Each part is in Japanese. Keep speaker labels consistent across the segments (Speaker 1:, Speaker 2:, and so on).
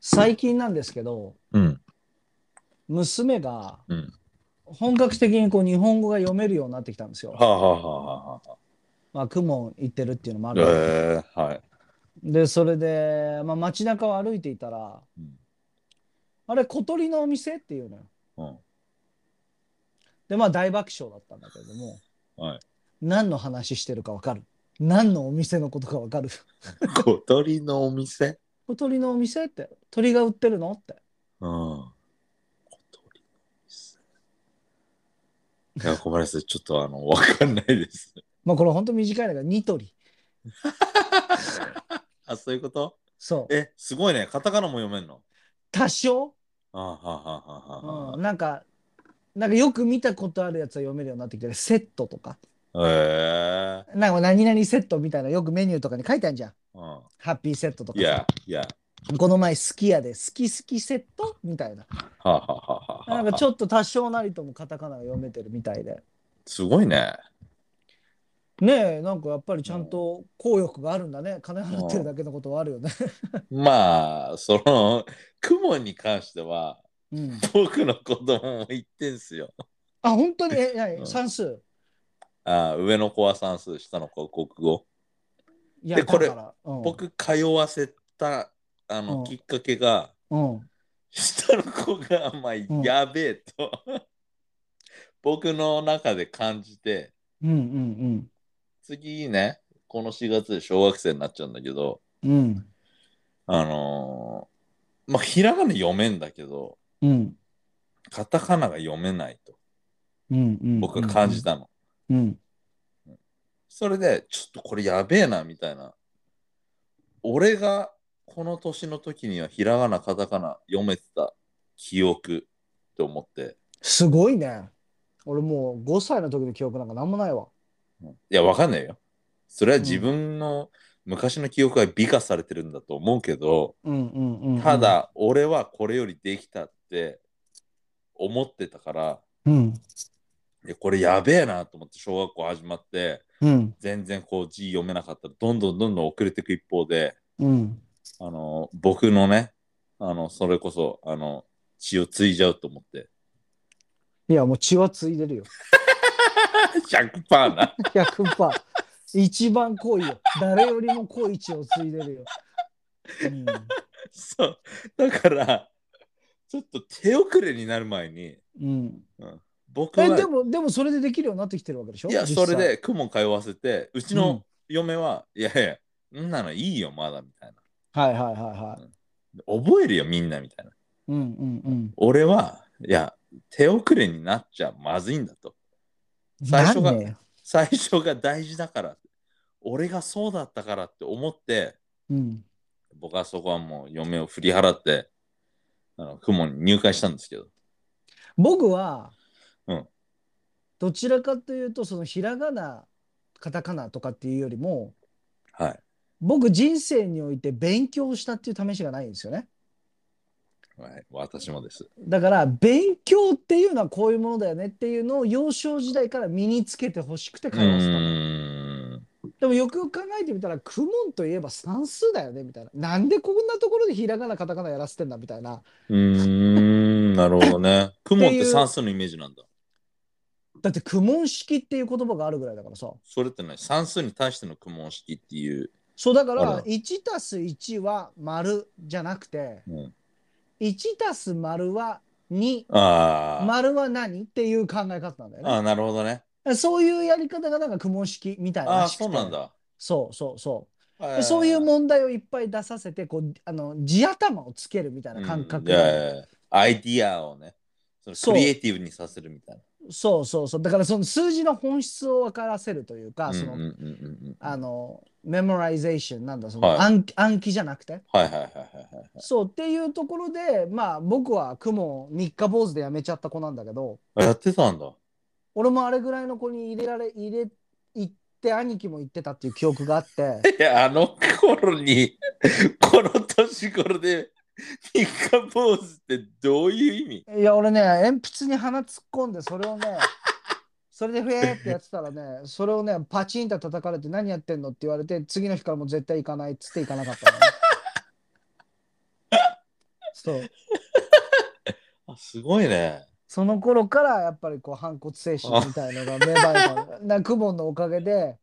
Speaker 1: 最近なんですけど、
Speaker 2: うん。
Speaker 1: 娘が
Speaker 2: うん。
Speaker 1: 本格的にこう日本語が読めるようになってきたんですよ。
Speaker 2: はあ、はあはあはあは
Speaker 1: まあ、雲行ってるっていうのもあ
Speaker 2: あ。
Speaker 1: るんで。
Speaker 2: ええはい。
Speaker 1: で、それで、まあ、街中を歩いていたら、
Speaker 2: うん
Speaker 1: あれ、小鳥のお店っていうのよ。
Speaker 2: うん。
Speaker 1: で、まあ、大爆笑だったんだけれども、
Speaker 2: はい。
Speaker 1: 何の話してるかわかる。何のお店のことかわかる。
Speaker 2: 小鳥のお店
Speaker 1: 小鳥のお店って、鳥が売ってるのって。
Speaker 2: うん。小鳥のお店。いや、ごめんなさい。ちょっとあの、わかんないです。
Speaker 1: まあ、これ本当短いんだから、ニトリ。
Speaker 2: あ、そういうこと
Speaker 1: そう。
Speaker 2: え、すごいね。カタカナも読めんの
Speaker 1: 多少、
Speaker 2: あはあはあはあはあ
Speaker 1: う
Speaker 2: は
Speaker 1: ん、なんか、なんかよく見たことあるやつは読めるようになってきてる。セットとか。
Speaker 2: あ。ええ
Speaker 1: なんか何々セットみたいなよくメニューとかに書いてあるじゃん。
Speaker 2: うん。
Speaker 1: ハッピーセットとか
Speaker 2: い
Speaker 1: さ
Speaker 2: や、いや。
Speaker 1: この前好きやで好き好きセットみたいな。
Speaker 2: はあはあはあはあはあ。
Speaker 1: なんかちょっと多少なりともカタカナが読めてるみたいで。
Speaker 2: すごいね。
Speaker 1: ねえ、なんかやっぱりちゃんと効力があるんだね。金払ってるだけのことはあるよね。
Speaker 2: まあ、その、雲に関しては、
Speaker 1: うん。
Speaker 2: 僕の子供も言ってんすよ。
Speaker 1: あ、本当に、え、
Speaker 2: う
Speaker 1: 何
Speaker 2: ん
Speaker 1: 算数
Speaker 2: あー上の子は算数、下の子は国語。
Speaker 1: いや、
Speaker 2: でこれ
Speaker 1: だから、うん、
Speaker 2: 僕、通わせたあの、
Speaker 1: うん
Speaker 2: きっかけが、
Speaker 1: うん。
Speaker 2: 下の子が、まあ、
Speaker 1: ん
Speaker 2: やべえと、 僕の中で感じて、
Speaker 1: うんうん
Speaker 2: 次ね、この4月で小学生になっちゃうんだけど、
Speaker 1: うん。うん。
Speaker 2: あのーまあ、ひらがな読めんだけど、
Speaker 1: うん。
Speaker 2: カタカナが読めないと、
Speaker 1: うん。うん。
Speaker 2: 僕は感じたの。
Speaker 1: うん。
Speaker 2: それで、ちょっとこれやべえな、みたいな。俺がこの年の時にはひらがな、カタカナ読めてた記憶って思って。
Speaker 1: すごいね。俺もう5歳の時の記憶なんかなんもないわ。
Speaker 2: うんいや、わかんないよ。それは自分の昔の記憶が美化されてるんだと思うけど、
Speaker 1: うんうんうん、うん。
Speaker 2: た、だ、俺はこれよりできたって思ってたから、
Speaker 1: うん。
Speaker 2: いやこれやべえなと思って小学校始まって、
Speaker 1: うん。
Speaker 2: 全然こう字読めなかったら、どんどんどんどん遅れていく一方で、
Speaker 1: うん。
Speaker 2: あの、僕のね、あの、それこそ、あの、血を継いじゃうと思って。
Speaker 1: いや、もう血はついでるよ。
Speaker 2: 100%な。
Speaker 1: 100%。一番濃いよ。誰よりも濃い血をついでるよ。うん、
Speaker 2: そう。だから、ちょっと手遅れになる前に、
Speaker 1: うん、
Speaker 2: 僕は、
Speaker 1: えでも、でもそれでできるようになってきてるわけでしょ
Speaker 2: いや、
Speaker 1: 実
Speaker 2: そ
Speaker 1: 際
Speaker 2: れで雲通わせて、うち
Speaker 1: うん
Speaker 2: の嫁は、いやいや、そんなのいいよ、まだ、みたいな。
Speaker 1: はいはいはいはい。
Speaker 2: 覚えるよ、みんな、みたいな。
Speaker 1: うんうん
Speaker 2: 俺は、いや、手遅れになっちゃまずいんだと。
Speaker 1: うん。
Speaker 2: 最初
Speaker 1: な
Speaker 2: が
Speaker 1: んで
Speaker 2: 最初が大事だから、俺がそうだったからって思って、
Speaker 1: うん。
Speaker 2: 僕はそこはもう嫁を振り払って、あの、雲に入会したんですけど。
Speaker 1: 僕は、
Speaker 2: うん
Speaker 1: どちらかというと、そのひらがな、カタカナとかっていうよりも、
Speaker 2: はい。
Speaker 1: 僕人生において勉強したっていう試しがないんですよね。
Speaker 2: はい、私もです。
Speaker 1: だから勉強っていうのはこういうものだよねっていうのを幼少時代から身につけてほしくて
Speaker 2: う
Speaker 1: 通わせたの
Speaker 2: ーん。
Speaker 1: でもよくよく考えてみたら公文といえば算数だよねみたいななんでこんなところでひらがなカタカナやらせてんだみたいな
Speaker 2: うーん、なるほど ね。雲って算数のイメージなんだ。
Speaker 1: だって公文式っていう言葉があるぐらいだからさ
Speaker 2: それってね、算数に対しての雲式っていう。
Speaker 1: そうだか
Speaker 2: あ
Speaker 1: ら
Speaker 2: ら
Speaker 1: 1+1 は丸じゃなくて
Speaker 2: うん、
Speaker 1: 1+0 丸は2
Speaker 2: あー、
Speaker 1: 丸は何っていう考え方なんだ
Speaker 2: あ
Speaker 1: よ
Speaker 2: ー、なるほどね。
Speaker 1: ねそういうやり方がなんか公文式みたいな
Speaker 2: ああ、
Speaker 1: らしくて
Speaker 2: そうなんだ。
Speaker 1: そうそうそう
Speaker 2: あ
Speaker 1: で
Speaker 2: ー
Speaker 1: そういう問題をいっぱい出させてこうあの地頭をつけるみたいな感覚、
Speaker 2: うんいやいやいやアイディアをね、その
Speaker 1: そう
Speaker 2: クリエイティブにさせるみたいな。
Speaker 1: そうそうそうだからその数字の本質を分からせるというか、
Speaker 2: うん
Speaker 1: そ
Speaker 2: うんうん
Speaker 1: の
Speaker 2: うんうん
Speaker 1: あのメモライゼーションなんだその、
Speaker 2: はい
Speaker 1: 暗記暗記じゃなくて
Speaker 2: はいはいはいはいはい。
Speaker 1: そうっていうところでまあ僕は雲三日坊主でやめちゃった子なんだけど
Speaker 2: あやってたんだ。
Speaker 1: 俺もあれぐらいの子に入れられ入れ行って兄貴も行ってたっていう記憶があって。
Speaker 2: いや、あの頃に、 この年頃で、三日坊主ってどういう意味
Speaker 1: いや俺ね鉛筆に鼻突っ込んでそれをねそれでふえーってやってたらねそれをねパチンと叩かれて何やってんのって言われて次の日からもう絶対行かないっつって行かなかったのねそう。
Speaker 2: あすごいね。
Speaker 1: その頃からやっぱりこう反骨精神みたいのが芽生えたの。なクボンのおかげで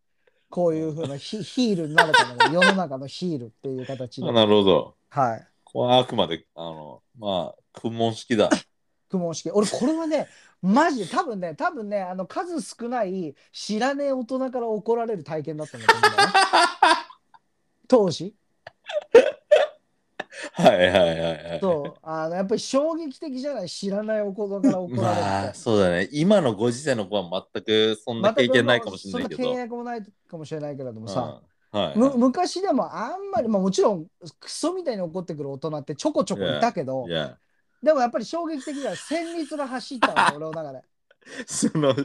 Speaker 1: こういうふうなヒヒールになれたのが世の中のヒールっていう形
Speaker 2: あ
Speaker 1: で。
Speaker 2: なるほど。
Speaker 1: はい。
Speaker 2: これはあくまで、あの、まあ、訓問式だ。
Speaker 1: クモン式。俺これはね、マジで多分ね、多分ね、あの数少ない知らねえ大人から怒られる体験だったんだと思うん だよね。当時。
Speaker 2: はいはいはいはい。
Speaker 1: そう。あのやっぱり衝撃的じゃない知らないお子供から怒られるって。
Speaker 2: まあ、そうだね。今のご時世の子は全くそんな経験ないかもしれないけ
Speaker 1: そん
Speaker 2: ど。
Speaker 1: な契約もないかもしれないけれどもさ。
Speaker 2: うんはい
Speaker 1: む
Speaker 2: は
Speaker 1: 昔でもあんまり、まあ、もちろんクソみたいに怒ってくる大人ってちょこちょこいたけど
Speaker 2: い。いや、
Speaker 1: でもやっぱり衝撃的な戦慄が走ったの俺の中で。
Speaker 2: その、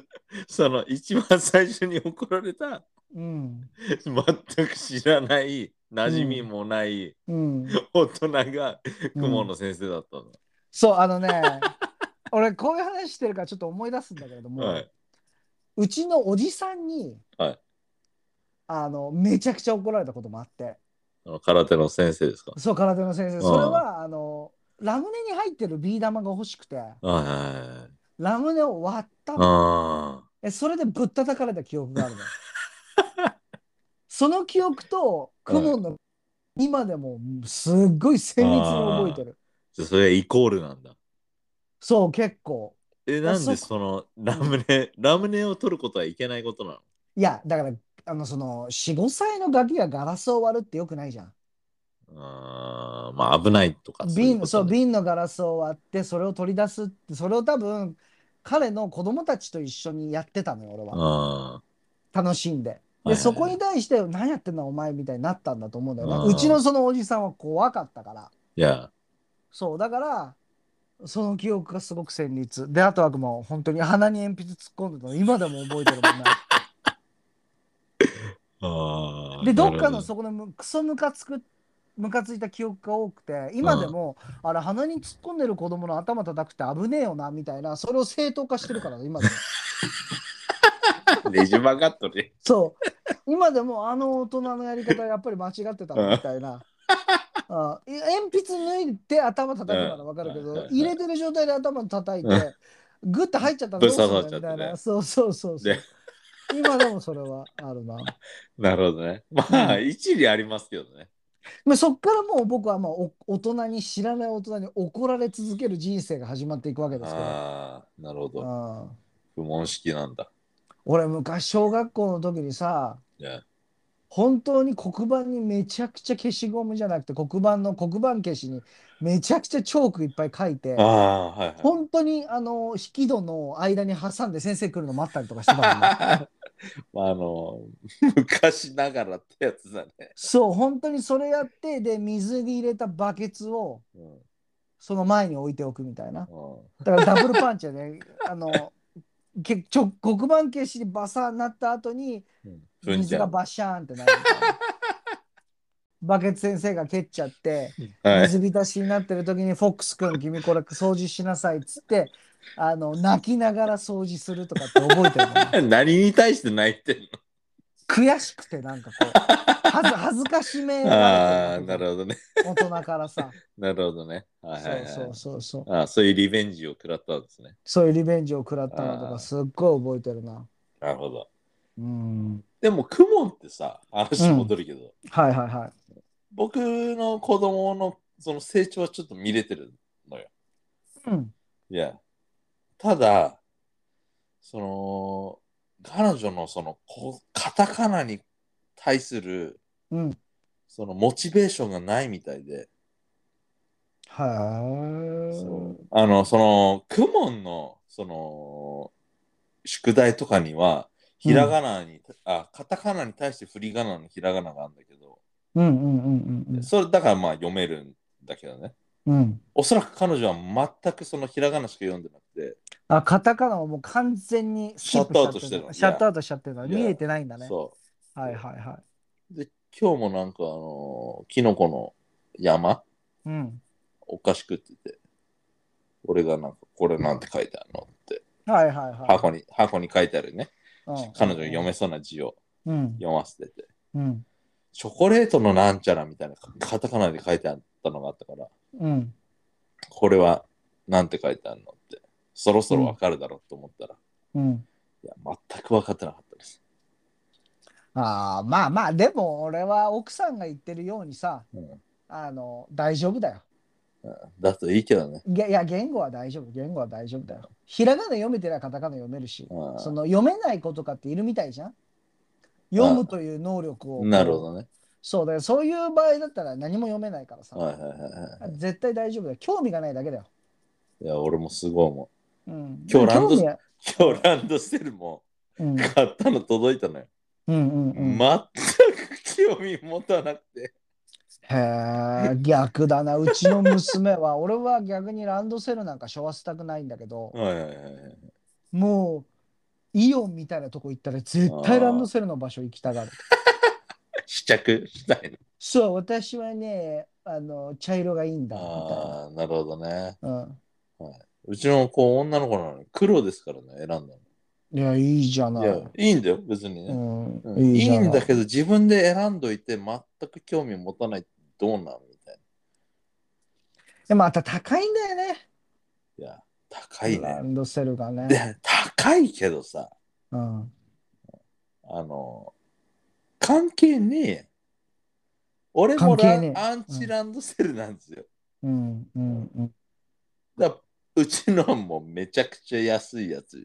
Speaker 2: その、一番最初に怒られた、
Speaker 1: うん
Speaker 2: 全く知らない、馴染みもない
Speaker 1: うん、
Speaker 2: 大人が、
Speaker 1: うん
Speaker 2: 雲の先生だったの。
Speaker 1: そうあのね 俺こういう話してるからちょっと思い出すんだけれども、
Speaker 2: はいう
Speaker 1: ちのおじさんに、
Speaker 2: はい
Speaker 1: あのめちゃくちゃ怒られたこともあって
Speaker 2: あの。空手の先生ですか。
Speaker 1: そう空手の先生
Speaker 2: ん
Speaker 1: それはあのラムネに入ってるビー玉が欲しくて
Speaker 2: はいはいはい。
Speaker 1: ラムネを割ったの
Speaker 2: あ
Speaker 1: えそれでぶったたかれた記憶があるの その記憶とクモンの今でもすっごい鮮烈に覚えてる
Speaker 2: ーじゃあそれイコールなんだ。
Speaker 1: そう結構
Speaker 2: え、なん
Speaker 1: そ
Speaker 2: でそのラムネ、ラムネを取ることはいけないことなの
Speaker 1: いやだからあのその45歳のガキがガラスを割るってよくないじゃん
Speaker 2: あーまあ危ないとかい
Speaker 1: 瓶
Speaker 2: こ
Speaker 1: そう
Speaker 2: とね
Speaker 1: 瓶のガラスを割ってそれを取り出すってそれを多分彼の子供たちと一緒にやってたのよ俺は
Speaker 2: あ
Speaker 1: 楽しんで
Speaker 2: はいはいは
Speaker 1: で
Speaker 2: い
Speaker 1: そこに対して何やってんだお前みたいになったんだと思うんだよ
Speaker 2: あ
Speaker 1: な
Speaker 2: ー
Speaker 1: うちのそのおじさんは怖かったから
Speaker 2: ーいや
Speaker 1: そうだからその記憶がすごく鮮烈であとはもう本当に鼻に鉛筆突っ込んでたの今でも覚えてるもんな
Speaker 2: あー
Speaker 1: でどっか
Speaker 2: な
Speaker 1: の
Speaker 2: るほ
Speaker 1: そこのむクソムカつくムカついた記憶が多くて今でもあれ鼻に突っ込んでる子供の頭叩くって危ねえよなみたいなそれを正当化してる からね今でも
Speaker 2: どねじ曲がっとる
Speaker 1: そう今でもあの大人のやり方やっぱり間違ってたわみたいなあい鉛筆抜いて頭叩くならわかるけ
Speaker 2: うん
Speaker 1: ど入れてる状態で頭叩いて
Speaker 2: うん
Speaker 1: グッと入っちゃったらどうするんだよ
Speaker 2: ぶっ
Speaker 1: みたい
Speaker 2: 刺さっちゃって
Speaker 1: な
Speaker 2: ね
Speaker 1: そうそうそうそう
Speaker 2: で
Speaker 1: 今でもそれはあるな
Speaker 2: なるほどねまあ一理ありますけどね
Speaker 1: まあそっからもう僕はまあお大人に知らない大人に怒られ続ける人生が始まっていくわけですけど
Speaker 2: ああなるほど
Speaker 1: うん
Speaker 2: 不問式なんだ
Speaker 1: 俺昔小学校の時にさ
Speaker 2: いや
Speaker 1: 本当に黒板にめちゃくちゃ消しゴムじゃなくて黒板の黒板消しにめちゃくちゃチョークいっぱい書いて
Speaker 2: ああはいはい
Speaker 1: 本当にあの引き戸の間に挟んで先生来るの待ったりとかしてたも んね
Speaker 2: まああの昔ながらってやつだね、
Speaker 1: そう本当にそれやってで水に入れたバケツを
Speaker 2: うんうん
Speaker 1: その前に置いておくみたいなだからダブルパンチやね あのけちょ黒板消しにバサーになった後に
Speaker 2: うん、踏ん
Speaker 1: 水
Speaker 2: じ
Speaker 1: が
Speaker 2: ゃう
Speaker 1: バシャーンってなるみたいなバケツ先生が蹴っちゃって
Speaker 2: はい
Speaker 1: 水浸しになってる時に「フォックス君君これ掃除しなさい」っつってあの泣きながら掃除するとかって覚えてるの
Speaker 2: 何に対して泣いてんの
Speaker 1: 悔しくてなんかこう恥ず恥ずかし めら
Speaker 2: あ
Speaker 1: れ
Speaker 2: あー
Speaker 1: て
Speaker 2: な
Speaker 1: る
Speaker 2: るほどね
Speaker 1: 大人からさ
Speaker 2: なるほどね はいはい、はい、
Speaker 1: そうそうそうそう
Speaker 2: あそういうリベンジを食らったんですね。
Speaker 1: そういうリベンジを食らったのと
Speaker 2: あー
Speaker 1: かすっごい覚えてるな
Speaker 2: なるほど。
Speaker 1: うん
Speaker 2: でも、クモンってさ、話戻るけど、
Speaker 1: はいはいはい
Speaker 2: 僕の子供のその成長はちょっと見れてるのよ。
Speaker 1: うん
Speaker 2: いや。ただ、その、彼女のその、こカタカナに対する、
Speaker 1: うん
Speaker 2: その、モチベーションがないみたいで、
Speaker 1: は
Speaker 2: あの、その、クモンの、その、宿題とかには、ひらがなに、あ、カタカナに対して振り仮名のひらがながあるんだけど、
Speaker 1: いうんうんうんうん
Speaker 2: それだからまあ読めるんだけどね。
Speaker 1: うんうん
Speaker 2: おそらく彼女は全くそのひらがなしか読んでなく
Speaker 1: あカタカナをもう完全にスキップしちゃってるシ
Speaker 2: シ
Speaker 1: ャ
Speaker 2: ャッ
Speaker 1: ッ
Speaker 2: ト
Speaker 1: トアウトしちゃってるの
Speaker 2: いや
Speaker 1: 見えてないんだ
Speaker 2: て、
Speaker 1: ね
Speaker 2: そ
Speaker 1: はいはいは
Speaker 2: う。で、今日もなんかあのーキノコの山、
Speaker 1: いうん
Speaker 2: おかしくってて、俺がなんかこれなんて書いてあるのって、
Speaker 1: はいはいは
Speaker 2: 箱に、箱に書いてあるね、
Speaker 1: いうん
Speaker 2: 彼女に読めそうな字を
Speaker 1: うん
Speaker 2: 読ませてて、
Speaker 1: うん
Speaker 2: チョコレートのなんちゃらみたいなカタカナで書いてあったのがあったから、
Speaker 1: うん
Speaker 2: これはなんて書いてあるのって、そろそろわかるだろうと思ったら、
Speaker 1: うん。
Speaker 2: いや、全く分かってなかったです。
Speaker 1: ああ、まあまあ、でも俺は奥さんが言ってるようにさ、
Speaker 2: うん
Speaker 1: あの、大丈夫だよ。
Speaker 2: だといいけどね。
Speaker 1: いや、いや言語は大丈夫。言語は大丈夫だよ。ひらがな読めてりゃカタカナ読めるし、
Speaker 2: うん
Speaker 1: その読めない子とかっているみたいじゃん。読むという能力を。
Speaker 2: なるほどね。
Speaker 1: そうだよ。そういう場合だったら何も読めないからさ。
Speaker 2: はいはいはいは
Speaker 1: 絶対大丈夫だよ。興味がないだけだよ。
Speaker 2: い。いや、俺もすごいも
Speaker 1: うん、
Speaker 2: 今日ランド
Speaker 1: 興味は
Speaker 2: う。今日ランドセルも
Speaker 1: うん
Speaker 2: 買ったの届いたのよ。
Speaker 1: うんうんうん。
Speaker 2: 全く興味持たなくて。
Speaker 1: へえ、逆だな。うちの娘は、俺は逆にランドセルなんかしょわせたくないんだけど、
Speaker 2: はいはいはいはい。
Speaker 1: もう、イオンみたいなとこ行ったら絶対ランドセルの場所行きたがる。
Speaker 2: 試着したい
Speaker 1: そう、私はね、あの、茶色がいいんだ、
Speaker 2: な。
Speaker 1: みたい
Speaker 2: ああ、なるほどね。
Speaker 1: な。うん。
Speaker 2: うちの子、女の子なのに黒ですからね、選んだの。
Speaker 1: いや、いいじゃ
Speaker 2: い
Speaker 1: ない。
Speaker 2: や、いいんだよ、別に
Speaker 1: う
Speaker 2: ね。
Speaker 1: ん
Speaker 2: うん
Speaker 1: い
Speaker 2: い
Speaker 1: じゃ
Speaker 2: いん
Speaker 1: な
Speaker 2: だけど、自分で選んどいて、全く興味持たないってどうなんみたい
Speaker 1: でまた高いんだよね。
Speaker 2: な。いや、高い
Speaker 1: ラ
Speaker 2: ね。
Speaker 1: ンドセルがね。
Speaker 2: で、高いけどさ、
Speaker 1: うん。
Speaker 2: あの、関係ねえやん。俺
Speaker 1: 関
Speaker 2: もラ
Speaker 1: 係
Speaker 2: ン、
Speaker 1: ねえ
Speaker 2: アンチランドセルなんですよ。
Speaker 1: うんうんうん。
Speaker 2: だからうちのはもうめちゃくちゃ安いやつ。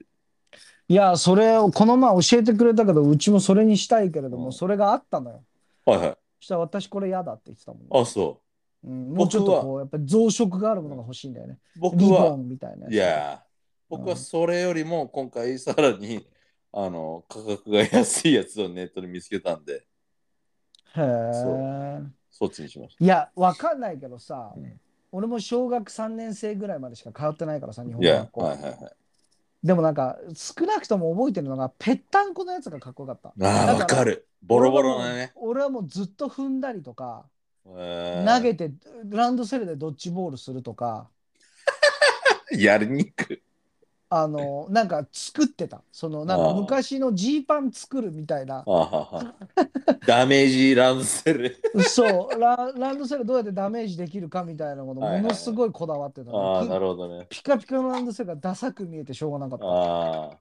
Speaker 1: いや、それをこの前教えてくれたけど、うちもそれにしたいけれど
Speaker 2: う
Speaker 1: も、
Speaker 2: ん
Speaker 1: それがあったのよ。
Speaker 2: はいはい。
Speaker 1: そしたら私これ嫌だって言ってたもんね。
Speaker 2: あ、そ
Speaker 1: うん、もうちょっとこう、やっぱり増殖があるものが欲しいんだよね。
Speaker 2: う。僕
Speaker 1: リボ
Speaker 2: は、
Speaker 1: ンみたいなやつ。
Speaker 2: いや、僕
Speaker 1: う
Speaker 2: は
Speaker 1: ん
Speaker 2: それよりも今回さらに、あの、価格が安いやつをネットで見つけたんで、
Speaker 1: へ
Speaker 2: そ
Speaker 1: え。
Speaker 2: そっちにしまし
Speaker 1: いや、わかんないけどさ、
Speaker 2: うん
Speaker 1: 俺も小学3年生ぐらいまでしか通ってないからさ、日
Speaker 2: た。
Speaker 1: 本
Speaker 2: いや
Speaker 1: 学、校。
Speaker 2: はいはいはい。
Speaker 1: でもなんか、少なくとも覚えてるのが、ぺったんこのやつがかっこよかった。
Speaker 2: ああ、
Speaker 1: だ
Speaker 2: わ
Speaker 1: から
Speaker 2: かる。ボロボロのね。
Speaker 1: 俺はもうずっと踏んだりとか、投
Speaker 2: 投
Speaker 1: げて、ランドセルでドッジボールするとか、
Speaker 2: やりに く
Speaker 1: あの、なんか作ってた。その、なん
Speaker 2: あ
Speaker 1: か
Speaker 2: ー
Speaker 1: 昔のジーパン作るみたいな
Speaker 2: あ。ははダメージランドセル。
Speaker 1: そうラ、ランドセルどうやってダメージできるかみたいなこと、
Speaker 2: はいはい
Speaker 1: ものすごいこだわってたの、
Speaker 2: ああ、
Speaker 1: ピ
Speaker 2: なるほどね。
Speaker 1: ピカピカのランドセルがダサく見えてしょうがなかっ
Speaker 2: ああ。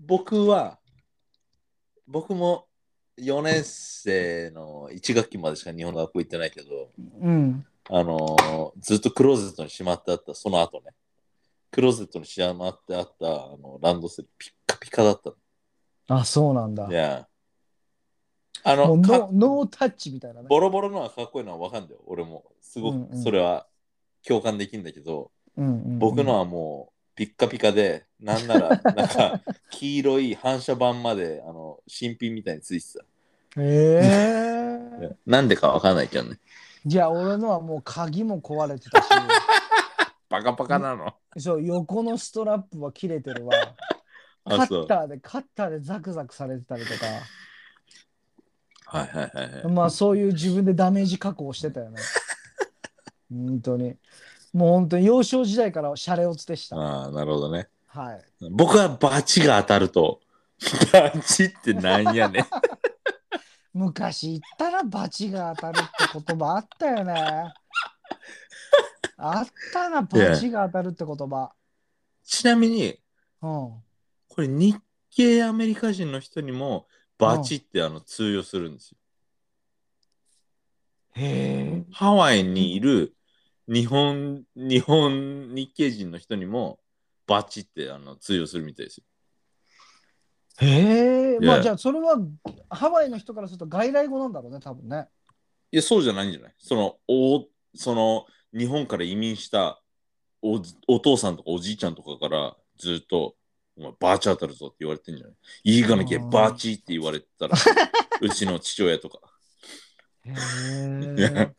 Speaker 2: 僕は、僕も4年生の1学期までしか日本の学校行ってないけど、
Speaker 1: た。うん。
Speaker 2: あのーずっとクローゼットにしまってあった、その後ね。クローゼットにしまってあったあのランドセル、ピッカピカだった
Speaker 1: あ、そうなんだ
Speaker 2: の。い。や。あ
Speaker 1: も
Speaker 2: の
Speaker 1: う、ノ
Speaker 2: か
Speaker 1: ーノータッチみたいなね。
Speaker 2: ボロボロのはかっこいいのはわかんないよ。俺も、すご
Speaker 1: うんう
Speaker 2: く
Speaker 1: ん
Speaker 2: それは共感できるんだけど、
Speaker 1: うんうんうん
Speaker 2: 僕のはもうピッカピカで、なんなら、なん か黄色い反射板まであの新品みたいについてた。
Speaker 1: へ え。
Speaker 2: なんでかわかんないけどね。
Speaker 1: じゃあ、俺のはもう鍵も壊れてたし、
Speaker 2: バカバカなの。
Speaker 1: そう、横のストラップは切れてるわ。カ
Speaker 2: あ、そ
Speaker 1: ッ
Speaker 2: う。
Speaker 1: ターで、カッターでザクザクされてたりとか、
Speaker 2: はいはいはい はい。
Speaker 1: まあ、そういう自分でダメージ確保してたよね。本当に。もう本当に幼少時代からシャレオツでした。
Speaker 2: ああ、なるほどね。
Speaker 1: はい。
Speaker 2: 僕はバチが当たると、バチってなんやねん。
Speaker 1: 昔言ったらバチが当たるって言葉あったよね。 あったな、バチが当たるって言葉。
Speaker 2: ちなみに、
Speaker 1: うん。
Speaker 2: これ日系アメリカ人の人にも、バチってあの通用するんですよ。
Speaker 1: へえ。
Speaker 2: ハワイにいる日本、日本日系人の人にも、バチってあの通用するみたいですよ。
Speaker 1: へえ。ま
Speaker 2: いや
Speaker 1: あじゃあそれはハワイの人からすると外来語なんだろうね、多分ね。
Speaker 2: いや、そうじゃないんじゃないその、お、その、日本から移民したおお父さんとかおじいちゃんとかからずっと、お前、バーチ当たるぞって言われてんじゃないいいかなきゃ
Speaker 1: あー
Speaker 2: バーチって言われて たら、うちの父親とか。
Speaker 1: へ
Speaker 2: いや
Speaker 1: え。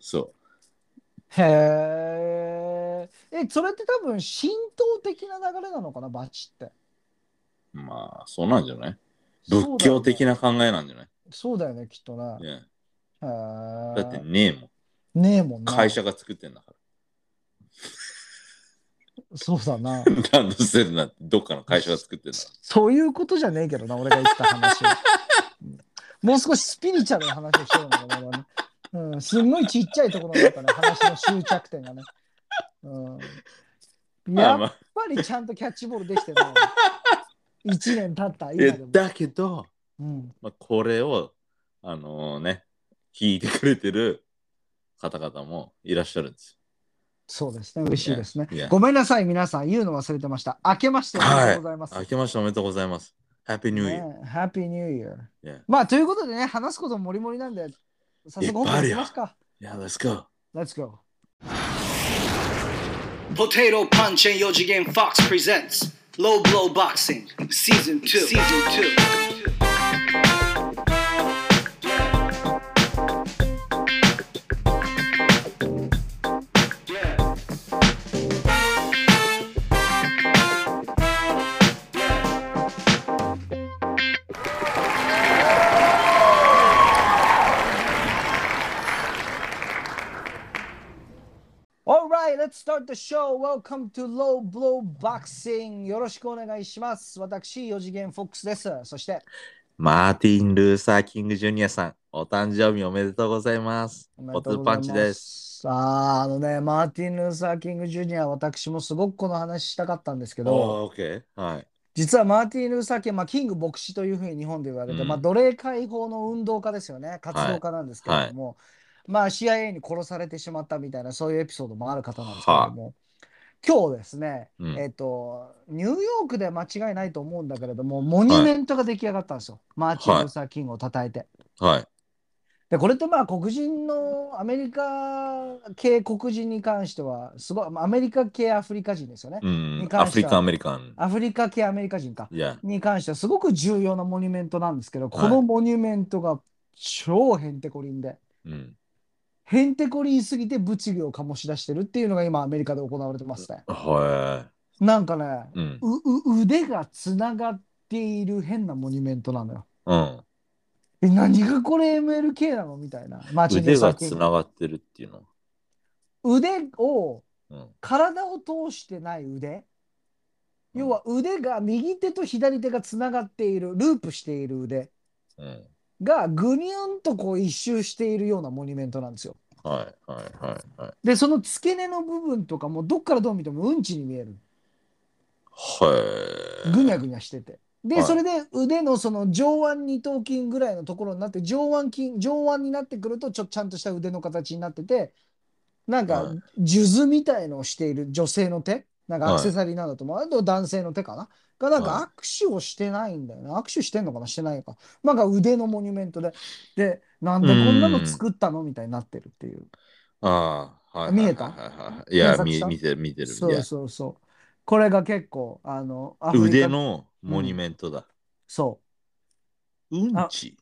Speaker 2: そ
Speaker 1: へえ。え、それって多分浸透的な流れなのかな、バチって。
Speaker 2: う。まあ、そうなんじゃない仏教的な考えなんじゃない
Speaker 1: そうだよね、そうだよねきっとね。
Speaker 2: ね
Speaker 1: へ
Speaker 2: だって
Speaker 1: え。
Speaker 2: ねえもん。
Speaker 1: ねえもんな。
Speaker 2: 会社が作ってんだか
Speaker 1: そうだな。
Speaker 2: ら。ランドセルなんてどっかの会社が作ってんだか
Speaker 1: そういうことじゃねえけどな、俺が言った話は。うんもう少しスピリチュアルな話をしてるんだけど、俺はね。うん、すんごいちっちゃいところだったね、話の終着点がね。うん、
Speaker 2: ま
Speaker 1: や
Speaker 2: あ
Speaker 1: っ
Speaker 2: まあ
Speaker 1: ぱりちゃんとキャッチボールできてない。1年経った
Speaker 2: いや
Speaker 1: 今でも。
Speaker 2: だけど、
Speaker 1: うん、
Speaker 2: まあ、これを、あのね、聞いてくれてる方々もいらっしゃるんです
Speaker 1: そうですね。嬉しいですね
Speaker 2: いやいや。
Speaker 1: ごめんなさい、皆さん。言うの忘れてました。明けましておめでとうございます。
Speaker 2: よ。明けましておめでとうございます。Happy New
Speaker 1: ね
Speaker 2: Year!、
Speaker 1: Happy New Year。
Speaker 2: Yeah.
Speaker 1: まあ、ということでね、話すこともりもりなんで、早速本編行きますか。
Speaker 2: Yeah, let's go!
Speaker 1: Let's go.
Speaker 3: Potato Punch and Yoji Game Fox presents Low Blow Boxing Season 2. Season 2.
Speaker 1: オーライ、Let's start the show! Welcome to Low Blow Boxing! よろしくお願いします。私、四次元フォックスです。そして、
Speaker 2: マーティン・ルーサー・キング・ジュニアさん、お誕生日おめでとうございます。
Speaker 1: おめ
Speaker 2: ポ
Speaker 1: でと
Speaker 2: テ
Speaker 1: うご
Speaker 2: ト
Speaker 1: ざ
Speaker 2: パ
Speaker 1: い
Speaker 2: ン
Speaker 1: ます
Speaker 2: チです。
Speaker 1: さあ、あのね、マーティン・ルーサー・キング・ジュニア、私もすごくこの話したかったんですけど、
Speaker 2: おー、OK。はい。
Speaker 1: 実はマーティン・ルーサー・キング、まあ、キング牧師というふうに日本で言われて、
Speaker 2: うん
Speaker 1: まあ、奴隷解放の運動家ですよね、活動家なんですけれども、まあ、CIA に殺されてしまったみたいな、そういうエピソードもある方なんですけれども、今日ですね、
Speaker 2: うん
Speaker 1: えっと、ニューヨークでは間違いないと思うんだけれども、モニュメントが出来上がったんですよ、マーティン・ルーサー・キングを称えて。
Speaker 2: はい。
Speaker 1: でこれってまあ黒人のアメリカ系黒人に関してはすごいまあアメリカ系アフリカ人ですよね
Speaker 2: う。ん
Speaker 1: に。関
Speaker 2: ア
Speaker 1: し
Speaker 2: フ
Speaker 1: て
Speaker 2: リ
Speaker 1: は
Speaker 2: カン・アメリカン。
Speaker 1: アフリカ系アメリカ人か。
Speaker 2: いや。
Speaker 1: に関してはすごく重要なモニュメントなんですけど、
Speaker 2: は
Speaker 1: こ
Speaker 2: い
Speaker 1: のモニュメントが超へんてこりんで、
Speaker 2: うん。
Speaker 1: へんてこりすぎて物議を醸し出してるっていうのが今アメリカで行われてますね。
Speaker 2: は
Speaker 1: なんかね、
Speaker 2: い。うん。
Speaker 1: うう腕がつながっている変なモニュメントなのよ。
Speaker 2: うん。
Speaker 1: え、何がこれ MLK なのみたいな。マーチンルー
Speaker 2: 腕
Speaker 1: サー
Speaker 2: が
Speaker 1: キン
Speaker 2: つ
Speaker 1: グ
Speaker 2: ながってるっていうの。
Speaker 1: 腕を
Speaker 2: うん。
Speaker 1: 体を通してない腕
Speaker 2: うん
Speaker 1: 要は腕が右手と左手がつながっているループしている腕
Speaker 2: うん。
Speaker 1: がぐにゅんとこう一周しているようなモニュメントなんですよ。
Speaker 2: はい。はい。はい。はい。
Speaker 1: でその付け根の部分とかもどっからどう見てもうんちに見える
Speaker 2: はい。
Speaker 1: ぐにゃぐにゃしてて。
Speaker 2: は
Speaker 1: で
Speaker 2: い
Speaker 1: それで腕のその上腕二頭筋ぐらいのところになって上腕筋上腕になってくるとちょっとちゃんとした腕の形になっててなんか
Speaker 2: はい
Speaker 1: 数珠みたいのをしている女性の手なんか
Speaker 2: はい
Speaker 1: アクセサリーなんだと思う、あと男性の手かながなん
Speaker 2: は
Speaker 1: か握手をしてないんだよね握手してんのかなしてないのかなんか腕のモニュメントででなんでこんなの作ったのみたいになってるっていう
Speaker 2: ああ、はい。
Speaker 1: 見えた
Speaker 2: はいはいはいはいいや、
Speaker 1: 検索した
Speaker 2: 見見てる、見てる。
Speaker 1: そうそうそうこれが結構あのア
Speaker 2: いや
Speaker 1: フリ
Speaker 2: 腕
Speaker 1: カ
Speaker 2: のモニュメントだ。
Speaker 1: そ
Speaker 2: うんち。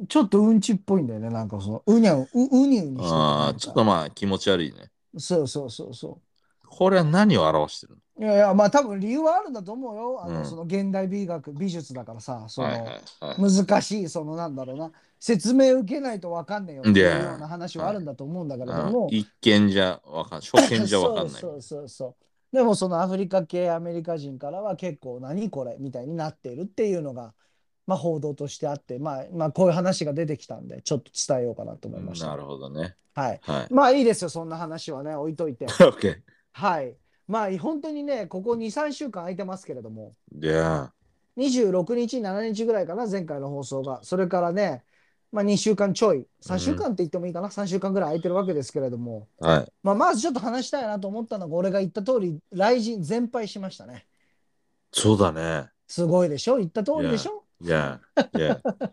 Speaker 1: うちょっとうんちっぽいんだよねなんかそのうにゃうううにゅうにしてて
Speaker 2: ああ、ちょっとまあ気持ち悪いね。
Speaker 1: そうそうそうそう
Speaker 2: これは何を表してるの
Speaker 1: いやいやまあ多分理由はあるんだと思うよあの、
Speaker 2: うん
Speaker 1: その現代美学美術だからさその、
Speaker 2: はいはいはい。
Speaker 1: 難しいそのなんだろうな説明受けないと分かんねえよっていうような話はあるんだと思うんだけれど
Speaker 2: あ
Speaker 1: も、
Speaker 2: 一見じゃわかん、初見じゃわかんない。
Speaker 1: そうそうそうそうでもそのアフリカ系アメリカ人からは結構何これみたいになっているっていうのが、まあ、報道としてあって、まあ、まあこういう話が出てきたんでちょっと伝えようかなと思いました
Speaker 2: なるほどね。
Speaker 1: はい
Speaker 2: はい。
Speaker 1: まあいいですよそんな話はね置いといて
Speaker 2: OK。
Speaker 1: はいまあ本当にねここ23週間空いてますけれども
Speaker 2: じゃあ、
Speaker 1: 26日、7日ぐらいかな、前回の放送が。それからね、まあ、2週間ちょい、3週間って言ってもいいかな、3週間ぐらい空いてるわけですけれども、
Speaker 2: はい。
Speaker 1: まあ、まずちょっと話したいなと思ったのが、俺が言った通り、雷神全敗しましたね。
Speaker 2: そうだね。
Speaker 1: すごいでしょ言った通りでしょ
Speaker 2: じゃあ、じゃあ。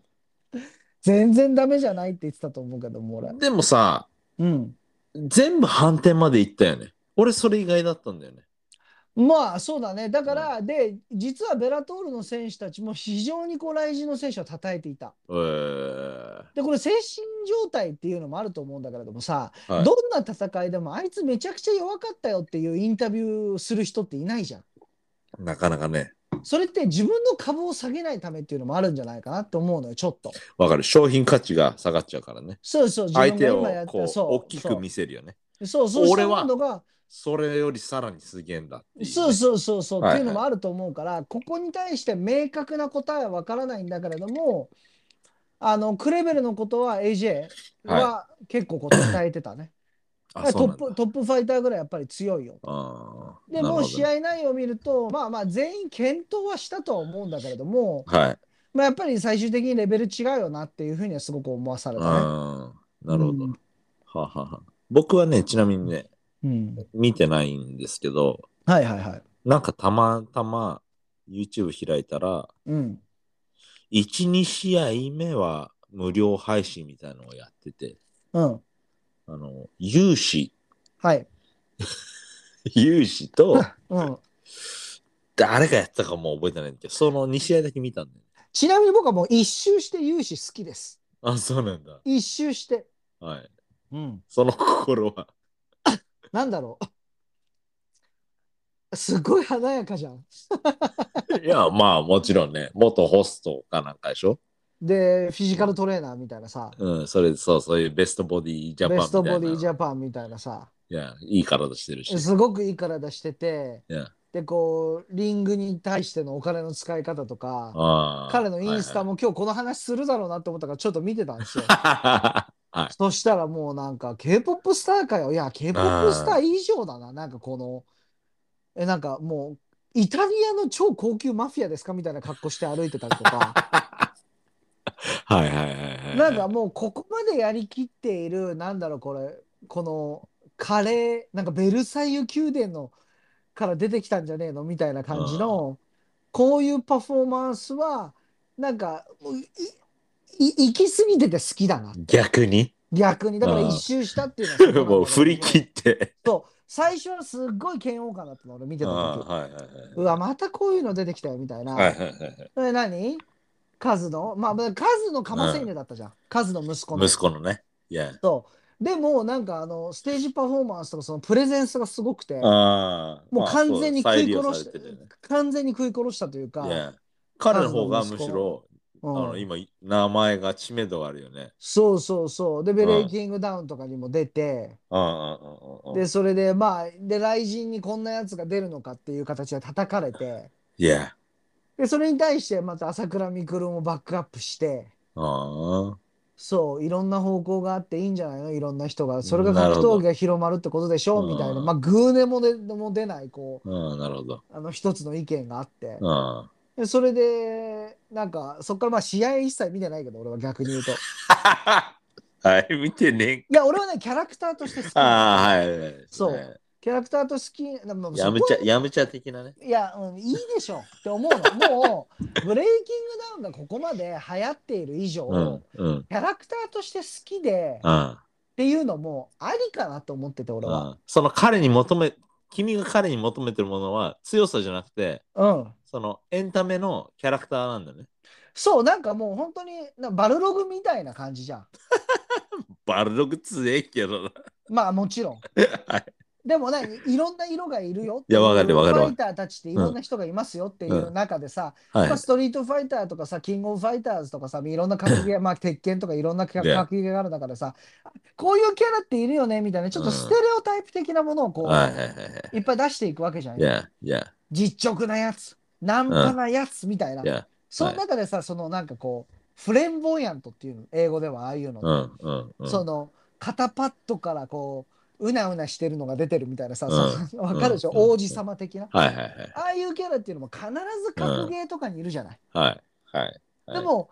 Speaker 1: 全然ダメじゃないって言ってたと思うけども、俺。
Speaker 2: でもさ、
Speaker 1: うん。
Speaker 2: 全部反転まで行ったよね。俺それ以外だったんだよね。
Speaker 1: まあ、そうだね。だから、で、実はベラトールの選手たちも非常にこう、雷神の選手を叩いていた。
Speaker 2: えー、
Speaker 1: で、これ、精神状態っていうのもあると思うんだけれどもさ、
Speaker 2: はい
Speaker 1: どんな戦いでもあいつめちゃくちゃ弱かったよっていうインタビューする人っていないじゃん。
Speaker 2: なかなかね。
Speaker 1: それって自分の株を下げないためっていうのもあるんじゃないかなって思うのよ、ちょっと。
Speaker 2: わかる。商品価値が下がっちゃうからね。
Speaker 1: そうそう、自
Speaker 2: 相手
Speaker 1: 分
Speaker 2: を
Speaker 1: が今やって
Speaker 2: こう
Speaker 1: そう
Speaker 2: 大きく見せるよね。
Speaker 1: そうそう、そう
Speaker 2: 俺
Speaker 1: いう
Speaker 2: は
Speaker 1: のが、
Speaker 2: それよりさらにすげえんだっていうね、
Speaker 1: そうそうそうそう、
Speaker 2: はい
Speaker 1: っていうのもあると思うから、ここに対して明確な答えはわからないんだけれども、 あの、クレベルのことは AJ は結構こう伝えてたね。
Speaker 2: あ、そ
Speaker 1: トッ
Speaker 2: うなんだ。
Speaker 1: プトップファイターぐらいやっぱり強いよ。
Speaker 2: あー
Speaker 1: で
Speaker 2: なるほ
Speaker 1: もう
Speaker 2: どね
Speaker 1: 試合内容を見ると、まあまあ全員検討はしたとは思うんだけれども、
Speaker 2: はい。
Speaker 1: まあ、やっぱり最終的にレベル違うよなっていうふうにはすごく思わされたね。
Speaker 2: あーなるほど。
Speaker 1: うん
Speaker 2: はあはあはあ僕はね、ちなみにね、
Speaker 1: うん、
Speaker 2: 見てないんですけど、
Speaker 1: はいはいはい。
Speaker 2: なんかたまたま YouTube 開いたら、
Speaker 1: うん、
Speaker 2: 1、2試合目は無料配信みたいなのをやってて、
Speaker 1: うん、
Speaker 2: あの、有志、
Speaker 1: はい。
Speaker 2: 有志と、
Speaker 1: うん、
Speaker 2: 誰がやったかもう覚えてないんだけど、その2試合だけ見たんだよね。
Speaker 1: ちなみに僕はもう一周して融資好きです。
Speaker 2: あ、そうなんだ。
Speaker 1: 一周して。
Speaker 2: はい。
Speaker 1: うん、
Speaker 2: その心は。
Speaker 1: なんだろう。 すごい華やかじゃん。
Speaker 2: いや、まあもちろんね、元ホストかなんかでしょ
Speaker 1: で、フィジカルトレーナーみたいなさ、
Speaker 2: うん、それでそう、そういうベストボディジャパ
Speaker 1: ベ
Speaker 2: ンみたいな。
Speaker 1: ストボディジャパンみたいなさ、
Speaker 2: いや、いい体してるし。
Speaker 1: すごくいい体してて、
Speaker 2: Yeah.
Speaker 1: で、こう、リングに対してのお金の使い方とか、
Speaker 2: あー
Speaker 1: 彼のインスタ
Speaker 2: も。
Speaker 1: も今日この話するだろうなって思ったからちょっと見てたんですよ。
Speaker 2: はい
Speaker 1: そしたらもうなんか K-POP スターかよ。いや、K-POP スター以上だな。なんかこの、え、なんかもう、イタリアの超高級マフィアですかみたいな格好して歩いてたりとか、
Speaker 2: はいはいはいはい。
Speaker 1: なんかもうここまでやりきっている、なんだろうこれ、このカレー、なんかベルサイユ宮殿のから出てきたんじゃねえのみたいな感じの、こういうパフォーマンスは、なんかもうい、い、行き過ぎてて好きだな。
Speaker 2: 逆に
Speaker 1: 逆に、だから
Speaker 2: うん
Speaker 1: 一周したっていうのはそこなんだけど
Speaker 2: もう振り切って。
Speaker 1: そう、最初はすっごい嫌悪感だったの、俺見てた時。
Speaker 2: はいはいは
Speaker 1: うわ、またこういうの出てきたよ、みたいな。
Speaker 2: はいはいはい
Speaker 1: え、何カズのまあ、まあカズのカマセイネだったじゃん。カズの息子
Speaker 2: はい。
Speaker 1: の。
Speaker 2: 息子のね。いや。
Speaker 1: そう。でも、なんか、あの、ステージパフォーマンスとか、そのプレゼンスがすごくて、
Speaker 2: ああ。
Speaker 1: もう完全に
Speaker 2: まあ
Speaker 1: 食い
Speaker 2: そう
Speaker 1: 殺
Speaker 2: 再利用さ
Speaker 1: し
Speaker 2: れ
Speaker 1: た、
Speaker 2: てるよね
Speaker 1: 完全に食い殺したというか、
Speaker 2: いや。彼の方がむし
Speaker 1: カズ
Speaker 2: ろ、
Speaker 1: う
Speaker 2: あ
Speaker 1: ん
Speaker 2: の、今、名前が知名度があるよね。
Speaker 1: そうそうそう。で、ブレイキングダウンとかにも出て、
Speaker 2: うんうんうんうんうん。
Speaker 1: で、それで、まあ、で、雷神にこんなやつが出るのかっていう形で叩かれて、
Speaker 2: いや。
Speaker 1: で、それに対して、また朝倉未来もバックアップして、
Speaker 2: ああ。
Speaker 1: そう、いろんな方向があっていいんじゃないのいろんな人が。それが
Speaker 2: なる
Speaker 1: 格
Speaker 2: ほど
Speaker 1: 闘技が広まるってことでしょみたいな。
Speaker 2: うん
Speaker 1: まあ、グーネもでも出ない、こ
Speaker 2: うん、なるほど。
Speaker 1: う、あの、一つの意見があって。
Speaker 2: うん。
Speaker 1: でそれで、なんか、そっからまあ、試合一切見てないけど、俺は逆に言うと。い
Speaker 2: はい、見てねえ
Speaker 1: や、俺はね、キャラクターとして好き。キャ
Speaker 2: ああ、はいはい。
Speaker 1: そう
Speaker 2: ね
Speaker 1: ラクターと好き。でも
Speaker 2: やむちゃ、やむちゃ的なね。
Speaker 1: いや、うん、いいでしょって思うの。もう、ブレイキングダウンがここまで流行っている以上、
Speaker 2: うん、うん、
Speaker 1: キャラクターとして好きで、
Speaker 2: うん、
Speaker 1: っていうのもありかなと思ってて俺
Speaker 2: う
Speaker 1: は。
Speaker 2: ん。その彼に求め、君が彼に求めてるものは強さじゃなくて、
Speaker 1: うん。
Speaker 2: そのエンタメのキャラクターなんだね。
Speaker 1: そうなんかもう本当になバルログみたいな感じじゃん。
Speaker 2: バルログ強えけどな。
Speaker 1: まあもちろん。
Speaker 2: はい
Speaker 1: でもねいろんな色がいるよって
Speaker 2: いやわかるわかる
Speaker 1: ファイターたちっていろんな人がいますよっていう中でさ、
Speaker 2: はい
Speaker 1: まあ、ストリートファイターとかさキングオブファイターズとかさいろんな格 ゲーまあ鉄拳とかいろんな格
Speaker 2: Yeah.
Speaker 1: 格ゲーがある中でさこういうキャラっているよねみたいなちょっとステレオタイプ的なものをこう、
Speaker 2: はいはいはいはい
Speaker 1: っぱい出していくわけじゃない
Speaker 2: い。や、いや、
Speaker 1: 実直なやつナンパなやつみたいな。
Speaker 2: いや、
Speaker 1: その中でさ、そのなんかこう、フレンボイアントっていうの、英語ではああいうの、
Speaker 2: うん、うん、うん。
Speaker 1: その肩パッドからこう、うなうなしてるのが出てるみたいなさ、
Speaker 2: うん
Speaker 1: そのわかるでしょ、
Speaker 2: うん
Speaker 1: 王子様的な。
Speaker 2: はいはいはい。
Speaker 1: ああいうキャラっていうのも必ず格ゲーとかにいるじゃない。
Speaker 2: はい、はい。うん
Speaker 1: でも、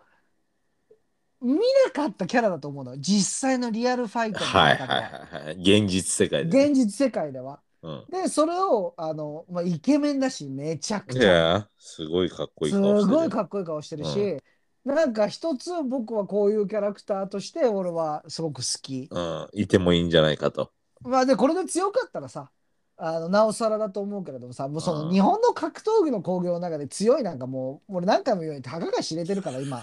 Speaker 1: 見なかったキャラだと思うのよ実際のリアルファイターの
Speaker 2: はい
Speaker 1: 中で
Speaker 2: はい
Speaker 1: は
Speaker 2: はいはい。現実世界でね。
Speaker 1: 現実世界では。
Speaker 2: うん。
Speaker 1: で、それを、あの、まあ、イケメンだし、めちゃくち
Speaker 2: い
Speaker 1: ゃ
Speaker 2: や、すごいかっこいい
Speaker 1: す
Speaker 2: 顔してる。
Speaker 1: ごいかっこいい顔してるし、なんか一つ僕はこういうキャラクターとして俺はすごく好き。
Speaker 2: うん、いてもいいんじゃないか と。
Speaker 1: まあでこれで強かったらさあのなおさらだと思うけれどもさもうそ
Speaker 2: うん
Speaker 1: の日本の格闘技の興行の中で強いなんかもう俺何回も言うようにたかが知れてるから今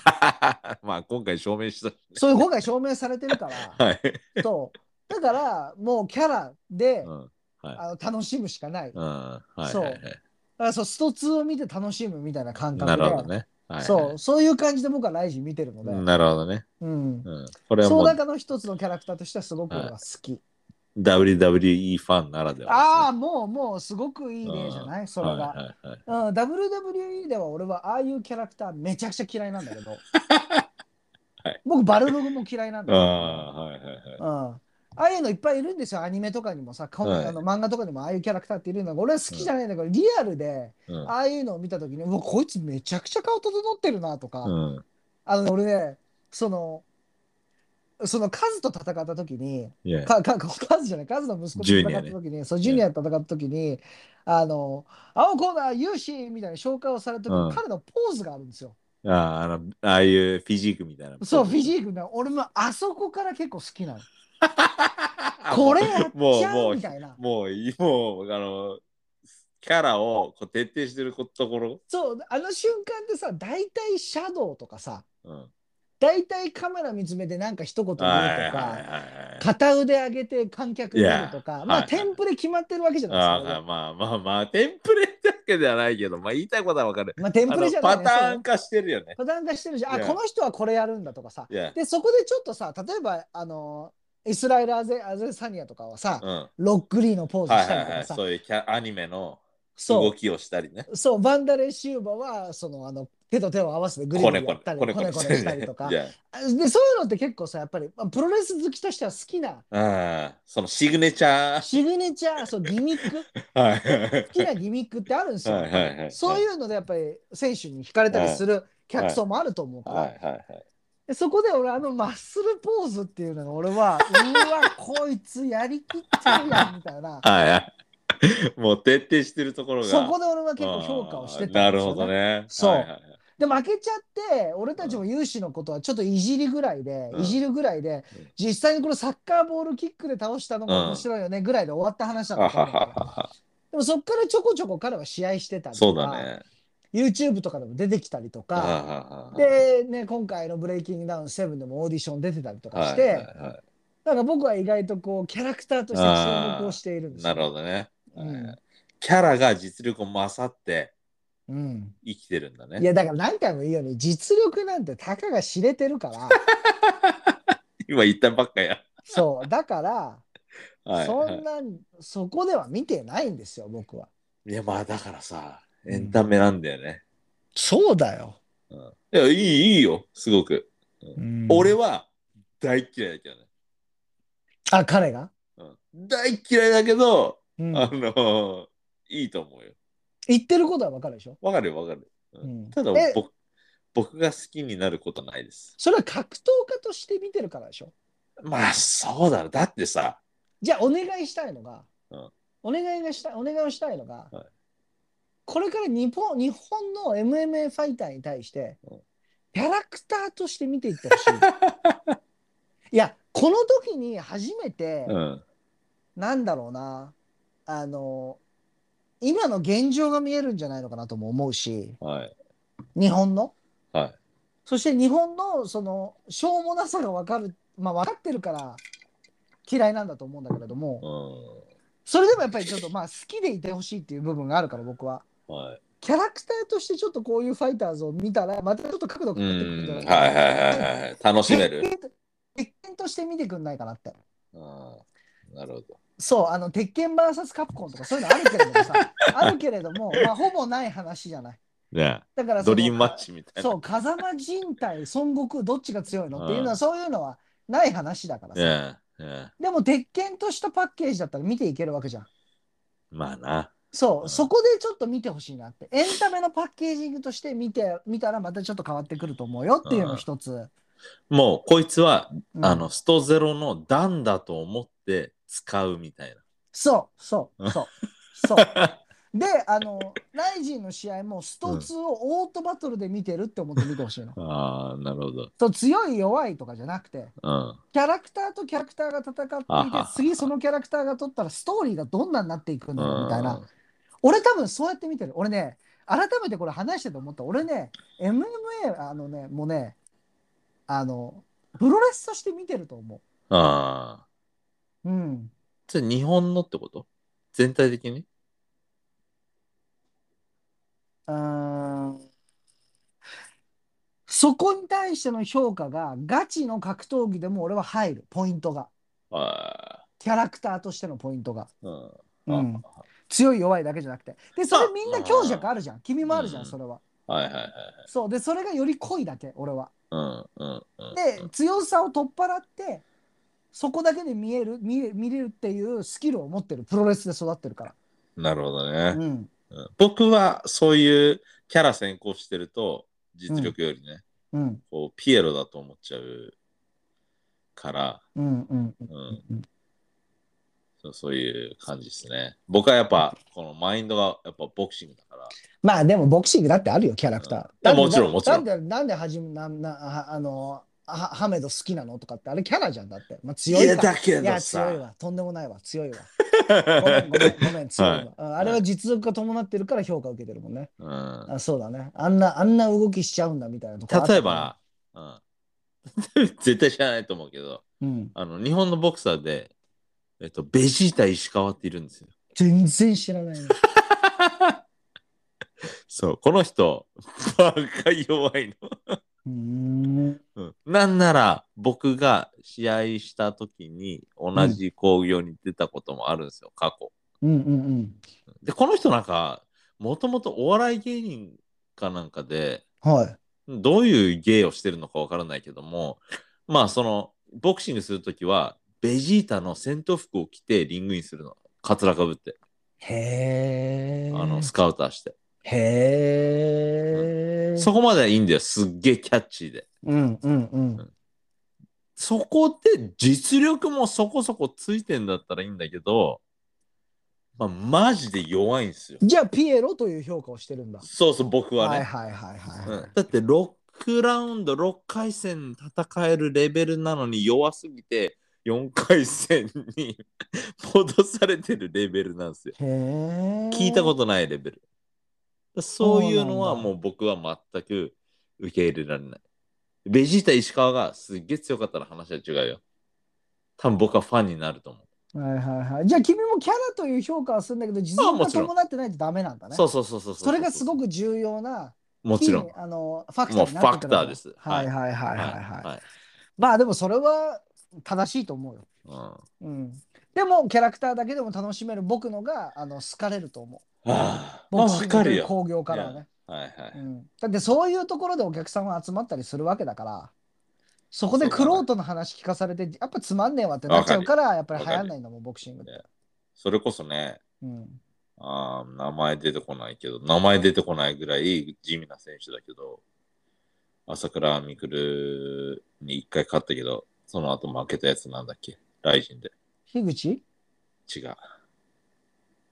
Speaker 2: まあ今回証明したし
Speaker 1: そういう方が証明されてるから
Speaker 2: ね。はい。
Speaker 1: そうだからもうキャラで
Speaker 2: うん。
Speaker 1: あの楽しむしかないだ
Speaker 2: うん。はいはい
Speaker 1: そう
Speaker 2: はい。
Speaker 1: からそうスト2を見て楽しむみたいな感
Speaker 2: な
Speaker 1: 覚
Speaker 2: る
Speaker 1: で
Speaker 2: ほどね。はいはい
Speaker 1: そうそういう感じで僕はライジン見てるので、
Speaker 2: なるほどね。
Speaker 1: うん、
Speaker 2: うん。これは
Speaker 1: そ
Speaker 2: も
Speaker 1: の
Speaker 2: う
Speaker 1: 中の一つのキャラクターとしてはすごく俺は好き。
Speaker 2: WWE ファンならで
Speaker 1: ああ、
Speaker 2: は
Speaker 1: もうもうすごくいい例じゃない
Speaker 2: です
Speaker 1: そ
Speaker 2: ね。
Speaker 1: れ
Speaker 2: は
Speaker 1: が。
Speaker 2: いはいはい。
Speaker 1: うん、WWE では俺はああいうキャラクターめちゃくちゃ嫌いなんだけど
Speaker 2: はい。
Speaker 1: 僕、バルログも嫌いなんだ
Speaker 2: ああ、はいはいはい。
Speaker 1: けど。うん。ああいうのいっぱいいるんですよ、アニメとかにもさ、か
Speaker 2: はい
Speaker 1: あの漫画とかにもああいうキャラクターっているんだけど俺は好きじゃないんだけど、リアルで、
Speaker 2: うん
Speaker 1: ああいうのを見たときに、うわ、こいつめちゃくちゃ顔整ってるなとか、
Speaker 2: うん
Speaker 1: あのね俺ね、その、そのカズと戦ったときに、
Speaker 2: いや
Speaker 1: かか カズじゃない、カズの息子と
Speaker 2: ジュ
Speaker 1: 戦
Speaker 2: ニア
Speaker 1: った
Speaker 2: ね
Speaker 1: 時に、そう、ジュニアと戦った時に、あの、青コーナー、ユーシーみたいな紹介をされた時、
Speaker 2: うん
Speaker 1: 彼のポーズがあるんですよ。
Speaker 2: ああのああいうフィジークみたいな
Speaker 1: そう、フィジークね、俺もあそこから結構好きなの。 こ
Speaker 2: こ
Speaker 1: れやっ
Speaker 2: も
Speaker 1: ち
Speaker 2: う
Speaker 1: ゃ
Speaker 2: も
Speaker 1: う
Speaker 2: う
Speaker 1: みたいな。
Speaker 2: もういもうあのキャラをこう徹底してることころ、
Speaker 1: そう、あの瞬間ってさ、大体シャドウとかさ、
Speaker 2: うん、
Speaker 1: 大体カメラ見つめてなんか一言言うと
Speaker 2: はいはいはい
Speaker 1: か、
Speaker 2: はい
Speaker 1: 片腕上げて観客になるとか、
Speaker 2: や
Speaker 1: まあ、
Speaker 2: はい
Speaker 1: テンプレ決まってるわけじゃないですか
Speaker 2: ああ。まあまあまあテンプレだけではないけどまあ言いたいことはわかる
Speaker 1: まあ、テン
Speaker 2: あ
Speaker 1: プ
Speaker 2: の
Speaker 1: レじゃな
Speaker 2: パ
Speaker 1: いね
Speaker 2: ターン化してるよね
Speaker 1: そうパターン化してるし、あ、
Speaker 2: いや
Speaker 1: この人はこれやるんだとかさ。
Speaker 2: いや
Speaker 1: で、そこでちょっとさ、例えば、あの、イスラエル・アゼアゼサニアとかはさ、
Speaker 2: うんは
Speaker 1: ロックリーのポー
Speaker 2: い
Speaker 1: ズしたり
Speaker 2: はい
Speaker 1: と
Speaker 2: は
Speaker 1: か
Speaker 2: い
Speaker 1: さ、
Speaker 2: そういうキャアニメの動
Speaker 1: そ
Speaker 2: きをしたりね
Speaker 1: う、そう、バンダレ・シューバは、その、あの、手と手を合わせてグリ
Speaker 2: こ
Speaker 1: グ
Speaker 2: ね
Speaker 1: リや
Speaker 2: こね
Speaker 1: ったり、
Speaker 2: こねこね
Speaker 1: こねこねしたりとか
Speaker 2: い。や
Speaker 1: で、そういうのって結構さ、やっぱり、まあ、プロレス好きとしては好きな、
Speaker 2: うんそのシグネチャー
Speaker 1: シグネチャー、そう、ギミック、好
Speaker 2: はい
Speaker 1: きなギミックってあるんですよ。
Speaker 2: はいはいはい
Speaker 1: そういうので、やっぱり、選手に惹かれたりする客層もあると思うから、
Speaker 2: はいはいはい
Speaker 1: でそこで俺あのマッスルポーズっていうのが俺はうわこいつやりきってるやんみたいな
Speaker 2: はいはいもう徹底してるところが
Speaker 1: そこで俺は結構評価をしてたんですよ、
Speaker 2: あーなるほどね
Speaker 1: そう
Speaker 2: はいはいはい
Speaker 1: で負けちゃって俺たちも有志のことはちょっといじりぐらいで、
Speaker 2: うん
Speaker 1: いじるぐらいで、
Speaker 2: うん
Speaker 1: 実際にこのサッカーボールキックで倒したのが面白いよねぐらいで終わった話だ
Speaker 2: あ
Speaker 1: った
Speaker 2: は
Speaker 1: と思
Speaker 2: は
Speaker 1: うんだけど、
Speaker 2: はは
Speaker 1: でもそっからちょこちょこ彼は試合してたり
Speaker 2: そ
Speaker 1: と
Speaker 2: う
Speaker 1: か
Speaker 2: だね
Speaker 1: YouTube とかでも出てきたりと
Speaker 2: あは
Speaker 1: か、
Speaker 2: はは
Speaker 1: で、ね、今回の「ブレイキングダウン7」でもオーディション出てたりとか
Speaker 2: は
Speaker 1: し
Speaker 2: い
Speaker 1: て、
Speaker 2: はいはい
Speaker 1: なんか僕は意外とこうキャラクターとして注目をしているんです
Speaker 2: な
Speaker 1: よ。
Speaker 2: るほどね、
Speaker 1: うん
Speaker 2: キャラが実力を勝って
Speaker 1: うん、
Speaker 2: 生きてるんだね。
Speaker 1: いやだから何回も言うように実力なんてたかが知れてるから
Speaker 2: 今言ったばっかや。
Speaker 1: そうだから、
Speaker 2: はい、
Speaker 1: そ
Speaker 2: は
Speaker 1: んなそこでは見てないんですよ僕は。
Speaker 2: い。いやまあだからさ、エンタメなんだよね。
Speaker 1: そうだよ。
Speaker 2: うんいやいいいいよ、すごく。
Speaker 1: うん
Speaker 2: 俺は大嫌いだけどね。
Speaker 1: あ彼が、
Speaker 2: うん、大嫌いだけど、
Speaker 1: うん、
Speaker 2: あのーいいと思うよ。
Speaker 1: 言ってることは分かるでしょ。
Speaker 2: わかるよ、わかる。
Speaker 1: うん、
Speaker 2: ただ
Speaker 1: え
Speaker 2: 僕僕が好きになることないです。
Speaker 1: それは格闘家として見てるからでしょ。
Speaker 2: まあそうだろ。だってさ、
Speaker 1: じゃあお願いしたいのが、
Speaker 2: うん
Speaker 1: お願いがしたいお願いをしたいのが、
Speaker 2: はい
Speaker 1: これから日本日本の MMA ファイターに対して、
Speaker 2: うん
Speaker 1: キャラクターとして見ていってほ しい。いやこの時に初めて、
Speaker 2: うん、
Speaker 1: なんだろうなあの今の現状が見えるんじゃないのかなとも思うし
Speaker 2: はい。
Speaker 1: 日本の、
Speaker 2: はい
Speaker 1: そして日本のそのしょうもなさが分かる、まあ、分かってるから嫌いなんだと思うんだけれども。
Speaker 2: うん
Speaker 1: それでもやっぱりちょっとまあ好きでいてほしいっていう部分があるから僕は
Speaker 2: はい。
Speaker 1: キャラクターとしてちょっとこういうファイターズを見たらまたちょっと角度
Speaker 2: う
Speaker 1: 変わってくるんじゃ
Speaker 2: ん、
Speaker 1: ないか
Speaker 2: は
Speaker 1: ない
Speaker 2: はいはいはい。楽しめ
Speaker 1: 鉄
Speaker 2: る。
Speaker 1: 拳と鉄拳として見てくんないかなって
Speaker 2: うんなるほど。
Speaker 1: そうあの鉄拳 VS カプコンとかそういうのあるけれど もさあるけれども、まあ、ほぼない話じゃない
Speaker 2: ね
Speaker 1: だからそ
Speaker 2: ド
Speaker 1: の
Speaker 2: リームマッチみたい
Speaker 1: そう風間陣対孫悟空どっちが強いのっていうの
Speaker 2: う
Speaker 1: は
Speaker 2: ん
Speaker 1: そういうのはない話だからさ、
Speaker 2: な。ねね
Speaker 1: でも鉄拳としたパッケージだったら見ていけるわけじゃん
Speaker 2: まあな。
Speaker 1: そう、
Speaker 2: うん
Speaker 1: そこでちょっと見てほしいなって。エンタメのパッケージングとして見て見たらまたちょっと変わってくると思うよっていうの一つ。
Speaker 2: もうこいつは、
Speaker 1: うん
Speaker 2: あのストゼロの段だと思って使うみたい
Speaker 1: そうそうそうそう。
Speaker 2: な。
Speaker 1: で、あの、ライジンの試合もスト2をオートバトルで見てるって思って見てほしいの。
Speaker 2: ああ、なるほど。
Speaker 1: そう強い弱いとかじゃなくて、
Speaker 2: うん。
Speaker 1: キャラクターとキャラクターが戦
Speaker 2: あ
Speaker 1: っ
Speaker 2: は
Speaker 1: てい
Speaker 2: は
Speaker 1: て、次そのキャラクターが取ったらストーリーがどんなになっていくんだろうみたいな
Speaker 2: うん。。
Speaker 1: 俺多分そうやって見てる。俺ね、改めてこれ話してて思った。俺ね、MMA、あのね、もうね、あの、プロレスとして見てると思
Speaker 2: ああ。
Speaker 1: う。うん。
Speaker 2: じゃあ日本のってこと全体的に
Speaker 1: うーんそこに対しての評価がガチの格闘技でも俺は入る。ポイントが。
Speaker 2: ああ。
Speaker 1: キャラクターとしてのポイントが。
Speaker 2: うん。
Speaker 1: うん。強い弱いだけじゃなくて。で、それみんな強弱あるじゃん。君もあるじゃ
Speaker 2: うん
Speaker 1: ん、それは。
Speaker 2: はいはいはい。
Speaker 1: そう。で、それがより濃いだけ、俺は。
Speaker 2: うんうんうん。
Speaker 1: で強さを取っ払ってそこだけで見える見れ見れるっていうスキルを持ってるプロレスで育ってるか
Speaker 2: なるほど
Speaker 1: ら、
Speaker 2: ね、
Speaker 1: うん、
Speaker 2: うん僕はそういうキャラ先行してると実力よりね、
Speaker 1: うん
Speaker 2: こうピエロだと思っちゃうから、
Speaker 1: うんうん
Speaker 2: う、
Speaker 1: うんん
Speaker 2: そうそういう感じですね。僕はやっぱこのマインドがやっぱボクシングだから、
Speaker 1: まあでもボクシングだってあるよキャラクター、
Speaker 2: うんもちろんもちろん
Speaker 1: なんでなんではじめなんなああのあハメド好きなのとかってあれキャラじゃんだって、まあ、強いか
Speaker 2: け
Speaker 1: いや強いわとんでもないわ強い わごめんごめんごめん強いわ、
Speaker 2: はい
Speaker 1: うんあれは実力が伴ってるから評価を受けてるもんね、
Speaker 2: うん、
Speaker 1: あそうだねあんなあんな動きしちゃうんだみたいなとこあった
Speaker 2: 例えば、うん、絶対知らないと思うけど、
Speaker 1: うん、
Speaker 2: あの日本のボクサーで、えっと、ベジータ石川っているんですよ。
Speaker 1: 全然知らないね
Speaker 2: そう、この人、バカ弱いの。
Speaker 1: うーん
Speaker 2: うんなんなら僕が試合した時に同じ興行に出たこともあるんですよ、過去。
Speaker 1: うんうん
Speaker 2: で、この人なんか、もともとお笑い芸人かなんかで、
Speaker 1: うん。はい。
Speaker 2: どういう芸をしてるのかわからないけども、まあその、ボクシングするときは、ベジータの戦闘服を着てリングインするの。カツラかぶって、
Speaker 1: へ
Speaker 2: あ
Speaker 1: ー
Speaker 2: の、スカウターして。
Speaker 1: へー
Speaker 2: そこまではいいんだよ。すっげえキャッチーで。
Speaker 1: うんうんうん。
Speaker 2: そこで実力もそこそこついてんだったらいいんだけど、まあ、マジで弱いんですよ。
Speaker 1: じゃあ、ピエロという評価をしてるんだ。
Speaker 2: そうそう、僕はね。
Speaker 1: はいはいはいはいはい。
Speaker 2: うんだって6ラウンド、6回戦戦えるレベルなのに弱すぎて、4回戦に 戻されてるレベルなんですよ。
Speaker 1: へー
Speaker 2: 聞いたことないレベル。そういうの
Speaker 1: そ
Speaker 2: は
Speaker 1: うなんだ
Speaker 2: もう僕は全く受け入れられない。ベジータ石川がすっげえ強かったら話は違うよ。多分僕はファンになると思う。
Speaker 1: はいはいはい。じゃあ、君もキャラという評価はするんだけど、実
Speaker 2: あ
Speaker 1: 力
Speaker 2: も
Speaker 1: が
Speaker 2: ちろん
Speaker 1: 伴ってないとダメなんだね。
Speaker 2: そうそうそうそうう。
Speaker 1: それがすごく重要な、
Speaker 2: もちろん
Speaker 1: いい。あの、ファクターになってくるんだ
Speaker 2: もうファクターです
Speaker 1: はいはいはいはい
Speaker 2: はい
Speaker 1: はい。
Speaker 2: はい
Speaker 1: まあ、でもそれは正しいと思うよ。
Speaker 2: うんは
Speaker 1: うん。でも、キャラクターだけでも楽しめる僕のが、あの、好かれると思う。
Speaker 2: あ
Speaker 1: ボ
Speaker 2: まあ
Speaker 1: クシ
Speaker 2: わ
Speaker 1: ング
Speaker 2: か
Speaker 1: と
Speaker 2: る
Speaker 1: いう
Speaker 2: よ。
Speaker 1: 興行からはね、
Speaker 2: はいは
Speaker 1: う
Speaker 2: い。
Speaker 1: ん。だってそういうところでお客さんは集まったりするわけだから、そこで
Speaker 2: そうだ
Speaker 1: ク
Speaker 2: ね
Speaker 1: ロートの話聞かされて、やっぱつまんねえわってなっちゃうから、やっぱり流行んないんだもん、ボクシングって。
Speaker 2: それこそね、
Speaker 1: うん。
Speaker 2: あー名前出てこないけど、名前出てこないぐらい地味な選手だけど、朝倉未来に一回勝ったけど、その後負けたやつなんだっけライジンで。
Speaker 1: 樋口
Speaker 2: 違う。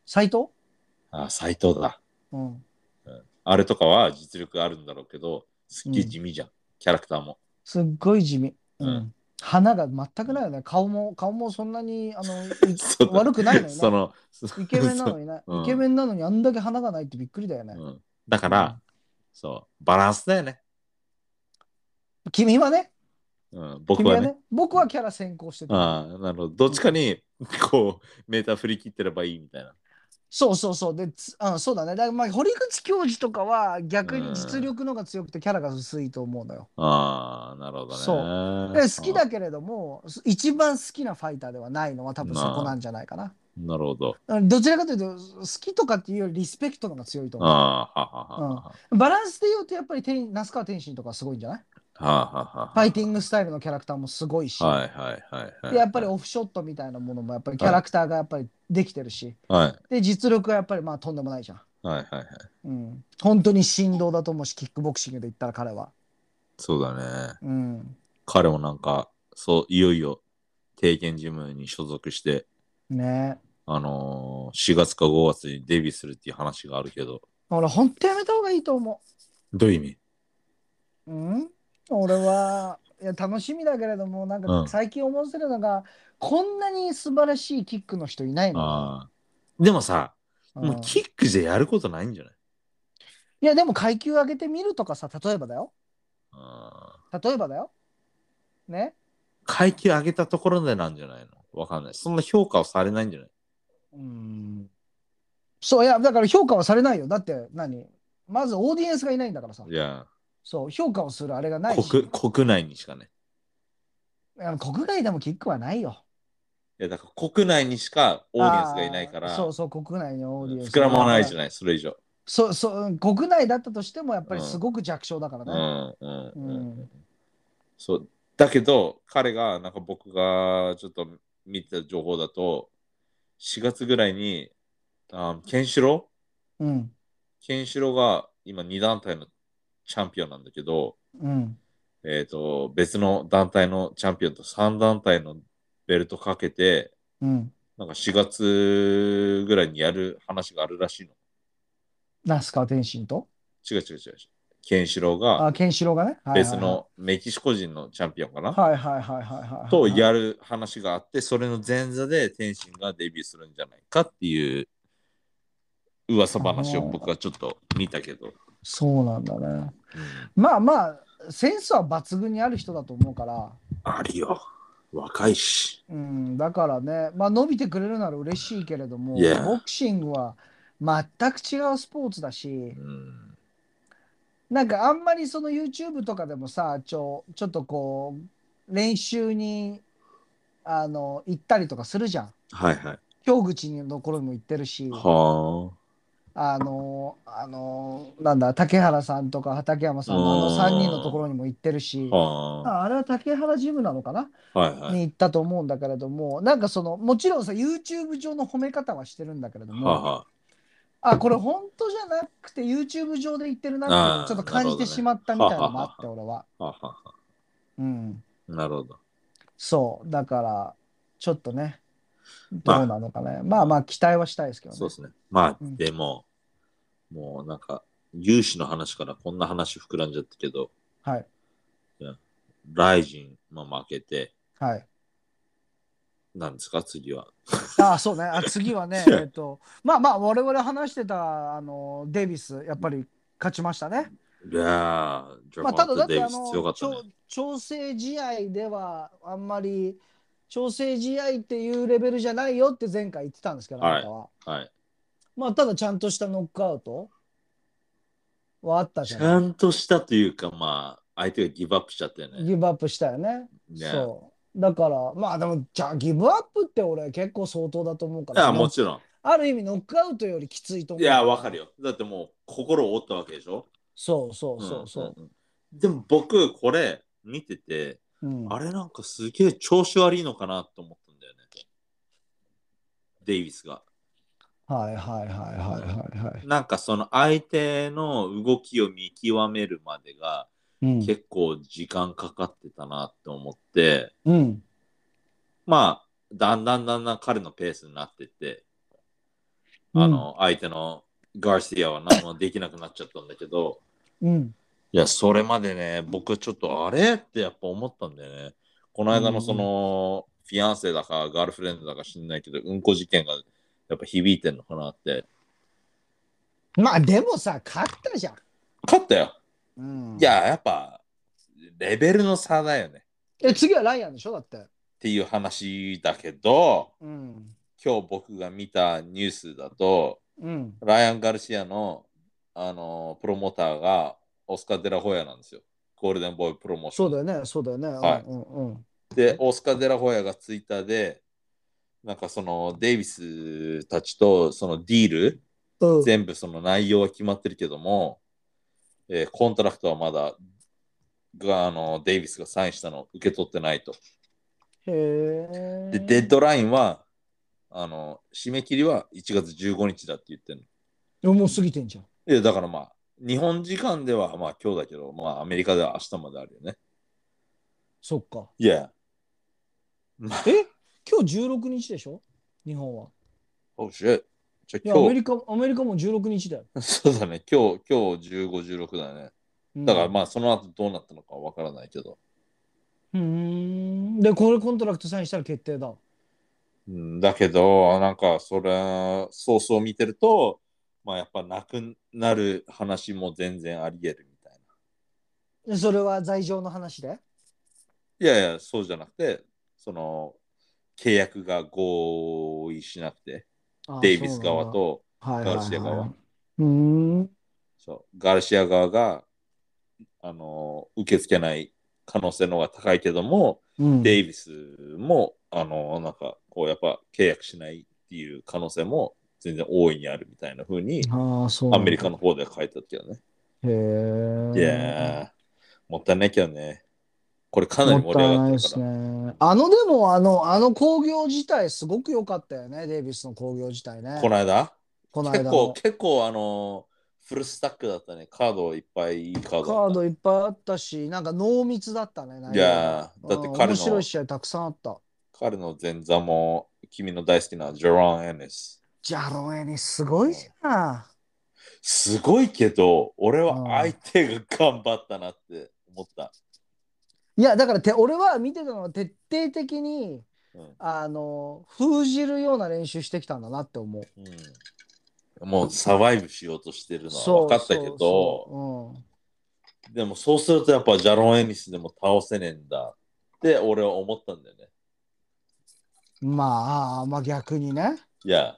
Speaker 1: 斎藤
Speaker 2: あ、斎藤だ。
Speaker 1: うん。
Speaker 2: あれとかは実力あるんだろうけど、すっげえ地味じゃん。キャラクターも。
Speaker 1: すっごい地味。う。
Speaker 2: うん
Speaker 1: 花が全くないよね。顔も、顔もそんなに、あの、 い
Speaker 2: そうだ
Speaker 1: 悪くないのよ
Speaker 2: そ
Speaker 1: ね。
Speaker 2: の、そ
Speaker 1: イケメンなのにね。
Speaker 2: うん
Speaker 1: イケメンなのにあんだけ花がないってびっくりだよね。
Speaker 2: うんだから、そう、バランスだよね。
Speaker 1: 君はね、
Speaker 2: うん、僕
Speaker 1: 君
Speaker 2: は
Speaker 1: は
Speaker 2: ね。
Speaker 1: ね、僕はキャラ先行してた。
Speaker 2: ああ、なるほど。どっちかに、こう、メーター振り切ってればいいみたいな。
Speaker 1: そうそうそう。で、つあそうだね。だからまあ、堀口教授とかは逆に実力のが強くてキャラが薄いと思うのよ。
Speaker 2: ああ、なるほどね。
Speaker 1: そうで
Speaker 2: え
Speaker 1: 好きだけれども、す一番好きなファイターではないのは多分そこなんじゃないかな。
Speaker 2: なるほど。
Speaker 1: うんどちらかというと、好きとかっていうよりリスペクトのが強いと
Speaker 2: あ
Speaker 1: 思
Speaker 2: あ、ははははは。
Speaker 1: う。バランスで言うと、やっぱり天那須川天心とかすごいんじゃない
Speaker 2: はあはあはあ
Speaker 1: ファイティングスタイルのキャラクターもすごいし、
Speaker 2: はいはいはいはい。
Speaker 1: でやっぱりオフショットみたいなものもやっぱりキャラクターがやっぱりできてるし、
Speaker 2: はい
Speaker 1: で、実力はやっぱりまあとんでもないじゃん。
Speaker 2: はいはいはい。
Speaker 1: うん、本当に振動だと思うし、キックボクシングで言ったら彼は。
Speaker 2: そうだね。
Speaker 1: うん。
Speaker 2: 彼もなんか、そう、いよいよ、定見ジムに所属して、
Speaker 1: ねえ。
Speaker 2: あのー、4月か5月にデビューするっていう話があるけど、
Speaker 1: 俺、本当やめた方がいいと思
Speaker 2: どういう意
Speaker 1: う。
Speaker 2: 味
Speaker 1: うん俺は、いや、楽しみだけれども、なん
Speaker 2: う
Speaker 1: か
Speaker 2: ん
Speaker 1: 最近思わせるのが、こんなに素晴らしいキックの人いないの。
Speaker 2: ああ。でもさ、
Speaker 1: うん
Speaker 2: もうキックじゃやることないんじゃない
Speaker 1: いや、でも階級上げてみるとかさ、例えばだよ。
Speaker 2: ああ。
Speaker 1: 例えばだよ。ね。
Speaker 2: 階級上げたところでなんじゃないのわかんない。そんな評価をされないんじゃない
Speaker 1: うん。そう、いや、だから評価はされないよ。だって何、まずオーディエンスがいないんだからさ
Speaker 2: い。や、
Speaker 1: そう、評価をするあれがないし。
Speaker 2: 国国内にしかね。
Speaker 1: いや国外でもキックはないよ。
Speaker 2: いや、だから国内にしかオーディエンスがいないか
Speaker 1: あ
Speaker 2: ら、
Speaker 1: ーそうそう、国内にオーディエンス。
Speaker 2: 膨らまないじゃ
Speaker 1: ん。
Speaker 2: ない、それ以上。
Speaker 1: そうそううん、国内だったとしても、やっぱりすごく弱小だか
Speaker 2: う
Speaker 1: らね。
Speaker 2: ん、うん、
Speaker 1: う
Speaker 2: うん。
Speaker 1: ん。
Speaker 2: そう、だけど、彼が、なんか僕がちょっと見た情報だと、4月ぐらいに、あケンシロ
Speaker 1: うん。
Speaker 2: ウケンシロウが今2団体のチャンピオンなんだけど、
Speaker 1: うん。
Speaker 2: えっ、と、別の団体のチャンピオンと3団体のベルトかけて、
Speaker 1: うん。
Speaker 2: なんか4月ぐらいにやる話があるらしいの。
Speaker 1: ナスカ天心と。
Speaker 2: 違う違う違う違う。ケンシロウが
Speaker 1: あ、ケンシロウがね。はいはい
Speaker 2: 別のメキシコ人のチャンピオンかな、
Speaker 1: はい。はいはいはいはいはいはい。
Speaker 2: とやる話があって、それの前座で天心がデビューするんじゃないかっていう噂話を僕はちょっと見たけど。
Speaker 1: そうなんだね。
Speaker 2: うん
Speaker 1: まあまあ、センスは抜群にある人だと思うから。
Speaker 2: あるよ。若いし。
Speaker 1: うん、だからね、まあ、伸びてくれるなら嬉しいけれども、
Speaker 2: Yeah.
Speaker 1: ボクシングは全く違うスポーツだし
Speaker 2: う、ん。
Speaker 1: なんかあんまりその YouTube とかでもさ、ちょちょっとこう、練習にあの行ったりとかするじゃん。
Speaker 2: はいはい。
Speaker 1: 京口のところにも行ってるし、
Speaker 2: は
Speaker 1: あの、あの、なんだ、竹原さんとか畠山さんのあの
Speaker 2: うん
Speaker 1: 3人のところにも行ってるし
Speaker 2: あ。、は
Speaker 1: ああれは竹原ジムなのかな
Speaker 2: あ。はいはい。
Speaker 1: に行ったと思うんだけれども、なんかそのもちろんさ YouTube 上の褒め方はしてるんだけれども、
Speaker 2: はあはあ。
Speaker 1: あこれ本当じゃなくて YouTube 上で言ってるなっていうのをちょっと感じてしまったみたいなのもあって、俺は。
Speaker 2: はあはあ
Speaker 1: うん、
Speaker 2: なるほど。
Speaker 1: そうだからちょっとねどうなのかね、まあまあ期待はしたいですけどね
Speaker 2: そうですね。まあ、
Speaker 1: うん
Speaker 2: でも、もうなんか、融資の話からこんな話膨らんじゃったけど、
Speaker 1: はい
Speaker 2: ライジン、まあ、負けて、
Speaker 1: はい
Speaker 2: なんですか、次は。
Speaker 1: あそうねあ次はねえっとまあまあ我々話してたあのデイビスやっぱり勝ちましたね
Speaker 2: いやー、ジャ
Speaker 1: まあ、た
Speaker 2: パ
Speaker 1: だ
Speaker 2: ンと
Speaker 1: だっ
Speaker 2: デイ
Speaker 1: て
Speaker 2: ビ
Speaker 1: あ
Speaker 2: ス
Speaker 1: の、
Speaker 2: 強かったね。
Speaker 1: 調調整試合ではあんまり調整試合っていうレベルじゃないよって前回言ってたんですけど、
Speaker 2: はい
Speaker 1: あなたは
Speaker 2: はい。
Speaker 1: まあただちゃんとしたノックアウトはあったじ
Speaker 2: ち
Speaker 1: ゃな
Speaker 2: ゃ
Speaker 1: い
Speaker 2: んとしたというか、まあ、相手がギブアップしちゃって ね。
Speaker 1: ギブアップしたよね。
Speaker 2: ね
Speaker 1: そうだからまあでもじゃあギブアップって俺結構相当だと思うか
Speaker 2: いや、
Speaker 1: ら
Speaker 2: もちろん。
Speaker 1: ある意味ノックアウトよりきついと思
Speaker 2: いう
Speaker 1: い
Speaker 2: や、わかるよ。だってもう、心を折ったわけでしょ。
Speaker 1: そうそうそうそ
Speaker 2: んんんでも僕、これ、見てて、
Speaker 1: う、うん
Speaker 2: あれなんかすげえ調子悪いのかなと思ったんだよね。デイビスが。
Speaker 1: はいはいはいはいはいはい、
Speaker 2: なんかその相手の動きを見極めるまでが
Speaker 1: うん
Speaker 2: 結構時間かかってたなと思って、
Speaker 1: うん、
Speaker 2: まあ、だんだんだんだん彼のペースになってって、あの、相手のガーシアは何もできなくなっちゃったんだけど、
Speaker 1: うん
Speaker 2: いや、それまでね、僕ちょっとあれってやっぱ思ったんだよね。この間のその、フィアンセだか、ガールフレンドだか知んないけど、うんこ事件がやっぱ響いてんのかなって。
Speaker 1: まあでもさ勝ったじゃん
Speaker 2: 勝ったよ。
Speaker 1: うん
Speaker 2: いや、やっぱ、レベルの差だよね。
Speaker 1: え次はライアンでしょだって。
Speaker 2: っていう話だけど、
Speaker 1: うん。
Speaker 2: 今日僕が見たニュースだと、
Speaker 1: うん。
Speaker 2: ライアン・ガルシアの、あのプロモーターがオスカー・デラホヤなんですよ。ゴールデンボーイプロモーシ
Speaker 1: そ
Speaker 2: ョン
Speaker 1: うだよね、そうだよね。
Speaker 2: はい
Speaker 1: うんうんうん。
Speaker 2: で、オスカー・デラホヤがツイッターで、なんかそのデイビスたちとそのディー
Speaker 1: う
Speaker 2: ル、
Speaker 1: ん
Speaker 2: 全部その内容は決まってるけども、えーコントラクトはまだがあのデイビスがサインしたのを受け取ってないと。
Speaker 1: へえ。
Speaker 2: で、デッドラインは、あの、締め切りは1月15日だって言ってる
Speaker 1: ド。もう過ぎてんじゃん。
Speaker 2: の。いや、だからまあ、日本時間ではまあ今日だけど、まあアメリカでは明日まであるよね。
Speaker 1: そっか。
Speaker 2: いや。まあ、
Speaker 1: え今日16日でしょ日本は。
Speaker 2: おうしゅ。じゃ
Speaker 1: い
Speaker 2: あ
Speaker 1: や、ア
Speaker 2: 今
Speaker 1: メ
Speaker 2: 日、
Speaker 1: リカ、アメリカも16日だよ。
Speaker 2: そうだね、今日、今日15、16だね。
Speaker 1: うん
Speaker 2: だからまあその後どうなったのかわからないけど。
Speaker 1: うーん。で、これコントラクトサインしたら決定だ。
Speaker 2: うん、だけど、なんかそれ、ソースを見てると、まあやっぱなくなる話も全然あり得るみたいな。
Speaker 1: でそれは罪状の話で。
Speaker 2: いやいや、そうじゃなくて、その、契約が合意しなくて、
Speaker 1: あ
Speaker 2: デイビス側、と、
Speaker 1: そうなんだはいはいはい
Speaker 2: ガルシア側
Speaker 1: うーん。
Speaker 2: そうガルシア側が、あの、受け付けない可能性の方が高いけども、
Speaker 1: うん、
Speaker 2: デイビスも、あの、なんか、こう、やっぱ契約しないっていう可能性も全然大いにあるみたいな風に、
Speaker 1: ああ、そうな
Speaker 2: ア
Speaker 1: んだ
Speaker 2: メリカの方では書いてあったけどね。
Speaker 1: へえ。
Speaker 2: いやー、もったいないけどね。これかなり
Speaker 1: もっ
Speaker 2: 盛
Speaker 1: た
Speaker 2: り
Speaker 1: い
Speaker 2: 上がっ
Speaker 1: ないで
Speaker 2: てるか
Speaker 1: す
Speaker 2: ら。
Speaker 1: ね。あの、でも、あの、あの興行自体、すごく良かったよね。デイビスの興行自体ね。
Speaker 2: この間
Speaker 1: この間
Speaker 2: 結
Speaker 1: の
Speaker 2: 構、結構あのーフルスタックだったね。カードいっぱいいいカードだった。
Speaker 1: カードいっぱいあったし、なんか濃密だったね。内容が
Speaker 2: いやーだって
Speaker 1: うん
Speaker 2: 彼
Speaker 1: 面白
Speaker 2: の
Speaker 1: い試合たくさんあった。
Speaker 2: 彼の前座も君の大好きなジョロン・エネス。
Speaker 1: ジャロエにすごいじゃん。
Speaker 2: すごいけど、俺
Speaker 1: う
Speaker 2: は
Speaker 1: ん
Speaker 2: 相手が頑張ったなって思った。
Speaker 1: いや、だからて、俺は見てたのは徹底的に、
Speaker 2: うん
Speaker 1: あの、封じるような練習してきたんだなって思う。
Speaker 2: うんもうサバイブしようとしてるの
Speaker 1: そ
Speaker 2: は
Speaker 1: う
Speaker 2: 分かったけ
Speaker 1: そう
Speaker 2: ど、
Speaker 1: そううん
Speaker 2: でもそうするとやっぱジャロン・エネスでも倒せねえんだって俺は思ったんだよね。
Speaker 1: まあ、まあ逆にね。
Speaker 2: いや。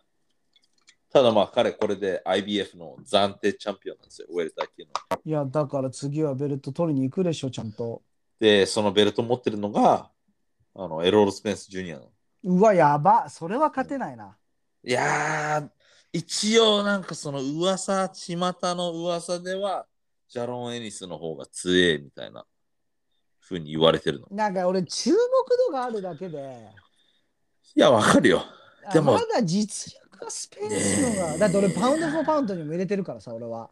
Speaker 2: ただまあ彼これで IBF の暫定チャンピオンなんですよ、ウェルター級の。
Speaker 1: いや、だから次はベルト取りに行くでしょ、ちゃんと。
Speaker 2: で、そのベルト持ってるのが、あの、エロール・スペンス・ジュニアの。
Speaker 1: うわ、やば。それは勝てないな。
Speaker 2: いやー、一応なんかその噂、巷の噂では、ジャロン・エニスの方が強えみたいな風に言われてるの。
Speaker 1: なんか俺、注目度があるだけで、
Speaker 2: いや、わかるよ。
Speaker 1: あ
Speaker 2: でも
Speaker 1: まだ実力はスペンスの
Speaker 2: ね
Speaker 1: が、
Speaker 2: え
Speaker 1: だって俺、パウンド・フォー・パウンドにも入れてるからさ、俺は。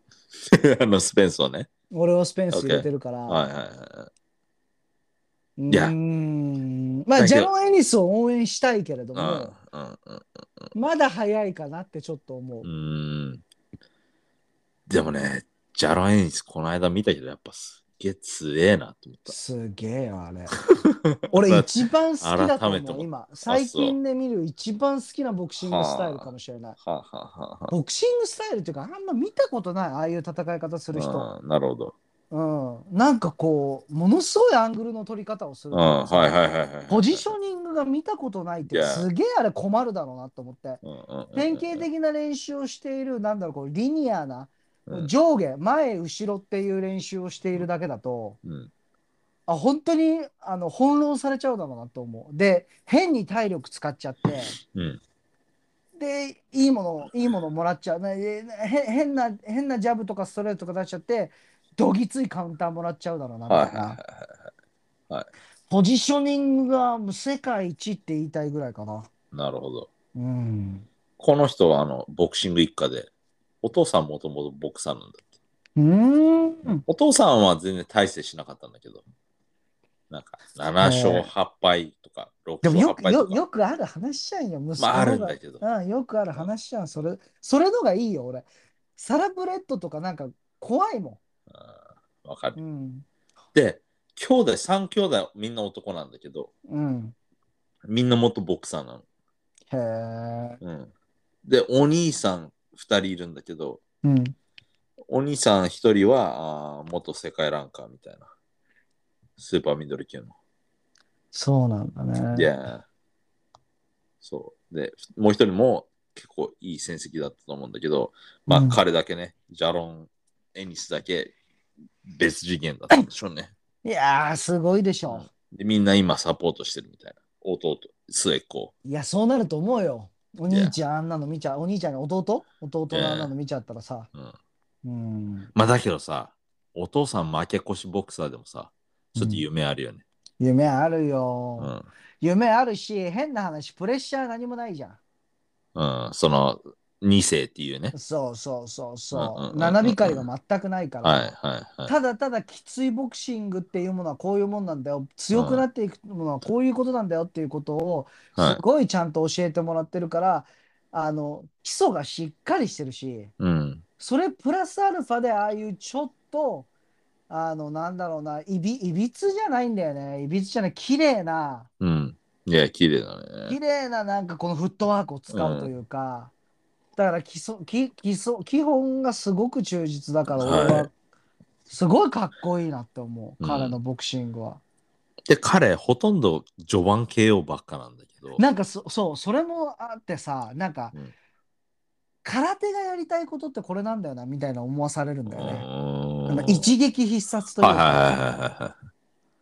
Speaker 2: あの、スペンスをね。
Speaker 1: 俺はスペンス入れてるから。
Speaker 2: はいはいは
Speaker 1: う
Speaker 2: いや
Speaker 1: ーん。ま
Speaker 2: だ
Speaker 1: あ、
Speaker 2: け
Speaker 1: ジ
Speaker 2: ど
Speaker 1: ャロン・エニスを応援したいけれど
Speaker 2: い
Speaker 1: も、
Speaker 2: うん。うんうん
Speaker 1: まだ早いかなってちょっと思う
Speaker 2: う。ーんでもね、ジャロン・エニス、この間見たけど、やっぱすっげえ強えなと思っ
Speaker 1: すげえよ、 あれ。
Speaker 2: た。
Speaker 1: 俺、
Speaker 2: だ
Speaker 1: 一番好きだと
Speaker 2: 改めて
Speaker 1: 思う、
Speaker 2: も
Speaker 1: 今。最近で見る一番好きなボクシングスタイルかもしれない。
Speaker 2: はあはあはあはあ
Speaker 1: ボクシングスタイルっていうか、あんま見たことない、ああいう戦い方する人。
Speaker 2: うんなるほど。
Speaker 1: うん。なんかこう、ものすごいアングルの取り方をす
Speaker 2: う
Speaker 1: る
Speaker 2: ん、
Speaker 1: から
Speaker 2: はい
Speaker 1: さ
Speaker 2: はいはいはいはい。
Speaker 1: ポジショニングが見たことないって、
Speaker 2: Yeah.
Speaker 1: すげえあれ困るだろうなと思って。
Speaker 2: うんうんうんうん
Speaker 1: 典型的な練習をしている、なんだろう、こうリニアな、
Speaker 2: うん
Speaker 1: 上下、前、後ろっていう練習をしているだけだと、
Speaker 2: うん
Speaker 1: あ本当にあの翻弄されちゃうだろうなと思う。で、変に体力使っちゃって、
Speaker 2: うん
Speaker 1: で、いいもの、いいものもらっちゃう。ねでへ変な、変なジャブとかストレートとか出しちゃって、どぎついカウンターもらっちゃうだろうな、み
Speaker 2: は
Speaker 1: た
Speaker 2: いはいい
Speaker 1: な。
Speaker 2: はいはいは
Speaker 1: ポジショニングがもう世界一って言いたいぐらいかな。
Speaker 2: い。なるほど。
Speaker 1: うん。
Speaker 2: この人はあのボクシング一家で、お父さんもともとボクサーなんだって。
Speaker 1: うーん。
Speaker 2: お父さんは全然大成しなかったんだけど、なんか7勝8敗とか6
Speaker 1: で
Speaker 2: 勝
Speaker 1: も
Speaker 2: 8
Speaker 1: よ
Speaker 2: 敗と
Speaker 1: く
Speaker 2: か。
Speaker 1: よよくある話じゃんよ、息子
Speaker 2: ま
Speaker 1: の
Speaker 2: ああるん
Speaker 1: 方
Speaker 2: だけど。
Speaker 1: が。うん、よくある話じゃん。それ、それのがいいよ、俺。サラブレッドとかなんか怖いも
Speaker 2: わか
Speaker 1: ん。
Speaker 2: る
Speaker 1: う。ん。
Speaker 2: で、兄弟、3兄弟みんな男なんだけど、
Speaker 1: うん。
Speaker 2: みんな元ボクサーなの。
Speaker 1: へえ。
Speaker 2: うん、で、お兄さん2人いるんだけど、
Speaker 1: うん。
Speaker 2: お兄さん1人はあー元世界ランカーみたいな。スーパーミドル級の。
Speaker 1: そうなんだね。
Speaker 2: いや。そう。で、もう一人も結構いい戦績だったと思うんだけど、ま
Speaker 1: う
Speaker 2: あ
Speaker 1: ん
Speaker 2: 彼だけね、ジャロン、エニスだけ別次元だったんでしょうね。
Speaker 1: いやー、すごいでしょ。
Speaker 2: で、みんな今サポートしてるみたいな。弟、末っ子。
Speaker 1: いや、そうなると思うよ。お兄ちゃん、あんなの見ちゃう。お兄ちゃんが弟弟
Speaker 2: いや
Speaker 1: のあんなの見ちゃったらさ。
Speaker 2: うん
Speaker 1: うん。
Speaker 2: まあだけどさ、お父さん負け越しボクサーでもさ、ちょっと夢あるよね。
Speaker 1: 夢ある
Speaker 2: う
Speaker 1: よ。
Speaker 2: ん。
Speaker 1: 夢あるし、変な話、プレッシャー何もないじゃん。
Speaker 2: うん、その、2世っていうね。
Speaker 1: そうそうそう
Speaker 2: うんうん
Speaker 1: そ
Speaker 2: うんう
Speaker 1: うん七理解が全くないから、
Speaker 2: はいはいはい。
Speaker 1: ただただきついボクシングっていうものはこういうもんなんだよ強くなっていくものはこういうことなんだよっていうことを
Speaker 2: はい
Speaker 1: すごいちゃんと教えてもらってるから、あの基礎がしっかりしてるし
Speaker 2: うん。
Speaker 1: それプラスアルファでああいうちょっとあのなんだろうないびいびつじゃないんだよねいびつじゃない綺麗な
Speaker 2: うん。いや、綺麗だね。
Speaker 1: 綺麗ななんかこのフットワークを使うというか、だから基礎基基礎基本がすごく忠実だから
Speaker 2: はい
Speaker 1: 俺はすごいかっこいいなって思う、
Speaker 2: うん
Speaker 1: 彼のボクシングは。
Speaker 2: で、彼、ほとんど序盤 KO ばっかなんだけど。
Speaker 1: なんかそそうそれもあってさなんか、
Speaker 2: うん
Speaker 1: 空手がやりたいことってこれなんだよなみたいな思わされるんだよね。
Speaker 2: う
Speaker 1: なんか
Speaker 2: ん
Speaker 1: 一撃必殺という
Speaker 2: はいはい
Speaker 1: か
Speaker 2: はいはいは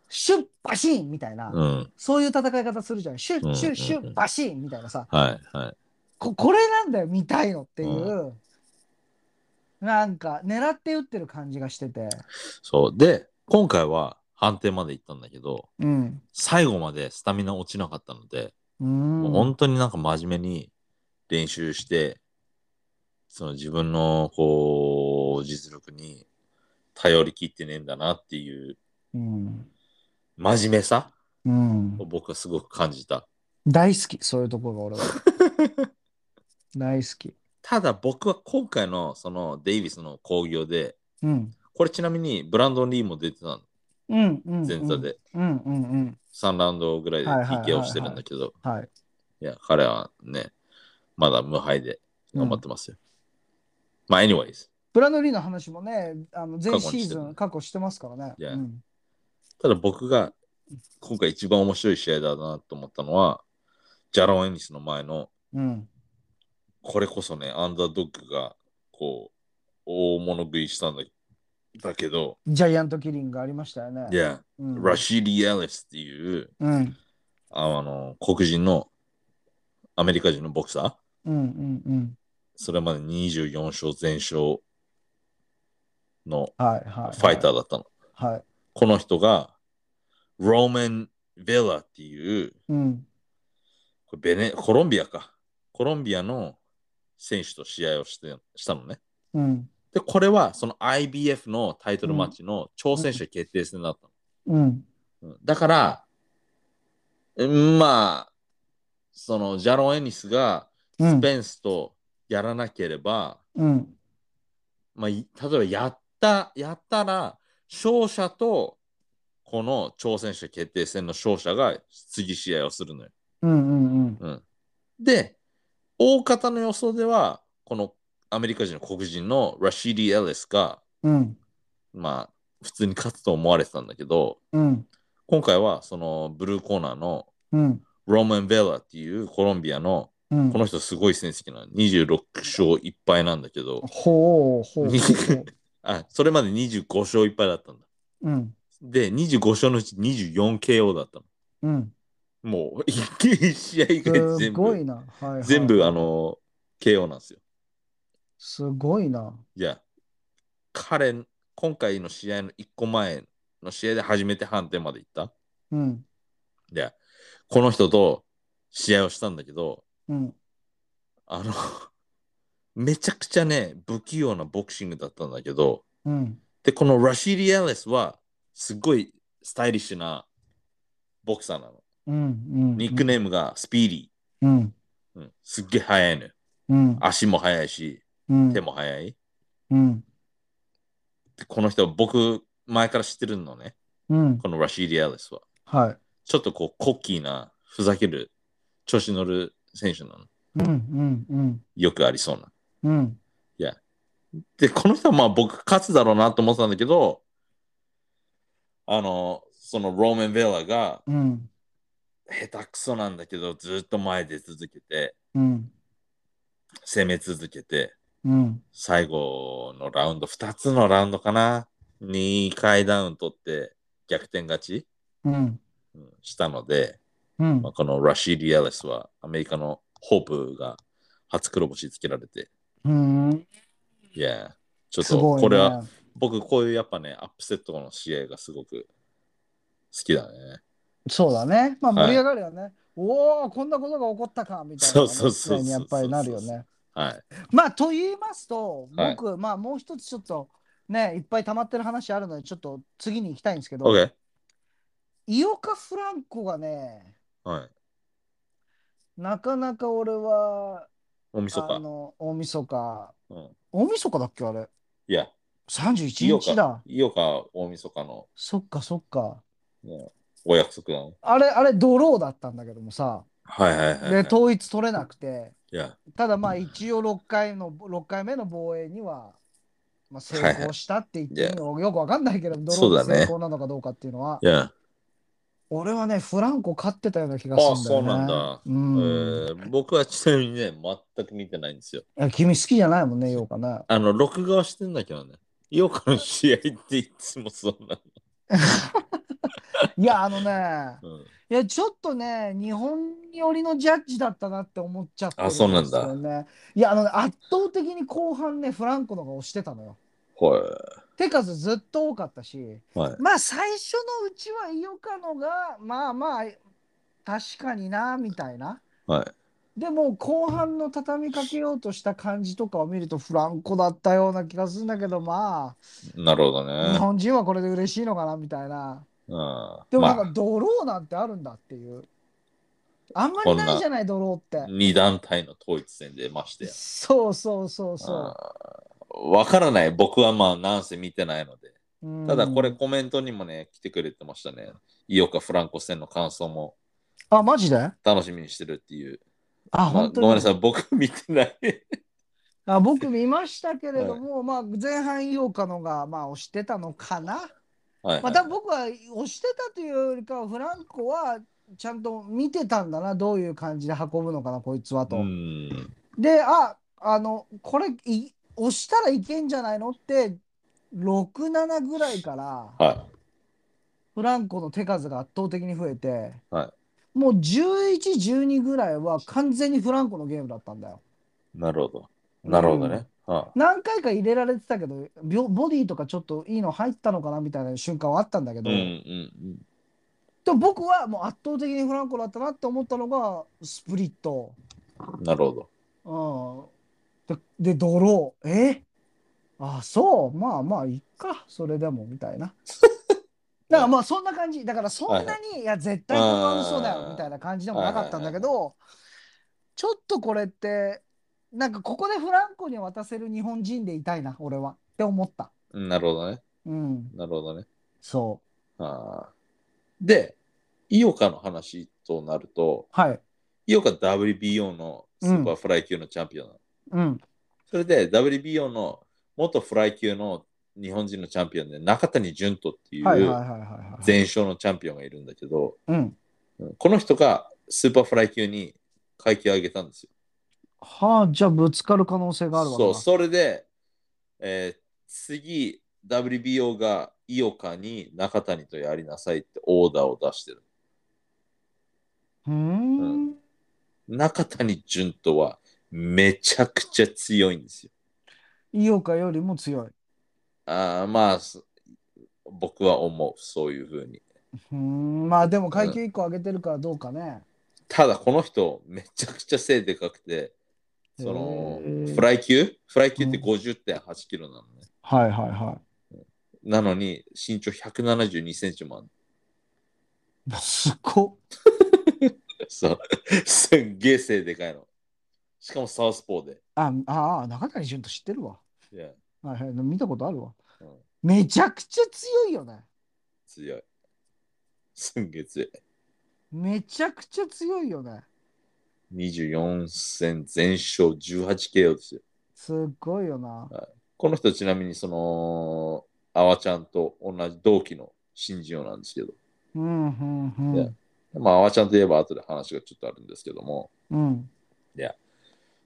Speaker 1: シュッバシーンみたいな、
Speaker 2: い。うん。
Speaker 1: そういう戦い方するじゃんシュ
Speaker 2: うん
Speaker 1: ッシュッシュ
Speaker 2: うんうん
Speaker 1: ッバシーンみたいなさ
Speaker 2: はいはい。
Speaker 1: ここれなんだよ見たいのっていう、なんか狙って打ってる感じがしてて
Speaker 2: そう。で、今回は判定まで行ったんだけど、
Speaker 1: うん。
Speaker 2: 最後までスタミナ落ちなかったので、
Speaker 1: うん。
Speaker 2: もう本当になんか真面目に練習して、その自分のこう、実力に頼り切ってねえんだなっていう
Speaker 1: うん。
Speaker 2: 真面目さ
Speaker 1: うん
Speaker 2: を。僕はすごく感じた。
Speaker 1: 大好き、そういうところが俺 は。大好き。
Speaker 2: ただ僕は今回のそのデイビスの興行で、
Speaker 1: うん。
Speaker 2: これちなみにブランドン・リーも出てたの、
Speaker 1: うん。うん。
Speaker 2: 前座で。
Speaker 1: うん。うん。うん。
Speaker 2: 3ラウンドぐらいで
Speaker 1: はいはいはいはい
Speaker 2: PK をしてるんだけど、
Speaker 1: はい。
Speaker 2: いや、彼はね、まだ無敗で頑張ってますよ。まあ、anyways。
Speaker 1: ブランドリーの話もね、あの前
Speaker 2: 過去
Speaker 1: シ
Speaker 2: に
Speaker 1: ー
Speaker 2: して
Speaker 1: ズ
Speaker 2: る
Speaker 1: ン確保してますからね。
Speaker 2: Yeah
Speaker 1: うん
Speaker 2: ただ僕が今回一番面白い試合だなと思ったのは、ジャロン・エニスの前の、
Speaker 1: うん。
Speaker 2: これこそね、アンダードッグが、こう、大物食いしたんだだけど、
Speaker 1: ジャイアントキリングありましたよね。
Speaker 2: いや、
Speaker 1: うん
Speaker 2: ラシーリー・エリスっていう、
Speaker 1: うん。
Speaker 2: あの、黒人のアメリカ人のボクサー、
Speaker 1: うん。うん。うん。
Speaker 2: それまで24勝全勝の
Speaker 1: はい。はい。
Speaker 2: ファイターだったの。
Speaker 1: ー。はい。
Speaker 2: この人が、ローマン・ベラっていう、
Speaker 1: うん。
Speaker 2: これベネコロンビアか。コロンビアの選手と試合をしてしたのね。
Speaker 1: うん。
Speaker 2: で、これはその IBF のタイトルマッチの挑戦者決定戦だった
Speaker 1: うん。
Speaker 2: の。うんだから、うんまあ、そのジャロン・エニスが
Speaker 1: う
Speaker 2: ス
Speaker 1: ん。
Speaker 2: ペンスとやらなければ、
Speaker 1: うん。
Speaker 2: まあ、い例えばやった、やったら、勝者とこの挑戦者決定戦の勝者が次試合をするのよ。
Speaker 1: うん。うん。うん。
Speaker 2: うん、で、大方の予想では、このアメリカ人の黒人のラシーディ・エレスが、
Speaker 1: うん。
Speaker 2: まあ、普通に勝つと思われてたんだけど、
Speaker 1: うん。
Speaker 2: 今回はそのブルーコーナーの
Speaker 1: うん。
Speaker 2: ローマン・ベラっていうコロンビアの
Speaker 1: うん
Speaker 2: こ。の人すごい成績なの26勝1敗なんだけど
Speaker 1: ほうほうほ うほう。
Speaker 2: あそれまで25勝1敗だったんだ
Speaker 1: うん。
Speaker 2: で、25勝のうち 24KO だったの。
Speaker 1: うん。
Speaker 2: もう、一試合以外
Speaker 1: す
Speaker 2: 全
Speaker 1: ごい
Speaker 2: 部、
Speaker 1: な。はいはい
Speaker 2: 全部、あの、KO なんですよ。
Speaker 1: すごいな。
Speaker 2: いや、彼、今回の試合の1個前の試合で初めて判定まで行った。
Speaker 1: うん。
Speaker 2: いや、この人と試合をしたんだけど、
Speaker 1: うん。
Speaker 2: あの、めちゃくちゃね、不器用なボクシングだったんだけど、
Speaker 1: うん。
Speaker 2: で、このラシーリ・エレスは、すごいスタイリッシュなボクサーなの。
Speaker 1: うん。
Speaker 2: ニックネームがスピーディー。
Speaker 1: うん。
Speaker 2: うん、すっげえ速いのよ。
Speaker 1: うん。
Speaker 2: 足も速いし、
Speaker 1: うん。
Speaker 2: 手も速い。
Speaker 1: うん。
Speaker 2: でこの人は僕、前から知ってるのね。
Speaker 1: うん。
Speaker 2: このラシーディ・アレスは。
Speaker 1: はい。
Speaker 2: ちょっとこう、コッキーな、ふざける、調子乗る選手なの。
Speaker 1: うん。うん。うん。
Speaker 2: よくありそうな。
Speaker 1: うん。
Speaker 2: で、この人はまあ僕、勝つだろうなと思ってたんだけど、あの、そのローマン・ベラが、
Speaker 1: うん。
Speaker 2: 下手くそなんだけど、ずっと前で続けて、
Speaker 1: うん。
Speaker 2: 攻め続けて、
Speaker 1: うん。
Speaker 2: 最後のラウンド、2つのラウンドかな。2回ダウン取って、逆転勝ち。
Speaker 1: うん。
Speaker 2: うんしたので、
Speaker 1: うん
Speaker 2: まあ、。このラシーディ・エレスはアメリカのホープが初黒星つけられて、
Speaker 1: うん。
Speaker 2: いや、ちょっ
Speaker 1: す
Speaker 2: と
Speaker 1: ごい
Speaker 2: これは、
Speaker 1: ね。
Speaker 2: 僕こういうやっぱね、アップセットの試合がすごく好きだね。
Speaker 1: そうだね。まあ
Speaker 2: はい
Speaker 1: 盛り上がるよね。おお、こんなことが起こったかみたいな
Speaker 2: そう
Speaker 1: ね
Speaker 2: そうそうそ
Speaker 1: ぐらい
Speaker 2: う
Speaker 1: にやっぱりなるよね。
Speaker 2: はい。
Speaker 1: まあと言いますと、
Speaker 2: はい
Speaker 1: 僕、まあもう一つちょっとね、いっぱい溜まってる話あるので、ちょっと次に行きたいんですけど、
Speaker 2: OK。
Speaker 1: イオカ・フランコがね、
Speaker 2: はい。
Speaker 1: なかなか俺は、
Speaker 2: おみそ
Speaker 1: あ
Speaker 2: か。
Speaker 1: の、大晦日、
Speaker 2: うん、
Speaker 1: 大晦日だっけあれ、
Speaker 2: いや、いよ
Speaker 1: 31日
Speaker 2: か
Speaker 1: だ。。
Speaker 2: いよか、大みそかの
Speaker 1: そっかそっか。
Speaker 2: お約束なの。
Speaker 1: あれ、あれ、ドローだったんだけどもさ、
Speaker 2: はいはいはい、は
Speaker 1: で、
Speaker 2: い。
Speaker 1: 統一取れなくて、
Speaker 2: いや、
Speaker 1: ただまあ一応6回の6回目の防衛には、まあ、成功したって言っていいのよくわかんないけど、ドロー
Speaker 2: そう
Speaker 1: が
Speaker 2: だね
Speaker 1: 成功なのかどうかっていうのは、
Speaker 2: いや、
Speaker 1: 俺はね、フランコ勝ってたような気がするんだよね。そう
Speaker 2: あ
Speaker 1: な
Speaker 2: え
Speaker 1: ん
Speaker 2: ー僕はちなみにね、全く見てないんですよ。。
Speaker 1: うん。君好きじゃないもんね、ようかな
Speaker 2: あの、録画はしてんだけどね。イオカの試合っていつもそうなの。
Speaker 1: いや、あのね、
Speaker 2: うん
Speaker 1: いや、ちょっとね、日本寄りのジャッジだったなって思っちゃってる
Speaker 2: あそうなんだ
Speaker 1: ですよね。いや、あのね、圧倒的に後半ね、フランコのが押してたのよ。
Speaker 2: はい。
Speaker 1: 手数ずっと多かったし、
Speaker 2: はい
Speaker 1: まあ最初のうちは井岡野がまあまあ確かになみたいな
Speaker 2: はい。
Speaker 1: でも後半の畳みかけようとした感じとかを見るとフランコだったような気がするんだけどま
Speaker 2: なるほど
Speaker 1: あ日
Speaker 2: ね。
Speaker 1: 本人はこれで嬉しいのかなみたいな
Speaker 2: うん。
Speaker 1: でもなん
Speaker 2: ま
Speaker 1: か
Speaker 2: あ、
Speaker 1: ドローなんてあるんだっていうあんまりないじゃないドローって
Speaker 2: 二団体の統一戦でましてや。
Speaker 1: そうそうそうそ
Speaker 2: うんわからない。僕はまあ、なんせ見てないので。
Speaker 1: う、うん
Speaker 2: ただ、これコメントにもね、来てくれてましたね。井岡フランコ戦の感想も
Speaker 1: あマジで
Speaker 2: 楽しみにしてるっていう。
Speaker 1: あ
Speaker 2: まあ
Speaker 1: 本当
Speaker 2: ご
Speaker 1: に
Speaker 2: めんなさい、僕見てない。
Speaker 1: あ僕見ましたけれども、まあ、前半井岡のが、まあ、押してたのかな。
Speaker 2: は
Speaker 1: ま
Speaker 2: い、は
Speaker 1: あ、
Speaker 2: い
Speaker 1: 多分僕は押してたというよりかは、フランコはちゃんと見てたんだな、どういう感じで運ぶのかな、こいつはと。
Speaker 2: うん。
Speaker 1: で、ああの、これい押したらいけんじゃないのって、6、7ぐらいから、
Speaker 2: は
Speaker 1: フランコの手数が圧倒的に増えて、
Speaker 2: は
Speaker 1: もう11、12ぐらいは完全にフランコのゲームだったんだよ。
Speaker 2: い。なるほど。なるほどね。は
Speaker 1: 何回か入れられてたけどびょボディとかちょっといいの入ったのかなみたいな瞬間はあったんだけ
Speaker 2: い。う
Speaker 1: ど、
Speaker 2: んうん
Speaker 1: でも僕はもう圧倒的にフランコだったなって思ったのがスプリット、
Speaker 2: うん。なるほど。
Speaker 1: うん、ででドローえあそうまあまあいっかそれでもみたい なだからまあそんな感じだからそんなに、いや絶対これは嘘だよみたいな感じでもなかったんだけどちょっとこれってなんかここでフランコに渡せる日本人でいたいな俺はって思った。
Speaker 2: うんなるほどね。
Speaker 1: うん、
Speaker 2: なるほどね。
Speaker 1: そ
Speaker 2: あーで、井岡の話となると、
Speaker 1: う。はい。
Speaker 2: 井岡 WBO のスーパーフライ級のチャンピオンなの、
Speaker 1: うん。
Speaker 2: それで WBO の元フライ級の日本人のチャンピオンで中谷潤人ってい
Speaker 1: はいはいはいうはいはい。
Speaker 2: 全勝のチャンピオンがいるんだけど、
Speaker 1: うん。
Speaker 2: うんこの人がスーパーフライ級に階級を上げたんですよ。
Speaker 1: はあ、じゃあぶつかる可能性があるわけ
Speaker 2: そ
Speaker 1: だ
Speaker 2: う、それで、えー次 WBO が井岡に中谷とやりなさいってオーダーを出してる。
Speaker 1: うーん。
Speaker 2: 中谷潤人はめちゃくちゃ強いんですよ。
Speaker 1: 井岡よりも強い。
Speaker 2: あーまあ、そ僕は思う、そういうふうに。
Speaker 1: うーん。まあでも階級1個上げてるからどうかね。
Speaker 2: ただ、この人、めちゃくちゃ背でかくて、その
Speaker 1: へー
Speaker 2: フライ級フライ級って
Speaker 1: うん
Speaker 2: 50.8キロなのね。
Speaker 1: はいはいは
Speaker 2: なのに、身長172センチもある。
Speaker 1: い。すっごっ。
Speaker 2: そう、 すっげえ背でかいの。しかもサウスポーで。
Speaker 1: あああ、中谷潤と知ってるわ。
Speaker 2: いや
Speaker 1: はいはい、見たことあるわ
Speaker 2: うん。
Speaker 1: めちゃくちゃ強いよね。
Speaker 2: 強い。すんげえ強い。
Speaker 1: めちゃくちゃ強いよね。
Speaker 2: 24戦全勝 18KO ですよ。
Speaker 1: すっごいよな。
Speaker 2: この人ちなみにその、あわちゃんと同じ同期の新人王なんですけど、
Speaker 1: うんうんう
Speaker 2: いや
Speaker 1: ん。
Speaker 2: まあ、あわちゃんといえば後で話がちょっとあるんですけども、
Speaker 1: うん。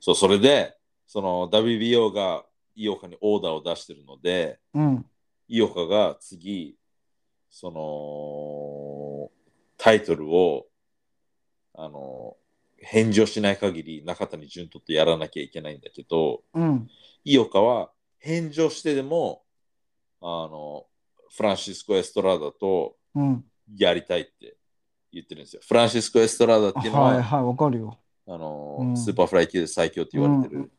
Speaker 2: そう、それで、その WBO が井岡にオーダーを出してるので、
Speaker 1: うん。
Speaker 2: 井岡が次、その、タイトルを、あの返事をしない限り中谷潤人ってやらなきゃいけないんだけど、
Speaker 1: うん。
Speaker 2: 井岡は返事をしてでも、あのフランシスコ・エストラダと
Speaker 1: うん。
Speaker 2: やりたいって言ってるんですよ。フランシスコ・エストラダっていうのは、
Speaker 1: はいはい、わかるよ。
Speaker 2: あの
Speaker 1: うん
Speaker 2: スーパーフライ級で最強って言われてる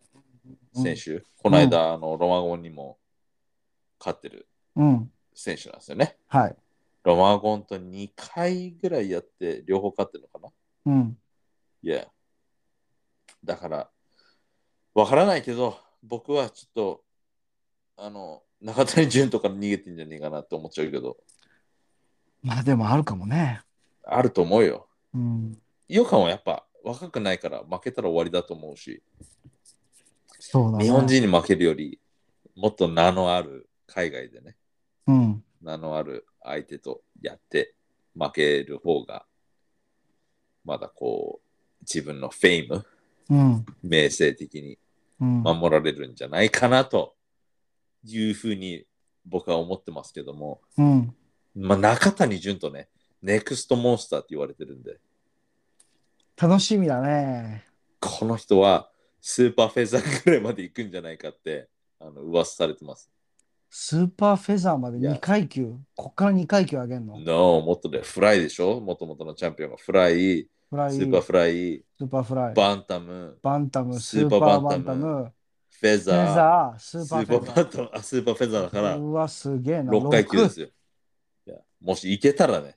Speaker 1: うん
Speaker 2: 選手、この間、あのロマゴンにも勝ってる
Speaker 1: うん。
Speaker 2: 選手なんですよね。
Speaker 1: はい。
Speaker 2: ロマゴンと2回ぐらいやって、両方勝ってるのかな
Speaker 1: うん。
Speaker 2: いや。だから、わからないけど、僕はちょっと、あの、中谷潤とか逃げてんじゃねえかなって思っちゃうけど、
Speaker 1: まあでもあるかもね。
Speaker 2: あると思うよ。
Speaker 1: うん。
Speaker 2: 井岡はやっぱ若くないから負けたら終わりだと思うし、
Speaker 1: そうだね。
Speaker 2: 日本人に負けるより、もっと名のある海外でね、
Speaker 1: うん。
Speaker 2: 名のある相手とやって負ける方が、まだこう、自分のフェイム、
Speaker 1: うん。
Speaker 2: 名声的に
Speaker 1: うん。
Speaker 2: 守られるんじゃないかなというふうに僕は思ってますけども、
Speaker 1: うん。
Speaker 2: まあ、中谷潤とね、ネクストモンスターって言われてるんで、
Speaker 1: 楽しみだね。
Speaker 2: この人はスーパーフェザーぐらいまで行くんじゃないかってあの噂されてます。
Speaker 1: スーパーフェザーまで2階級、こっから2階級上げんの
Speaker 2: No、もっとで、フライでしょもともとのチャンピオンがフライ、
Speaker 1: フライ、
Speaker 2: ス
Speaker 1: ス
Speaker 2: ーパー
Speaker 1: ー
Speaker 2: フライ、
Speaker 1: パーフライ、
Speaker 2: バンタム、
Speaker 1: バンタム、
Speaker 2: ス
Speaker 1: ス
Speaker 2: ー
Speaker 1: ー
Speaker 2: パー
Speaker 1: パー
Speaker 2: バ
Speaker 1: バ
Speaker 2: ン
Speaker 1: ン
Speaker 2: タ
Speaker 1: タ
Speaker 2: ム
Speaker 1: ム、
Speaker 2: フェ
Speaker 1: フ
Speaker 2: ザ
Speaker 1: ェ
Speaker 2: ー、
Speaker 1: ザー、スー
Speaker 2: ス
Speaker 1: パー
Speaker 2: ー
Speaker 1: フ
Speaker 2: パ
Speaker 1: ェ
Speaker 2: ーバ
Speaker 1: ザ
Speaker 2: ンタム、あ、スーパーフェザーだから
Speaker 1: ー。、うわ、すげえな。
Speaker 2: 6階級
Speaker 1: 六
Speaker 2: ですよ。いやもし行けたらね。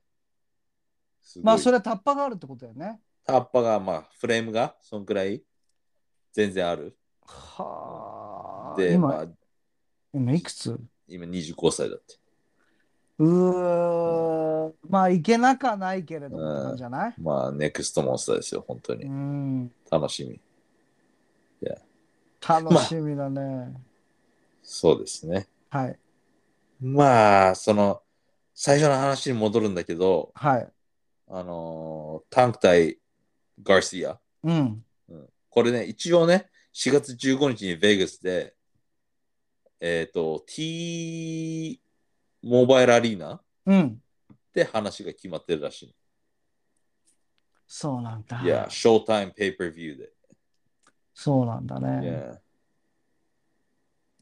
Speaker 2: すごい
Speaker 1: まあ、それはタッパがあるってことだよね。
Speaker 2: タッパが、まあ、フレームが、そんくらい、全然ある。
Speaker 1: はあ。
Speaker 2: で、
Speaker 1: 今、
Speaker 2: まあ、
Speaker 1: 今いくつ
Speaker 2: 今25歳だって。
Speaker 1: うー、まあ、いけなくはないけれども、
Speaker 2: う
Speaker 1: っ
Speaker 2: ん
Speaker 1: て感じじゃない
Speaker 2: まあ、ネクストモンスターですよ、本当
Speaker 1: う
Speaker 2: に。
Speaker 1: ん。
Speaker 2: 楽しみ。
Speaker 1: 楽しみだね。
Speaker 2: そうですね。
Speaker 1: はい。
Speaker 2: まあ、その、最初の話に戻るんだけど、
Speaker 1: はい。
Speaker 2: あのータンク対ガーシア。
Speaker 1: うん。
Speaker 2: これね、一応ね、4月15日にベガスで、えっ、と、T モバイルアリーナ
Speaker 1: うん。
Speaker 2: で話が決まってるらし
Speaker 1: そうなんだ
Speaker 2: い。い。や、ショータイムペーパービューで。
Speaker 1: そうなんだね。
Speaker 2: いや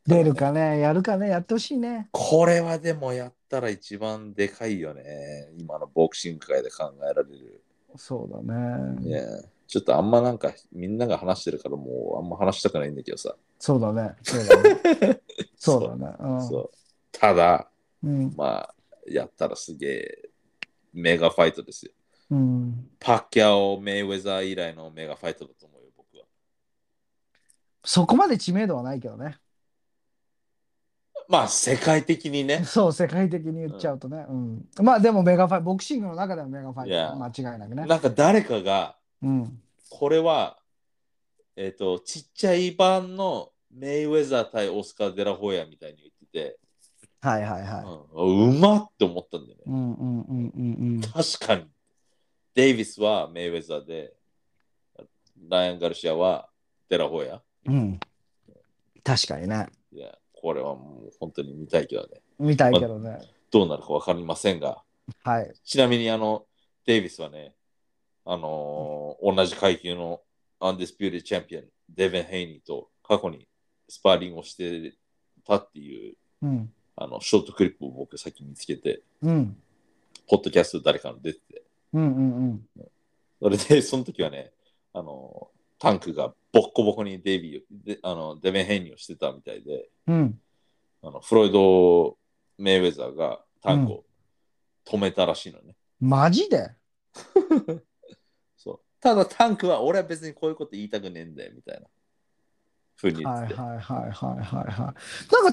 Speaker 1: 出るかね、やるかね、やってほしいね。
Speaker 2: これはでもやったら一番でかいよね。今のボクシング界で考えられる。
Speaker 1: そうだね。
Speaker 2: いやちょっとあんまなんかみんなが話してるからもうあんま話したくないんだけどさ。
Speaker 1: そうだね。そうだね。 そうだね。うん
Speaker 2: そうただ、
Speaker 1: うん。
Speaker 2: まあ、やったらすげえメガファイトですよ。
Speaker 1: うん。
Speaker 2: パッキャオ、メイウェザー以来のメガファイトだと思うよ、僕は。
Speaker 1: そこまで知名度はないけどね。
Speaker 2: まあ、世界的にね。
Speaker 1: そう、世界的に言っちゃうとね。うん。まあでもメガファイ、ボクシングの中ではメガファイ
Speaker 2: いや
Speaker 1: ト。間違いなく ね。
Speaker 2: なんか誰かが、
Speaker 1: うん。
Speaker 2: これは、えっ、と、ちっちゃい版のメイウェザー対オスカー・デラホイヤみたいに言ってて、
Speaker 1: はいはいはい。
Speaker 2: うん、うまって思ったんだよ
Speaker 1: う
Speaker 2: ね。
Speaker 1: んうんうんうんうん。
Speaker 2: 確かに。デイビスはメイウェザーで、ライアン・ガルシアはデラホイヤ。
Speaker 1: うん。確かにね。
Speaker 2: いや、これはもう本当に見たいけどね。
Speaker 1: 見たいけどね。
Speaker 2: どうなるか分かりませんが、
Speaker 1: はい。
Speaker 2: ちなみにあの、デイビスはね、あのー同じ階級のアンディスピューティチャンピオン、デヴィン・ヘイニーと過去にスパーリングをしてたっていう、
Speaker 1: うん。
Speaker 2: あの、ショートクリップを僕さっき見つけて、
Speaker 1: うん。
Speaker 2: ポッドキャストで誰かの出てて、
Speaker 1: うんうんうん。
Speaker 2: それで、 その時はね、あのータンクがボッコボコにデイビーをであの、デヴィン・ヘイニーをしてたみたいで、
Speaker 1: うん。
Speaker 2: あのフロイド・メイウェザーがタンクを止めたらしいのね。
Speaker 1: マジで
Speaker 2: そう。ただタンクは俺は別にこういうこと言いたくねえんだよみたいな。ふうに言
Speaker 1: はい
Speaker 2: っ
Speaker 1: は
Speaker 2: て
Speaker 1: い
Speaker 2: て。
Speaker 1: はいはいはいはい。なんか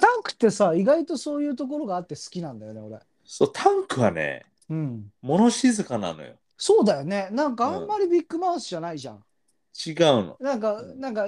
Speaker 1: タンクってさ、意外とそういうところがあって好きなんだよね、俺。
Speaker 2: そう、タンクはね、
Speaker 1: うん。
Speaker 2: 物静かなのよ。
Speaker 1: そうだよね。なんかあんまりビッグマウスじゃないじゃん。
Speaker 2: 違うの。
Speaker 1: なんか、なんか、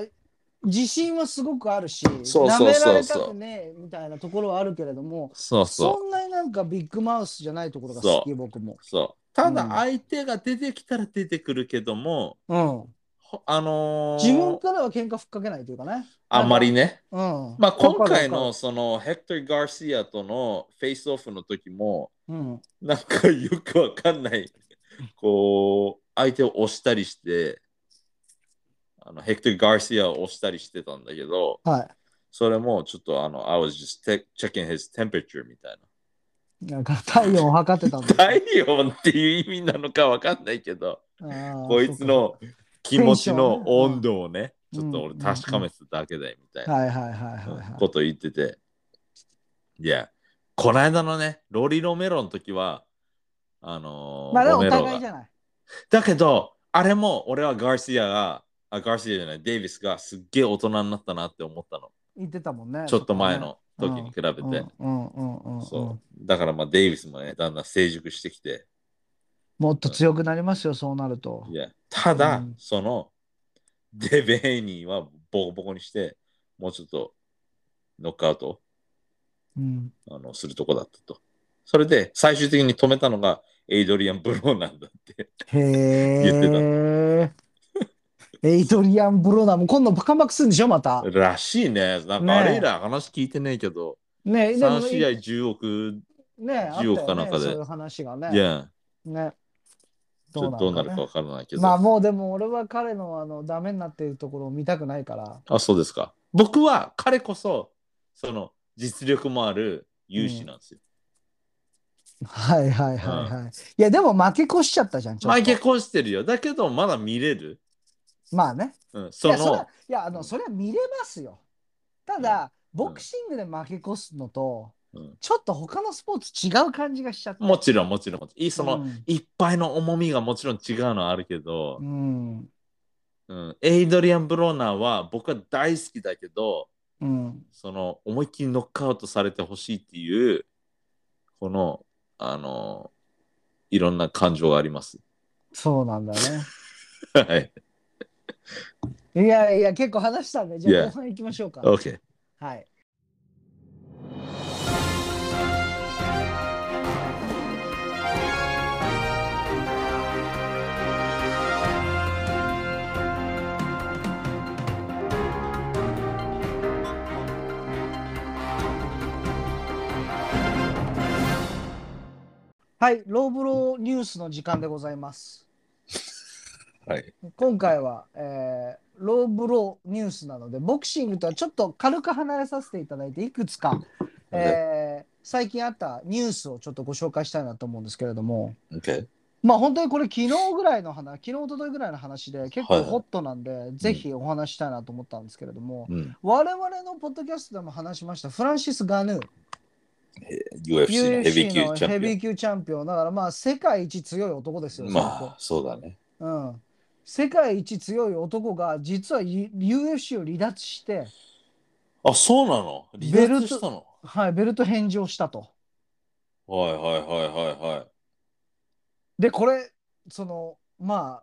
Speaker 1: 自信はすごくあるし、
Speaker 2: そう
Speaker 1: 舐
Speaker 2: そう
Speaker 1: めら
Speaker 2: そう
Speaker 1: れ
Speaker 2: そう
Speaker 1: たくねえみたいなところはあるけれども、
Speaker 2: そう
Speaker 1: そ
Speaker 2: そう。
Speaker 1: んなになんかビッグマウスじゃないところが好き、僕も。
Speaker 2: そう。ただ
Speaker 1: うん
Speaker 2: 相手が出てきたら出てくるけども、
Speaker 1: うん。
Speaker 2: ほあのー
Speaker 1: 自分からは喧嘩ふっかけないというかね。
Speaker 2: あんまりね。
Speaker 1: うん。
Speaker 2: まあ今回
Speaker 1: わ
Speaker 2: の
Speaker 1: か
Speaker 2: そのヘクトル・ガーシアとのフェイスオフの時も、
Speaker 1: るわかる、
Speaker 2: なんかよくわか んない、こう、相手を押したりして、あのヘクトル・ガーシアを押したりしてたんだけど、
Speaker 1: うん。は
Speaker 2: それもちょっとあの、I was just te- checking his temperature みたい
Speaker 1: い。なんか体温を測ってたんだ
Speaker 2: な。。 体温っていう意味なのかわかんないけど、
Speaker 1: あー
Speaker 2: こいつの気持ちの温度をね、ち
Speaker 1: テンショ
Speaker 2: ょ
Speaker 1: ン
Speaker 2: っ
Speaker 1: ね
Speaker 2: と俺確かめてただけだよみたい
Speaker 1: そっか
Speaker 2: な
Speaker 1: はいはいはいはいはい。
Speaker 2: こと言ってて。いや、こないだのね、ロリロメロの時は、あのー
Speaker 1: まあ、でも
Speaker 2: ロ
Speaker 1: お
Speaker 2: メロ
Speaker 1: 互いじ
Speaker 2: が。
Speaker 1: ゃない。
Speaker 2: だけど、あれも俺はガーシアが、あ、ガーシアじゃない、デイビスがすっげえ大人になったなって思ったの。
Speaker 1: 言ってたもんね。
Speaker 2: ちょっと前の
Speaker 1: そこね
Speaker 2: 時に比べて。
Speaker 1: うんうんうんうんうん
Speaker 2: そう。だからまあデイビスもね、だんだん成熟してきて。
Speaker 1: もっと強くなりますよ、そうなると
Speaker 2: い。や、ただ、
Speaker 1: うん
Speaker 2: その、デベヘイニーはボコボコにして、もうちょっとノックアウト
Speaker 1: うん、
Speaker 2: あのするとこだったと。それで、最終的に止めたのがエイドリアン・ブローなんだって。
Speaker 1: へ
Speaker 2: 言ってた
Speaker 1: え。エイドリアン・ブローナーも今度カンバックするんでしょ、また。
Speaker 2: らしいね。なん
Speaker 1: ね
Speaker 2: か
Speaker 1: え
Speaker 2: あれ以来話聞いてねえけど、
Speaker 1: ねえ、でも
Speaker 2: 3試合10億、
Speaker 1: ねえ、あった
Speaker 2: 10億か
Speaker 1: よ
Speaker 2: なん
Speaker 1: ね、
Speaker 2: かで
Speaker 1: そういう話がね。
Speaker 2: いや、
Speaker 1: ね
Speaker 2: ちょっとどうなるかわ
Speaker 1: ね
Speaker 2: からないけど。
Speaker 1: まあもうでも俺は彼のあのダメになっているところを見たくないから。
Speaker 2: あ、そうですか。僕は彼こそ、その実力もある有志なんですよ。
Speaker 1: はいはいはいはい。いや、でも負け越しちゃったじゃん、ちょっと
Speaker 2: 負け越してるよ。だけど、まだ見れる。
Speaker 1: まあね。
Speaker 2: うん、
Speaker 1: い
Speaker 2: そ
Speaker 1: や、それ
Speaker 2: の
Speaker 1: は、いや、あの、それは見れますよ。ただ、ボクシングで負け越すのと
Speaker 2: うん、
Speaker 1: ちょっと他のスポーツ違う感じがしちゃった。
Speaker 2: もちろん、もちろん、もちろんいいその、
Speaker 1: うん
Speaker 2: いっぱいの重みがもちろん違うのはあるけど、
Speaker 1: うん。
Speaker 2: うん、エイドリアン・ブローナーは僕は大好きだけど、
Speaker 1: うん。
Speaker 2: その思いっきりノックアウトされてほしいっていう、この、あの、いろんな感情があります。
Speaker 1: そうなんだね。
Speaker 2: はい。
Speaker 1: いやいや、結構話したんで、じゃあ
Speaker 2: Yeah.
Speaker 1: 後半行きましょうか。
Speaker 2: OK。
Speaker 1: はい。はい、ローブローニュースの時間でございます。
Speaker 2: はい。
Speaker 1: 今回は、えーローブローニュースなのでボクシングとはちょっと軽く離れさせていただいていくつか、えー最近あったニュースをちょっとご紹介したいなと思うんですけれども
Speaker 2: OK。
Speaker 1: まあ本当にこれ昨日ぐらいの話昨日一昨日ぐらいの話で結
Speaker 2: はい
Speaker 1: 構
Speaker 2: はい
Speaker 1: ホットなんで、ぜひお話したいなと思ったんですけれども、
Speaker 2: うん、
Speaker 1: 我々のポッドキャストでも話しましたフランシス・ガヌー
Speaker 2: UFC のヘビー
Speaker 1: UFC
Speaker 2: 級
Speaker 1: の
Speaker 2: チャ
Speaker 1: ヘ
Speaker 2: ンピ
Speaker 1: ビー級チャンピオンだからまあ世界一強い男です
Speaker 2: オ
Speaker 1: よ
Speaker 2: ン。
Speaker 1: そこ
Speaker 2: まあ、そうだね。
Speaker 1: うん、世界一強い男が実は U- UFC を離脱して、
Speaker 2: あ、そうなの離
Speaker 1: ベル
Speaker 2: 脱
Speaker 1: ト
Speaker 2: したの
Speaker 1: はい、ベルト返上したと。
Speaker 2: はいはいはいはいはい。
Speaker 1: でこれそのまあ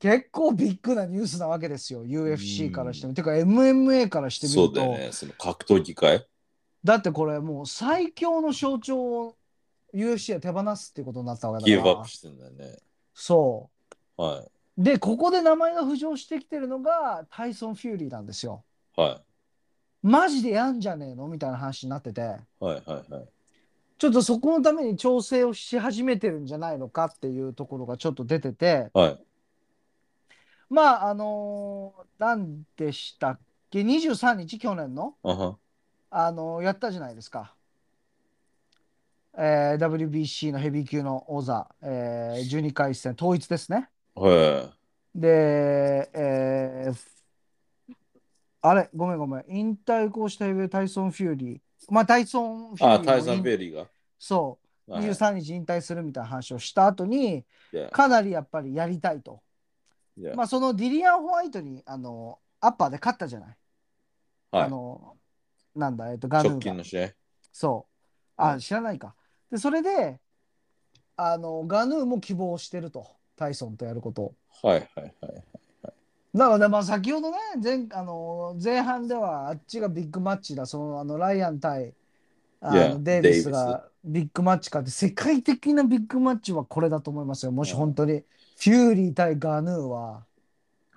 Speaker 1: 結構ビッグなニュースなわけですよ UFC からしても。てか MMA からしてみ
Speaker 2: そ
Speaker 1: る
Speaker 2: うだ
Speaker 1: と
Speaker 2: よね。その格闘技界
Speaker 1: だってこれもう最強の象徴を UFC は手放すっていうことになったわけ
Speaker 2: ギ
Speaker 1: だ
Speaker 2: ブ
Speaker 1: か
Speaker 2: ア
Speaker 1: ら
Speaker 2: ップ。してんだよね。
Speaker 1: そ
Speaker 2: は
Speaker 1: うでここで名前が浮上してきてるのがタイソン・フューリーなんですよ。
Speaker 2: い。は
Speaker 1: マジでやんじゃねえのみたいな話になってて。
Speaker 2: い。はいはいはい。
Speaker 1: ちょっとそこのために調整をし始めてるんじゃないのかっていうところがちょっと出てて、
Speaker 2: はい。
Speaker 1: まあ、あのー、なんでしたっけ、23日、去年の、
Speaker 2: あは。
Speaker 1: あのーやったじゃないですか。えー WBC のヘビー級の王座、えー12回戦、統一ですね。
Speaker 2: はい。
Speaker 1: で、えーあれ、ごめんごめん、引退をしたヘビータイソン・フューリー、まあ、タイソン・フューリー
Speaker 2: あ、
Speaker 1: も
Speaker 2: タイソン・
Speaker 1: 引
Speaker 2: ベリーが。
Speaker 1: そう。
Speaker 2: はい
Speaker 1: 23日引退するみたいな話をした後に、
Speaker 2: Yeah,
Speaker 1: かなりやっぱりやりたいと。
Speaker 2: yeah.
Speaker 1: まあ、そのディリアン・ホワイトに、あの、アッパーで勝ったじゃない。
Speaker 2: はい
Speaker 1: あの、なんだ、えっと、ガヌ
Speaker 2: 直
Speaker 1: ー
Speaker 2: 近
Speaker 1: が
Speaker 2: の。試合。
Speaker 1: そう。あ、
Speaker 2: うん
Speaker 1: 知らないか。で、それで、あの、ガヌーも希望してると。タイソンとやることを。
Speaker 2: はいはいはい。
Speaker 1: なので、まあ、先ほどね、前あの前半ではあっちがビッグマッチだ、そのあのライアン対あの
Speaker 2: Yeah,
Speaker 1: デイビスがビッグマッチかって、世界的なビッグマッチはこれだと思いますよ、もし
Speaker 2: Yeah.
Speaker 1: 本当に。フューリー対ガヌーは、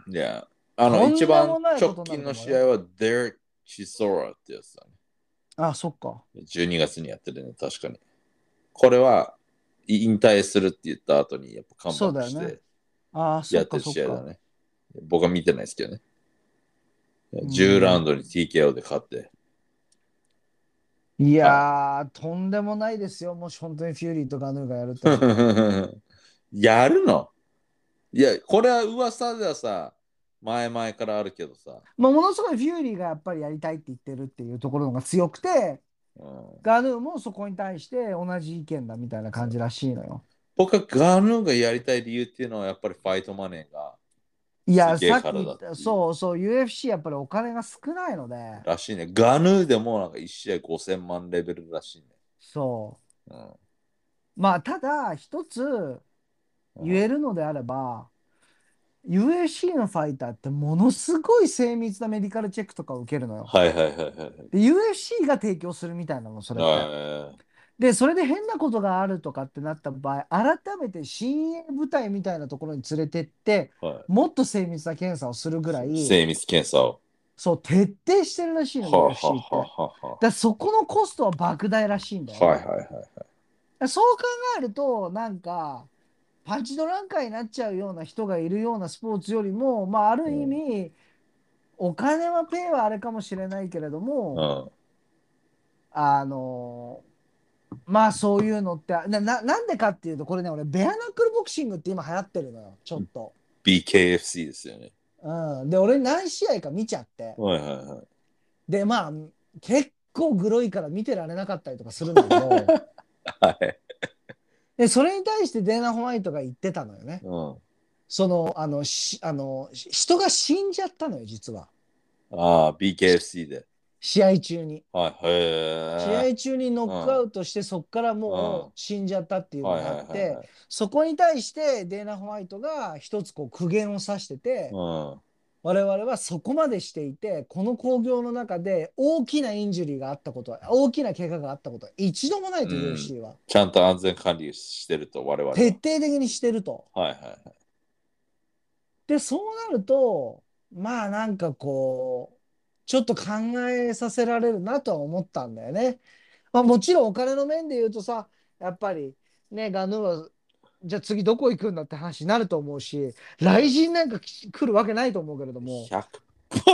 Speaker 2: いや、
Speaker 1: と
Speaker 2: あの、
Speaker 1: んで
Speaker 2: 一
Speaker 1: も
Speaker 2: 番
Speaker 1: ないことになる
Speaker 2: 直近の試合は、デレック・チソーラってやつだね。
Speaker 1: あ、そっか。
Speaker 2: 12月にやってるね、確かに。これは、い引退するって言った後に、やっぱカ
Speaker 1: そ
Speaker 2: ン
Speaker 1: う
Speaker 2: バ
Speaker 1: だよ
Speaker 2: ックし
Speaker 1: ね
Speaker 2: て
Speaker 1: あ、そ
Speaker 2: や
Speaker 1: っ
Speaker 2: って
Speaker 1: か
Speaker 2: る
Speaker 1: そっ
Speaker 2: 試合だ
Speaker 1: か。
Speaker 2: ね。僕は見てないですけどね。
Speaker 1: ん
Speaker 2: 10ラウンドに TKO で勝って。
Speaker 1: いやー、とんでもないですよ、もし本当にフューリーとガヌーがやると。
Speaker 2: やるのいや、これは噂ではさ、前々からあるけどさ。
Speaker 1: まあ、ものすごいフューリーがやっぱりやりたいって言ってるっていうところのが強くて、
Speaker 2: うん
Speaker 1: ガヌーもそこに対して同じ意見だみたいな感じらしいのよ。
Speaker 2: 僕はガヌーがやりたい理由っていうのはやっぱりファイトマネーが
Speaker 1: いや、
Speaker 2: すげえ
Speaker 1: さっき言
Speaker 2: 体
Speaker 1: っ
Speaker 2: っていう
Speaker 1: た、そうそう、UFC やっぱりお金が少ないので、
Speaker 2: らしいね。ガヌーでもなんか1試合5000万レベルらしいね。
Speaker 1: そ
Speaker 2: うん
Speaker 1: う。まあ、ただ、一つ言えるのであれば、UFC のファイターってものすごい精密なメディカルチェックとかを受けるのよ。
Speaker 2: はいはいはいはい
Speaker 1: で、UFC が提供するみたいなの、それ
Speaker 2: はい
Speaker 1: って。
Speaker 2: は
Speaker 1: で、それで変なことがあるとかってなった場合、改めて親衛部隊みたいなところに連れてって、
Speaker 2: い。は
Speaker 1: もっと精密な検査をするぐらい、
Speaker 2: い、精密検査を。
Speaker 1: そう、徹底してるらしい
Speaker 2: は
Speaker 1: の、
Speaker 2: あ、は
Speaker 1: UFC って。
Speaker 2: あはあは
Speaker 1: だからそこのコストは莫大らしいんだよ
Speaker 2: あ、
Speaker 1: ね、
Speaker 2: はいはいはい。
Speaker 1: そう考えるとなんかパンチドランカーになっちゃうような人がいるようなスポーツよりもまあある意味、お金はペイはあれかもしれないけれども、
Speaker 2: うん
Speaker 1: あのーまあそういうのってなななんでかっていうとこれね俺ベアナックルボクシングって今流行ってるのよちょっと、
Speaker 2: BKFC ですよね。
Speaker 1: うん、で俺何試合か見ちゃって
Speaker 2: はいはいはい。
Speaker 1: でまあ結構グロいから見てられなかったりとかするんだけど
Speaker 2: はい。
Speaker 1: でそれに対してデーナ・ホワイトが言ってたのよね
Speaker 2: うん。
Speaker 1: そのあのしあのし人が死んじゃったのよ実は
Speaker 2: ああ、BKFC で。
Speaker 1: 試合中に
Speaker 2: はい。へ
Speaker 1: 試
Speaker 2: え。
Speaker 1: 合中にノックアウトしてそっから
Speaker 2: う
Speaker 1: も
Speaker 2: ん
Speaker 1: う死んじゃったっていうの
Speaker 2: はい
Speaker 1: が
Speaker 2: はい
Speaker 1: あっ
Speaker 2: はい
Speaker 1: てそこに対してデーナ・ホワイトが一つこう苦言を指してて
Speaker 2: はい。
Speaker 1: 我々はそこまでしていてこの興行の中で大きなインジュリーがあったことは大きな怪我があったことは一度もないと
Speaker 2: うん
Speaker 1: UFC は
Speaker 2: ちゃんと安全管理してると、我々は。
Speaker 1: 徹底的にしてると。
Speaker 2: はいはいはい。
Speaker 1: でそうなるとまあなんかこうちょっと考えさせられるなとは思ったんだよね。まあ、もちろんお金の面で言うとさやっぱりねガヌーはじゃあ次どこ行くんだって話になると思うし来人なんかき来るわけないと思うけれども
Speaker 2: 100%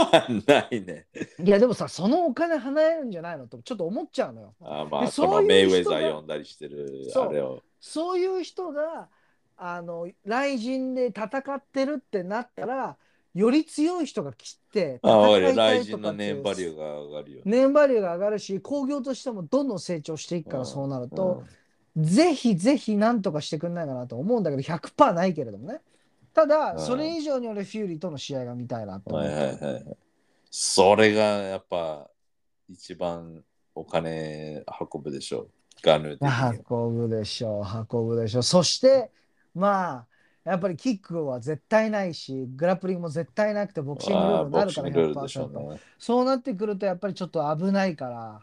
Speaker 2: はないね。
Speaker 1: いやでもさそのお金払えるんじゃないのとちょっと思っちゃうのよ。
Speaker 2: あま
Speaker 1: で
Speaker 2: あ、その
Speaker 1: そういう
Speaker 2: メイウェ
Speaker 1: 人
Speaker 2: ザー
Speaker 1: が
Speaker 2: 呼んだりしてる、
Speaker 1: そう
Speaker 2: あれを。
Speaker 1: そういう人があの来人で戦ってるってなったらより強い人が来て
Speaker 2: ああ、俺、
Speaker 1: 戦いたい
Speaker 2: 雷
Speaker 1: と
Speaker 2: 神
Speaker 1: か
Speaker 2: の
Speaker 1: ってい
Speaker 2: ネ
Speaker 1: う
Speaker 2: ームバリューが上がるよ。
Speaker 1: 年バリューが上がるし興行としてもどんどん成長していくからそうなると、
Speaker 2: う
Speaker 1: ぜひぜひなんとかしてくんないかなと思うんだけど100%ないけれどもねただ、
Speaker 2: うん
Speaker 1: それ以上に俺フューリーとの試合が見たいなと
Speaker 2: ん
Speaker 1: 思
Speaker 2: は
Speaker 1: っ
Speaker 2: い
Speaker 1: て、
Speaker 2: はいはいはい。それがやっぱ一番お金運ぶでしょう。ガヌー的には
Speaker 1: 運ぶでしょう運ぶでしょうそしてまあやっぱりキックは絶対ないしグラップリングも絶対なくてボクシングルールに
Speaker 2: あ
Speaker 1: な
Speaker 2: あ
Speaker 1: るから
Speaker 2: ボクシングルールでしょ
Speaker 1: 100%、
Speaker 2: うね。
Speaker 1: そうなってくるとやっぱりちょっと危ないから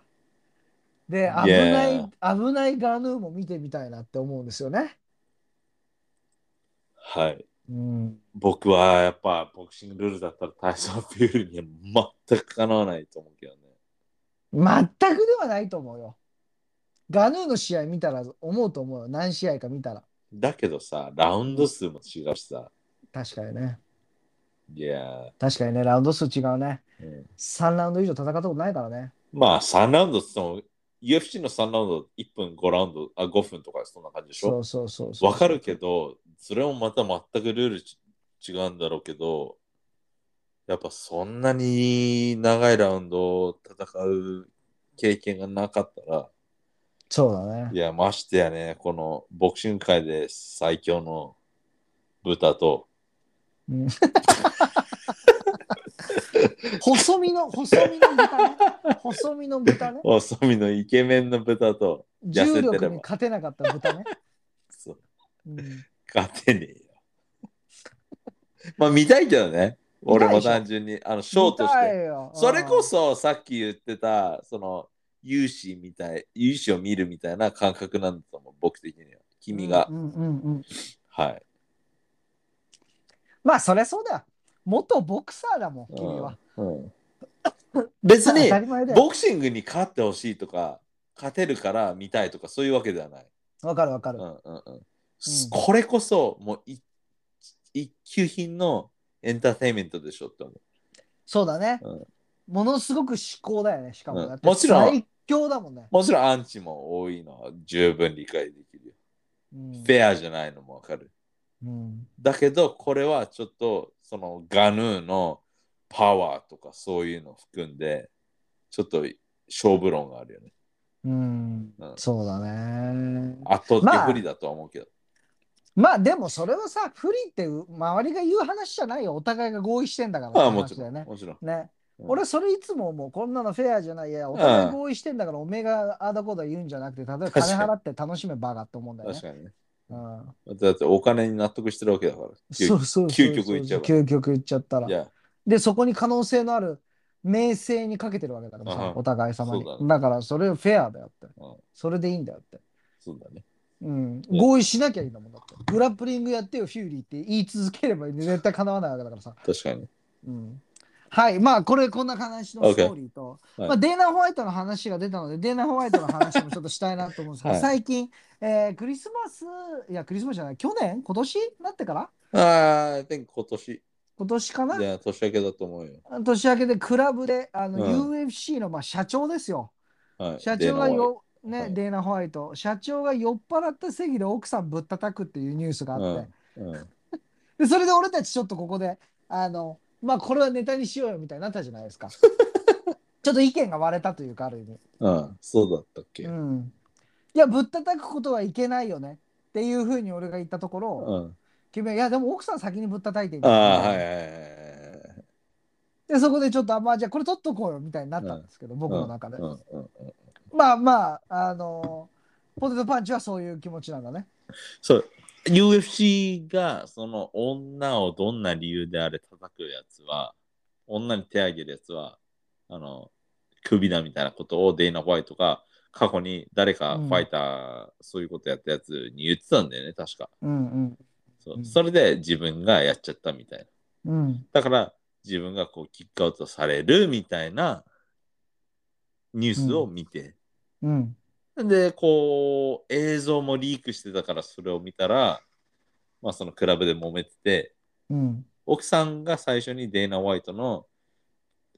Speaker 1: で
Speaker 2: い
Speaker 1: 危な
Speaker 2: や
Speaker 1: い危ないガヌーも見てみたいなって思うんですよね。
Speaker 2: はい。
Speaker 1: うん
Speaker 2: 僕はやっぱボクシングルールだったら体操フューリーには全くかなわないと思うけどね。
Speaker 1: 全くではないと思うよ。ガヌーの試合見たら思うと思うよ。何試合か見たら。
Speaker 2: だけどさ、ラウンド数も違うしさ。
Speaker 1: 確かにね。
Speaker 2: いや
Speaker 1: 確かにね、ラウンド数違うね。
Speaker 2: ー、うん
Speaker 1: 3ラウンド以上戦ったことないからね。
Speaker 2: まあ3ラウンドっつっても UFC の3ラウンド1分5ラウンド、あ5分とかそんな感じでしょ
Speaker 1: そうそうそうそう。
Speaker 2: わかるけど、それもまた全くルールち違うんだろうけど、やっぱそんなに長いラウンドを戦う経験がなかったら、
Speaker 1: そうだね。
Speaker 2: いや、ましてやね、このボクシング界で最強の豚と、
Speaker 1: うん細身の、細身の豚 ね。細身の豚ね。
Speaker 2: 細身のイケメンの豚と、痩せて
Speaker 1: 重
Speaker 2: れば
Speaker 1: 力に勝てなかった豚ね。
Speaker 2: そう
Speaker 1: うん
Speaker 2: 勝てねえよ。まあ見たいけどね、俺も
Speaker 1: 見たいでしょ
Speaker 2: 単純に、あの、ショーとして
Speaker 1: 見た。いよ
Speaker 2: それこそさっき言ってた、その、勇姿みたい、勇姿を見るみたいな感覚なんだと思う、僕的には。君が。
Speaker 1: うんうんうんうん
Speaker 2: はい。
Speaker 1: まあ、そりゃそうだよ。元ボクサーだもん、君は。
Speaker 2: うん別に
Speaker 1: 当た、り前だよ。
Speaker 2: ボクシングに勝ってほしいとか、勝てるから見たいとか、そういうわけではない。
Speaker 1: わかるわか
Speaker 2: う
Speaker 1: る。
Speaker 2: んうんうん。すこれこそ、もう一、一級品のエンターテインメントでしょって思う。
Speaker 1: そうだね
Speaker 2: うん。
Speaker 1: ものすごく思考だよね、しか
Speaker 2: う
Speaker 1: も。
Speaker 2: ん
Speaker 1: だって
Speaker 2: もちろん
Speaker 1: 最強だもんね。
Speaker 2: もちろんアンチも多いのは十分理解できるよ。
Speaker 1: うん
Speaker 2: フェアじゃないのもわかる。
Speaker 1: うん
Speaker 2: だけど、これはちょっとそのガヌーのパワーとかそういうのを含んで、ちょっと勝負論があるよね。
Speaker 1: うん
Speaker 2: うん
Speaker 1: そうだね。
Speaker 2: 圧倒
Speaker 1: まあ
Speaker 2: 的不利だとは思うけど。
Speaker 1: まあでもそれはさ、不利ってう周りが言う話じゃないよ。お互いが合意してんだからって
Speaker 2: まあ、も
Speaker 1: 話
Speaker 2: ち
Speaker 1: だ
Speaker 2: ろ
Speaker 1: よ
Speaker 2: ん。
Speaker 1: ね。
Speaker 2: もちろん。
Speaker 1: ね。
Speaker 2: うん
Speaker 1: 俺それいつももうこんなのフェアじゃないいやお互い合意してんだからおめえがああだこうだ言うんじゃなくて例えば金払って楽しめばがって思うんだよね
Speaker 2: 確。かにね。
Speaker 1: うん
Speaker 2: だってお金に納得してるわけだから。
Speaker 1: そうそうそうそう
Speaker 2: 究極言っちゃえば
Speaker 1: 究極言っちゃった
Speaker 2: い
Speaker 1: ら。
Speaker 2: や、
Speaker 1: でそこに可能性のある名声にかけてるわけだから
Speaker 2: あ
Speaker 1: さ
Speaker 2: は
Speaker 1: お互い様に
Speaker 2: そうだ
Speaker 1: だ,、
Speaker 2: ね
Speaker 1: からそれフェアだよって
Speaker 2: うん
Speaker 1: それでいいんだよって、
Speaker 2: そうだね。
Speaker 1: うん、
Speaker 2: うん
Speaker 1: 合意しなきゃいいんだもんだってグラップリングやってよフューリーって言い続ければ絶対叶わないわけだからさ、
Speaker 2: 確かに。
Speaker 1: うん、はいまあこれこんな話のストーリーと、
Speaker 2: はい
Speaker 1: まあ、デーナ・ホワイトの話が出たのでデーナ・ホワイトの話もちょっとしたいなと思うんですけど、
Speaker 2: はい
Speaker 1: 最近、えークリスマスいやクリスマスじゃない去年今年になってから
Speaker 2: ああ、で今年。
Speaker 1: 今年かない
Speaker 2: や、年明けだと思うよ。
Speaker 1: 年明けでクラブであの、
Speaker 2: う
Speaker 1: UFC のまあ社長ですよ
Speaker 2: はい、
Speaker 1: 社長が
Speaker 2: デーナホワイ
Speaker 1: よ、
Speaker 2: は
Speaker 1: ね、
Speaker 2: い
Speaker 1: デーナ・ホワイト、社長が酔っ払った席で奥さんぶったたくっていうニュースがあって、
Speaker 2: トうん
Speaker 1: でそれで俺たちちょっとここで、あの、まあこれはネタにしようよみたいになったじゃない ですか。ちょっと意見が割れたというか、ある意味。
Speaker 2: うん、そうだったっけ、
Speaker 1: う
Speaker 2: うん
Speaker 1: ん。いや、ぶったたくことはいけないよねっていうふうに俺が言ったところ、君は、いや、でも奥さん先にぶったたいていい
Speaker 2: ああ、は
Speaker 1: い。
Speaker 2: いはいはいはい。
Speaker 1: で、そこでちょっと、あまあじゃあこれ取っとこうよみたいになったんですけど、僕の中で。
Speaker 2: うんうん、
Speaker 1: まあまあ、あのポテトパンチはそういう気持ちなんだね。
Speaker 2: そう、UFC がその女をどんな理由であれ叩くやつは、女に手あげるやつは、あの、クビだみたいなことをデイナ・ホワイトが過去に誰かファイター、そういうことやったやつに言ってたんだよね、確か。
Speaker 1: うん
Speaker 2: そううんそれで自分がやっちゃったみたいな。
Speaker 1: うん。うん。
Speaker 2: だから自分がこうキックアウトされるみたいなニュースを見て、
Speaker 1: うん。
Speaker 2: でこう映像もリークしてたからそれを見たら、まあ、そのクラブで揉めてて
Speaker 1: うん。
Speaker 2: 奥さんが最初にデイナ・ホワイトの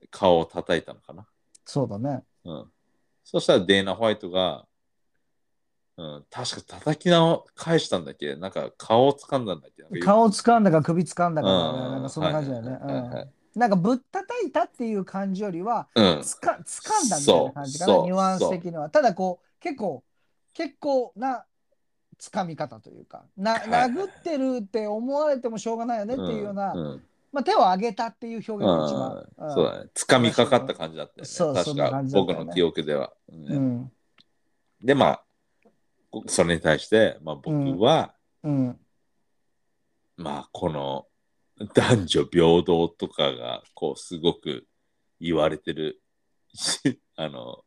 Speaker 2: 顔を叩いたのかな、
Speaker 1: そうだね。
Speaker 2: うん、そしたらデイナ・ホワイトが、うん、確か叩き直返したんだっけなんか顔を掴んだんだっけなんかよく
Speaker 1: 顔を掴んだか首掴んだか
Speaker 2: うん
Speaker 1: みたいな、なんかそんな感じだよね
Speaker 2: はいはいはいはい。
Speaker 1: うんなんかぶったたいたっていう感じよりは、
Speaker 2: うん
Speaker 1: つか掴んだみたいな感じかな、
Speaker 2: そう
Speaker 1: ニュアンス的には。ただこう、結構、結構な掴み方というか、な
Speaker 2: はいはい
Speaker 1: 殴ってるって思われてもしょうがないよねっていうような、
Speaker 2: んん
Speaker 1: まあ手を上げたっていう表現が一番。ん
Speaker 2: そうだね。つかみかかった感じだったよね。
Speaker 1: そうそ
Speaker 2: 確
Speaker 1: んな
Speaker 2: か
Speaker 1: 感じだった
Speaker 2: 僕
Speaker 1: よね
Speaker 2: の記憶では。うん
Speaker 1: うん。
Speaker 2: で、まあ、こそれに対して、まあ、僕は、
Speaker 1: うん。
Speaker 2: まあ、この男女平等とかが、こう、すごく言われてる、 しあの、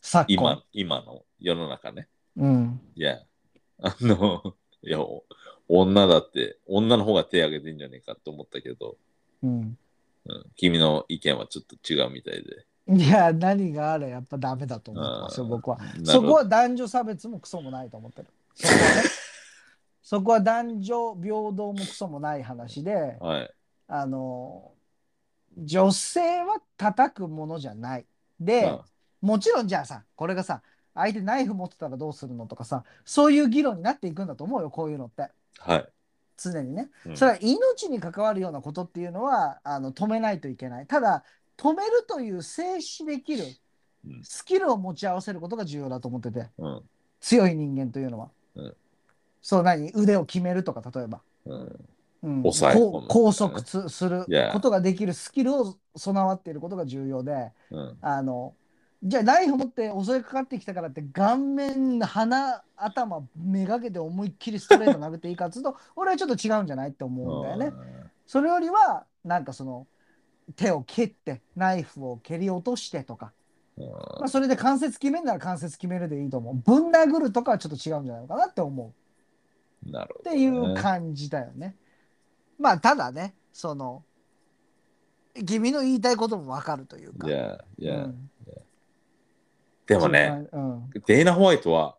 Speaker 1: 昨今。
Speaker 2: 今、今の世の中ね。
Speaker 1: うん。
Speaker 2: いや、あの、いや、お女だって、女の方が手挙げてんじゃねえかと思ったけど、
Speaker 1: うん。
Speaker 2: うん君の意見はちょっと違うみたいで。
Speaker 1: いや、何があれ、やっぱダメだと思ってますよ、
Speaker 2: うん
Speaker 1: 僕は。
Speaker 2: なる
Speaker 1: そ
Speaker 2: ほ
Speaker 1: こ
Speaker 2: ど
Speaker 1: は男女差別もクソもないと思ってる。そこはねそこは男女平等もクソもない話で、
Speaker 2: はい。
Speaker 1: あの、女性は叩くものじゃない。で、
Speaker 2: うん
Speaker 1: もちろんじゃあさ、これがさ、相手ナイフ持ってたらどうするのとかさ、そういう議論になっていくんだと思うよ、こういうのって。
Speaker 2: はい。
Speaker 1: 常にね。
Speaker 2: うん
Speaker 1: それは命に関わるようなことっていうのはあの止めないといけない。ただ止めるという制止できる
Speaker 2: うん
Speaker 1: スキルを持ち合わせることが重要だと思ってて
Speaker 2: うん
Speaker 1: 強い人間というのは。
Speaker 2: うん
Speaker 1: そう何腕を決めるとか例えば、
Speaker 2: うん
Speaker 1: うん、
Speaker 2: 抑え込む
Speaker 1: こう拘束つする
Speaker 2: Yeah
Speaker 1: ことができるスキルを備わっていることが重要で
Speaker 2: うん
Speaker 1: あのじゃあナイフ持って襲いかかってきたからって顔面鼻頭めがけて思いっきりストレート殴っていいかっつう と俺はちょっと違うんじゃないって思うんだよね。それよりはなんかその手を蹴ってナイフを蹴り落としてとか、
Speaker 2: うん
Speaker 1: まあ、それで関節決めるなら関節決めるでいいと思うぶん殴るとかはちょっと違うんじゃないのかなって思
Speaker 2: なる
Speaker 1: う
Speaker 2: ほど
Speaker 1: って
Speaker 2: ね
Speaker 1: いう感じだよね。まあただねその君の言いたいこともわかるというか。
Speaker 2: いやいや、
Speaker 1: うん
Speaker 2: でもね、、
Speaker 1: うん、
Speaker 2: デイナ・ホワイトは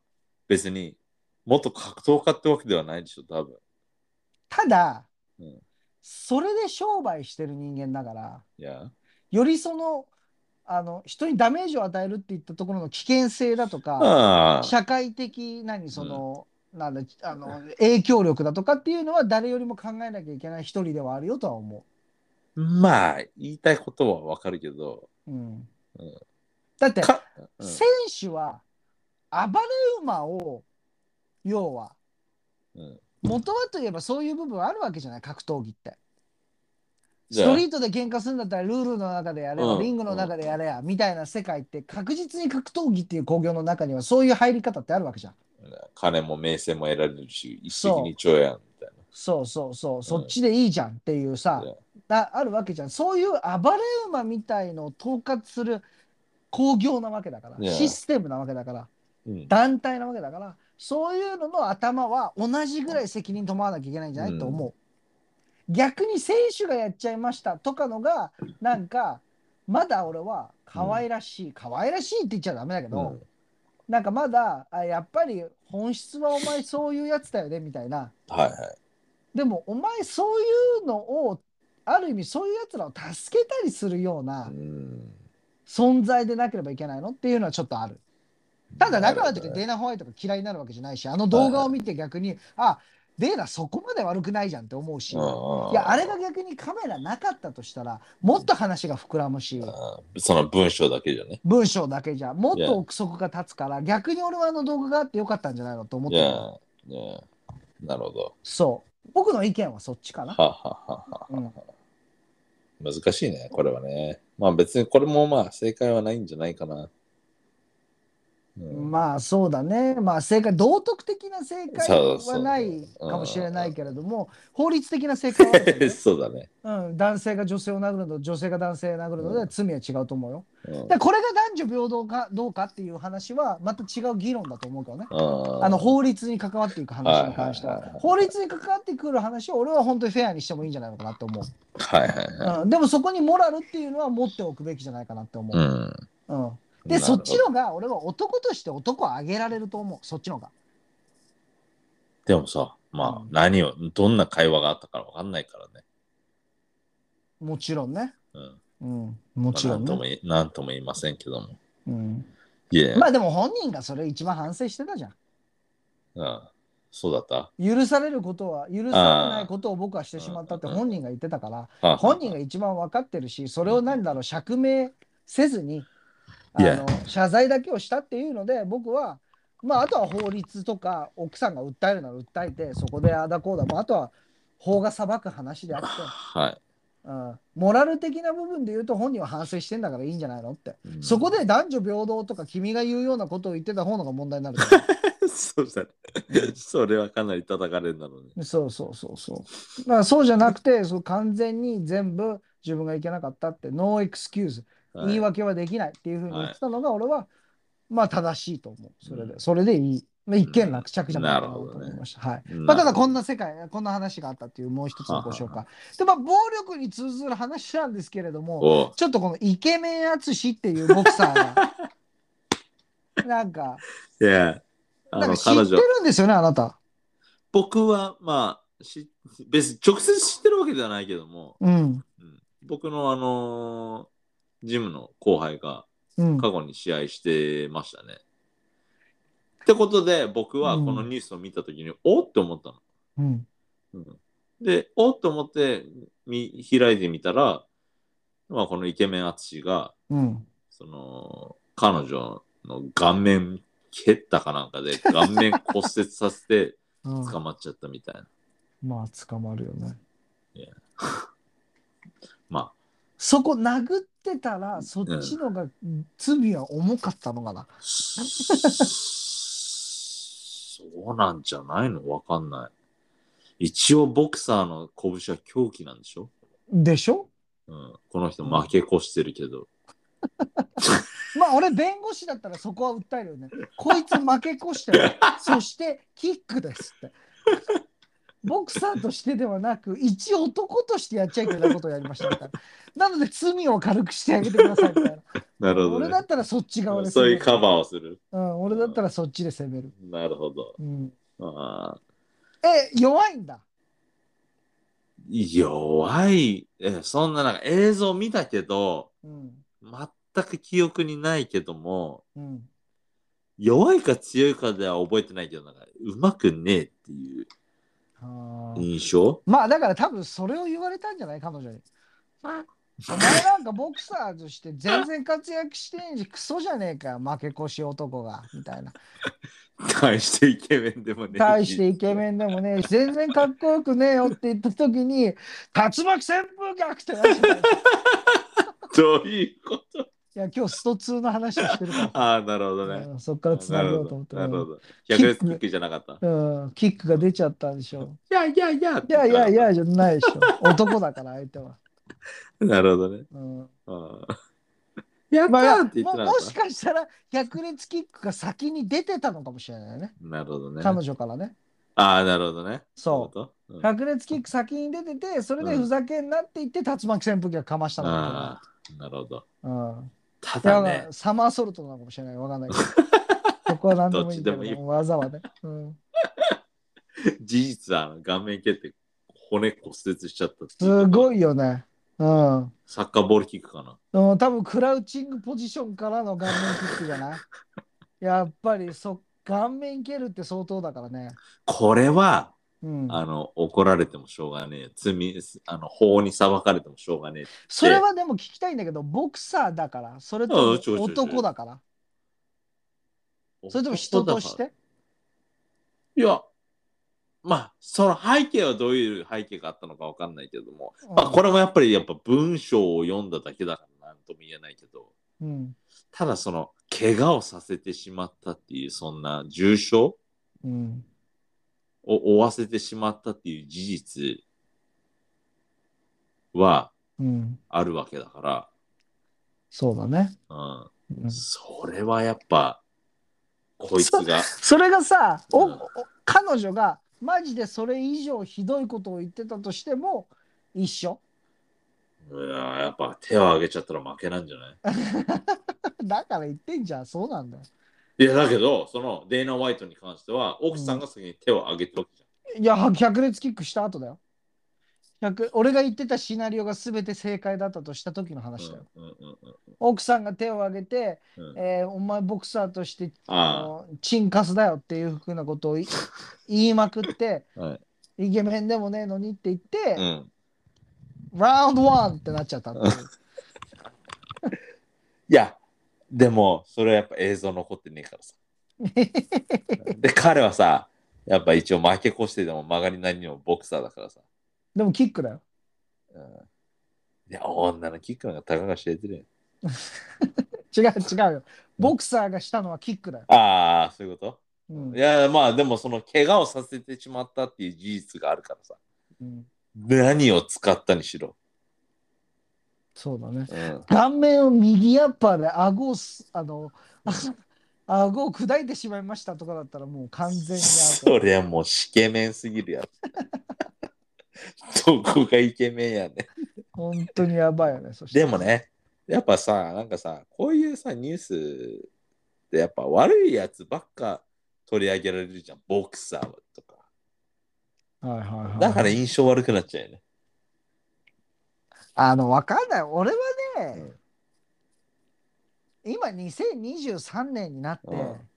Speaker 2: 別にもっと格闘家ってわけではないでしょ、多分。
Speaker 1: ただ、
Speaker 2: うん
Speaker 1: それで商売してる人間だから
Speaker 2: いや、
Speaker 1: よりそのあの人にダメージを与えるっていったところの危険性だとか、
Speaker 2: ああ、
Speaker 1: 社会的何その、なんだあの影響力だとかっていうのは誰よりも考えなきゃいけない一人ではあるよとは思
Speaker 2: まあ、言いたいことはわかるけど、
Speaker 1: う。うん
Speaker 2: うん
Speaker 1: だって
Speaker 2: かうん
Speaker 1: 選手は暴れ馬を要は
Speaker 2: うん
Speaker 1: 元はといえばそういう部分あるわけじゃない格闘技って。
Speaker 2: じ
Speaker 1: ス
Speaker 2: ゃあ
Speaker 1: トリートで喧嘩するんだったらルールの中でやれや、
Speaker 2: うん
Speaker 1: リングの中でやれや、みたいな世界って確実に格闘技っていう興行の中にはそういう入り方ってあるわけじゃん。
Speaker 2: 金も名声も得られるし、一石
Speaker 1: そう
Speaker 2: 二鳥やんみたい
Speaker 1: そうそうそう、そっちでいいじゃんっていうさ、
Speaker 2: いや
Speaker 1: だあるわけじゃん。そういう暴れ馬みたいのを統括する興行なわけだから、
Speaker 2: いや
Speaker 1: システムなわけだから、
Speaker 2: な。うん
Speaker 1: 団体なわけだから、そういうのの頭は同じぐらい責任伴わなきゃいけないんじゃない、
Speaker 2: うん
Speaker 1: と思う。逆に選手がやっちゃいましたとかのが、なんか、まだ俺は可愛らしい、可愛らしいって言っちゃダメだけど、
Speaker 2: うん
Speaker 1: なんかまだ、あやっぱり本質はお前そういうやつだよねみたいな。
Speaker 2: はいはい。
Speaker 1: でもお前そういうのをある意味そういうやつらを助けたりするような
Speaker 2: うん
Speaker 1: 存在でなければいけないのっていうのはちょっとある。ただ、だからといって
Speaker 2: なるほどね
Speaker 1: デーナ・ホワイトが嫌いになるわけじゃないし、あの動画を見て逆に、あ、デーナそこまで悪くないじゃんって思うし、いや、あれが逆にカメラなかったとしたら、もっと話が膨らむし、
Speaker 2: あーその文章だけじゃね。
Speaker 1: 文章だけじゃ、もっと憶測が立つから、逆に俺はあの動画があってよかったんじゃないのと思っ
Speaker 2: い
Speaker 1: てる。、
Speaker 2: やいやなるほど。
Speaker 1: そう。僕の意見はそっちかな。
Speaker 2: はあはあはあはあ
Speaker 1: うん、
Speaker 2: 難しいね、これはね。まあ別にこれもまあ正解はないんじゃないかな。うん
Speaker 1: まあそうだね。まあ正解、道徳的な正解
Speaker 2: そうそ
Speaker 1: は
Speaker 2: う
Speaker 1: ないかもしれないけれども、法律的な正解はあるよね
Speaker 2: そうだね。
Speaker 1: うん、男性が女性を殴るのと女性が男性を殴るのでは罪は違うと思うよ。
Speaker 2: うん
Speaker 1: でこれが男女平等かどうかっていう話はまた違う議論だと思うけどね。
Speaker 2: あ
Speaker 1: あの法律に関わっていく話に関して
Speaker 2: はいはいはいは
Speaker 1: はい法律に関わってくる話は俺は本当にフェアにしてもいいんじゃないのかなと思う、
Speaker 2: はいはいはい。
Speaker 1: うん、でもそこにモラルっていうのは持っておくべきじゃないかなって思
Speaker 2: う
Speaker 1: う、
Speaker 2: ん。
Speaker 1: うん
Speaker 2: な
Speaker 1: で
Speaker 2: るほ
Speaker 1: そ
Speaker 2: ど
Speaker 1: っちのが俺は男として男をあげられると思うそっちのが
Speaker 2: でもさ、まあ
Speaker 1: うん
Speaker 2: 何を、どんな会話があったかわかんないからね。
Speaker 1: もちろんね、
Speaker 2: うん。
Speaker 1: うん、もちろん
Speaker 2: まあなんとも
Speaker 1: ね、
Speaker 2: いなんとも言いませんけども。
Speaker 1: うん、
Speaker 2: いや、
Speaker 1: まあでも本人がそれ一番反省してたじゃん
Speaker 2: うん、そうだった。
Speaker 1: 許されることは許されないことを僕はしてしまったって
Speaker 2: あー
Speaker 1: 本人が言ってたから
Speaker 2: あ
Speaker 1: 本人が一番分かってるしそれを何だろう釈明せずにあ
Speaker 2: いや
Speaker 1: の謝罪だけをしたっていうので僕はまああとは法律とか奥さんが訴えるなら訴えてそこでああだこうだもうあとは法が裁く話であって、
Speaker 2: は
Speaker 1: うん、モラル的な部分で言うと本人は反省してんだからいいんじゃないのって
Speaker 2: い。
Speaker 1: そこで男女平等とか君が言うようなことを言ってた方のが問題になるから
Speaker 2: そうだね。それはかなり叩かれるんだろうね。
Speaker 1: そうそうそうそうだからそうじゃなくてそう完全に全部自分がいけなかったってノーエクスキューズ
Speaker 2: はい
Speaker 1: 言い訳はできないっていうふうに言ってたのが、俺は、まあ正しいと思う。それで、
Speaker 2: う
Speaker 1: それでいい。まあ、一件落着じゃないかなと
Speaker 2: なるほどね
Speaker 1: 思いました。はい。
Speaker 2: うん
Speaker 1: まあ、ただこんな世界、こんな話があったっていうもう一つのご紹
Speaker 2: は
Speaker 1: 介。で、まあ、暴力に通ずる話なんですけれども、
Speaker 2: おう
Speaker 1: ちょっとこのイケメン淳っていうボクサー が、なんか、
Speaker 2: いや、
Speaker 1: な
Speaker 2: あ
Speaker 1: ん
Speaker 2: の
Speaker 1: か知って
Speaker 2: 彼
Speaker 1: る
Speaker 2: 女、
Speaker 1: んですよね、あなた。
Speaker 2: 僕はまあ、し別に直接知ってるわけではないけども、
Speaker 1: うん。
Speaker 2: うん僕のあのージムの後輩が
Speaker 1: うん。
Speaker 2: 過去に試合してましたね。ってことで、僕はこのニュースを見たときに、おっって思ったの。
Speaker 1: うん。
Speaker 2: うんで、おっと思って見開いてみたら、まあ、このイケメン淳が、
Speaker 1: うん。
Speaker 2: その、彼女の顔面蹴ったかなんかで、顔面骨折させて
Speaker 1: うん
Speaker 2: 捕まっちゃったみたいな。
Speaker 1: まあ、捕まるよね。
Speaker 2: ま
Speaker 1: そこ殴ってたら、そっちのが罪は重かったのかな
Speaker 2: あ、。そうなんじゃないのわかんない。一応ボクサーの拳は狂気なんでしょ、
Speaker 1: でしょ
Speaker 2: うん、この人負け越してるけど。
Speaker 1: まあ俺弁護士だったらそこは訴えるよね。こいつ負け越して る。そしてキックですって。ボクサーとしてではなく、一男としてやっちゃいけないことをやりましたみたいな。なので罪を軽くしてあげてくださいみたいな。
Speaker 2: なるほ
Speaker 1: 俺
Speaker 2: ど、
Speaker 1: だ
Speaker 2: ね
Speaker 1: っ。たらそっち側で
Speaker 2: そう
Speaker 1: 攻
Speaker 2: い
Speaker 1: め
Speaker 2: う
Speaker 1: る。
Speaker 2: カバーをする。
Speaker 1: うん、俺だったらそっちで攻める。
Speaker 2: なるほど。
Speaker 1: うん、
Speaker 2: ああ
Speaker 1: え、弱いんだ。
Speaker 2: 弱い、えそんななんか映像見たけど、
Speaker 1: うん。
Speaker 2: 全く記憶にないけども、
Speaker 1: うん。
Speaker 2: 弱いか強いかでは覚えてないけど、なんかうまくねえっていう
Speaker 1: あー
Speaker 2: 印象
Speaker 1: まあだから多分それを言われたんじゃない彼女に。お前なんかボクサーとして全然活躍してんしクソじゃねえかよ負け越し男がみたい な
Speaker 2: 対してイケメンでもねえ。
Speaker 1: 対してイケメンでもねえし全然かっこよくねえよって言った時に竜巻旋風逆転なんじゃないい
Speaker 2: どういうこと
Speaker 1: や今日スト2の話をしてるか
Speaker 2: ああ、なるほど
Speaker 1: ら、
Speaker 2: ね。
Speaker 1: うんそっからつなげようと思って
Speaker 2: なるほ
Speaker 1: う
Speaker 2: ど。 百列キックじゃなかった。
Speaker 1: んキックが出ちゃったんでしょ
Speaker 2: いやいやいや。
Speaker 1: いやいやい。やじゃないでしょ男だから相手は、
Speaker 2: なるほどね。
Speaker 1: うん
Speaker 2: ああやった
Speaker 1: まあいや
Speaker 2: ーっ
Speaker 1: も
Speaker 2: て言ってなか
Speaker 1: も
Speaker 2: っ
Speaker 1: しかしたら百列キックが先に出てたのかもしれないね
Speaker 2: た。なるほどね。
Speaker 1: 彼女からね
Speaker 2: ああ、なるほどね。
Speaker 1: そう
Speaker 2: そういうこと。うん
Speaker 1: 白熱キック先に出てて、それで
Speaker 2: うん
Speaker 1: ふざけんなって言って、竜巻扇風機がかましたの
Speaker 2: あ
Speaker 1: か
Speaker 2: あ、なるほど。
Speaker 1: な。うん。
Speaker 2: た
Speaker 1: いや
Speaker 2: だね、
Speaker 1: サマーソルトなのかもしれない。わかん ないけど。そこは何でもいいんだけ
Speaker 2: どっちでも
Speaker 1: ど、技はね。うん。
Speaker 2: 事実はあの顔面蹴って骨骨折しちゃったって
Speaker 1: すご
Speaker 2: い
Speaker 1: いよね。うん。
Speaker 2: サッカーボールキックかな。
Speaker 1: うん、多分クラウチングポジションからの顔面キックじゃないやっぱりそ顔面蹴るって相当だからね。
Speaker 2: これは、
Speaker 1: うん、
Speaker 2: あの、怒られてもしょうがねえ。罪、あの、法に裁かれてもしょうがねえ。
Speaker 1: それはでも聞きたいんだけど、ボクサーだから、それ
Speaker 2: あ
Speaker 1: と
Speaker 2: ちょち
Speaker 1: も
Speaker 2: ょちょ
Speaker 1: 男だから、それとも人として
Speaker 2: いや、まあ、その背景はどういう背景があったのかわかんないけども、
Speaker 1: うん
Speaker 2: まあ、これもやっぱりやっぱ文章を読んだだけだからなんとも言えないけど、
Speaker 1: うん。
Speaker 2: ただその、怪我をさせてしまったっていう、そんな重傷を
Speaker 1: うん。
Speaker 2: 負わせてしまったっていう事実は
Speaker 1: うん。
Speaker 2: あるわけだか
Speaker 1: そうだね。
Speaker 2: ら、
Speaker 1: う
Speaker 2: うんん、それはやっぱ、こいつが、
Speaker 1: それがさ、お
Speaker 2: うん
Speaker 1: お彼女がマジでそれ以上ひどいことを言ってたとしても、一緒
Speaker 2: うんやっぱ手を挙げちゃったら負けなんじゃない
Speaker 1: だから言ってんじゃん、そうなんだよ。
Speaker 2: いやだけど、そのデイナ・ホワイトに関しては、奥さんが先に手を挙げてるわけじ
Speaker 1: いや、百列キックした後だよ。100俺が言ってたシナリオが全て正解だったとした時の話だ
Speaker 2: ゃん
Speaker 1: よ。。
Speaker 2: うんうんうんうん
Speaker 1: 奥さんが手を挙げて、
Speaker 2: うん
Speaker 1: えーお前ボクサーとしてあ
Speaker 2: あ
Speaker 1: のチンカスだよっていうふうなことを い言いまくって、
Speaker 2: は
Speaker 1: イケメンでもねえのにって言っ
Speaker 2: あ、う
Speaker 1: て、
Speaker 2: ん。
Speaker 1: ラウンドワンってなっちゃったって いう
Speaker 2: いや、でも、それはやっぱ映像残ってねえから さ。で、彼はさ、やっぱ一応負け越してでも曲がりなりにもボクサーだからさ。
Speaker 1: でもキックだよ。
Speaker 2: うん、いや、女のキックなんかたかが知れてるよ。
Speaker 1: 違う違うよ。ボクサーがしたのはキックだよ。
Speaker 2: ああ、そういうこ
Speaker 1: うん
Speaker 2: といや、まあでもその怪我をさせてしまったっていう事実があるからさ。
Speaker 1: うん
Speaker 2: 何を使ったにしろ。
Speaker 1: そうだね。
Speaker 2: うん、
Speaker 1: 顔面を右アッパーで顎をすあの、 顎を砕いてしまいましたとかだったらもう完全にア ウ
Speaker 2: そりゃもうイケメンすぎるやつ。どこがイケメンやね
Speaker 1: ト。本当にやばいよね。そして
Speaker 2: でも。ね、やっぱさ、なんかさ、こういうさ、ニュースってやっぱ悪いやつばっか取り上げられるじゃん。ボクサーとか。
Speaker 1: はいはいはい、
Speaker 2: だから印象悪くなっちゃうよね。
Speaker 1: あの、わかんない。俺はね、
Speaker 2: うん
Speaker 1: 今2023年になって、
Speaker 2: うん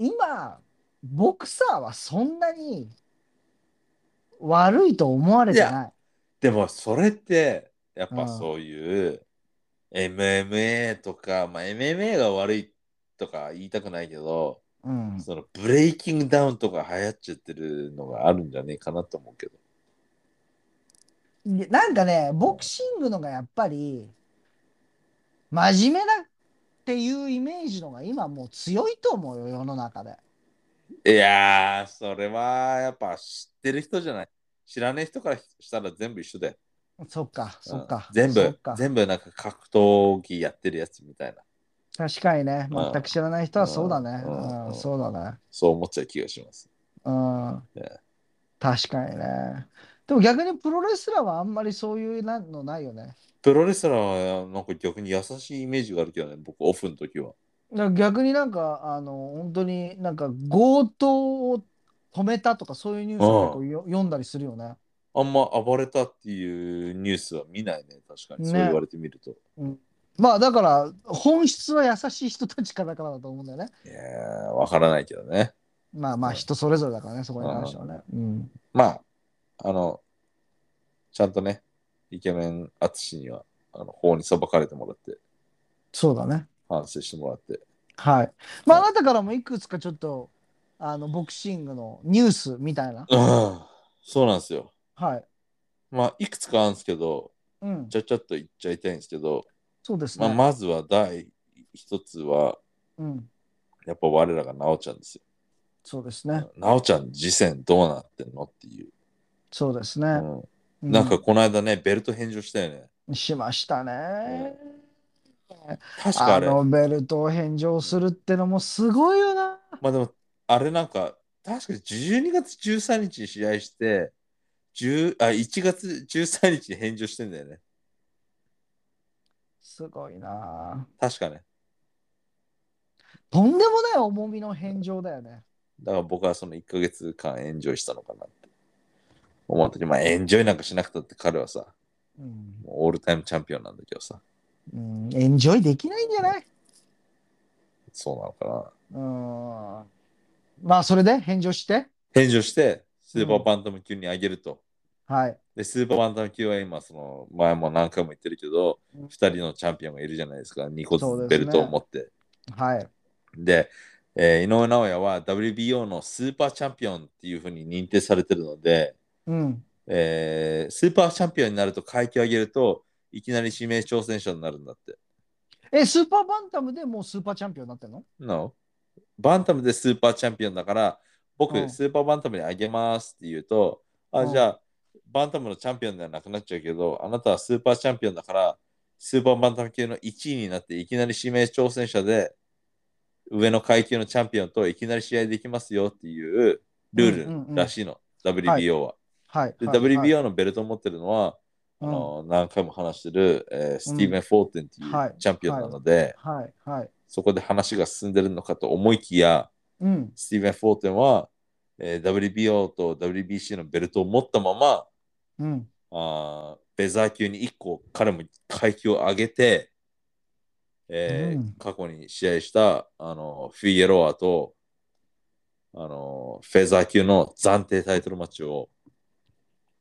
Speaker 1: 今、ボクサーはそんなに悪いと思われてない。
Speaker 2: でもそれって、やっ
Speaker 1: う
Speaker 2: ぱ
Speaker 1: ん
Speaker 2: そういう、MMA とか、まあ、MMA が悪いとか言いたくないけど、
Speaker 1: うん、
Speaker 2: そのブレイキングダウンとか流行っちゃってるのがあるんじゃねえかなと思うけど。
Speaker 1: でなんかね、ボクシングのがやっぱり、真面目だっていうイメージのが今もう強いと思うよ、世の中で。
Speaker 2: いやー、それはやっぱ知ってる人じゃない。知らない人からしたら全部一緒だよ。
Speaker 1: そっか、そっか
Speaker 2: う。ん全
Speaker 1: そっ
Speaker 2: 部
Speaker 1: か、
Speaker 2: 全部なんか格闘技やってるやつみたいな。
Speaker 1: 確かにね、
Speaker 2: うん
Speaker 1: 全く知らない人はそうだね。
Speaker 2: うん
Speaker 1: うん、そうだね。
Speaker 2: そう思っちゃう気がします。
Speaker 1: うん
Speaker 2: ね。
Speaker 1: 確かにね。でも逆にプロレスラーはあんまりそういうなんのないよね。
Speaker 2: プロレスラーはなんか逆に優しいイメージがあるけどね、僕オフの時は。
Speaker 1: だから逆になんか、あの、本当になんか強盗を止めたとかそういうニュースを結構よ読んだりするよね。
Speaker 2: あんま暴れたっていうニュースは見ないね、確かに。
Speaker 1: ね
Speaker 2: そう言われてみると。
Speaker 1: まあだから本質は優しい人たちからだからだと思うんだよね。
Speaker 2: いやー、わからないけどね。
Speaker 1: まあまあ人それぞれだからね、そこに関してはね。うん。
Speaker 2: まあ、あの、ちゃんとね、イケメン淳には、あの法に裁かれてもらって、
Speaker 1: そうだね。
Speaker 2: 反省してもらって。
Speaker 1: はい。まああなたからもいくつかちょっと、あの、ボクシングのニュースみたいな。
Speaker 2: うん、そうなんですよ。
Speaker 1: はい。
Speaker 2: まあ、いくつかあるんですけど、
Speaker 1: うん
Speaker 2: ち。ゃちゃっと言っちゃいたいんですけど、
Speaker 1: そうです
Speaker 2: まあ、
Speaker 1: ね。
Speaker 2: まずは第一つは、
Speaker 1: うん。
Speaker 2: やっぱ我らがなおちゃんですよ。
Speaker 1: そうですね。
Speaker 2: なおちゃん、次戦どうなってんのっていう。
Speaker 1: そうですね。
Speaker 2: う、
Speaker 1: うんん
Speaker 2: なんかこの間ね、ベルト返上したよね。
Speaker 1: しましたね。
Speaker 2: 確か
Speaker 1: あ
Speaker 2: あれ、
Speaker 1: のベルトを返上するってのもすごいよな。
Speaker 2: まあでも、あれなんか、確か12月13日に試合して、10あ1月13日に返上してんだよね。
Speaker 1: すごいな。
Speaker 2: 確かね。
Speaker 1: とんでもない重みの返上だよね。
Speaker 2: だから僕はその1ヶ月間エンジョイしたのかなって思うとき、まあエンジョイなんかしなくたって彼はさ、
Speaker 1: うん
Speaker 2: もうオールタイムチャンピオンなんだけどさ、
Speaker 1: うん、エンジョイできないんじゃない
Speaker 2: そうなのかな。
Speaker 1: うん。まあ、それで返上して。
Speaker 2: 返上して、スーパーバンタム級に上げると。
Speaker 1: はい。
Speaker 2: で、スーパーバンタム級は今、その前も何回も言ってるけど、
Speaker 1: うん
Speaker 2: 2人のチャンピオンがいるじゃないですか、2個
Speaker 1: そう
Speaker 2: ずつ
Speaker 1: で
Speaker 2: ベ
Speaker 1: すね
Speaker 2: ルトを持って。
Speaker 1: はい。
Speaker 2: で、えー井上尚弥は WBO のスーパーチャンピオンっていうふうに認定されてるので、
Speaker 1: うん。
Speaker 2: えースーパーチャンピオンになると階級上げると、いきなり指名挑戦者になるんだって。
Speaker 1: え、スーパーバンタムでもうスーパーチャンピオンになってんの
Speaker 2: No? バンタムでスーパーチャンピオンだから、僕、
Speaker 1: うん
Speaker 2: スーパーバンタムにあげますって言うと、あ、
Speaker 1: うん
Speaker 2: じゃあ、バンタムのチャンピオンではなくなっちゃうけど、あなたはスーパーチャンピオンだから、スーパーバンタム級の1位になって、いきなり指名挑戦者で、上の階級のチャンピオンといきなり試合できますよっていうル
Speaker 1: うんうんうん
Speaker 2: ールらしいの、WBO は。
Speaker 1: はい。
Speaker 2: で、
Speaker 1: はい
Speaker 2: WBO のベルトを持ってるのは、あ
Speaker 1: は
Speaker 2: の何回も話してる、えースティーブン・フォーテンってい
Speaker 1: はいう
Speaker 2: チャンピオンなので、
Speaker 1: い。はい。はい。
Speaker 2: そこで話が進んでるのかと思いきや、
Speaker 1: うん。
Speaker 2: スティーブン・フォーテンは、えー WBO と WBC のベルトを持ったまま、
Speaker 1: うん。
Speaker 2: あーベザー級に1個彼も階級を上げて、えー
Speaker 1: うん
Speaker 2: 過去に試合したあのフィエロアとあのフェザー級の暫定タイトルマッチを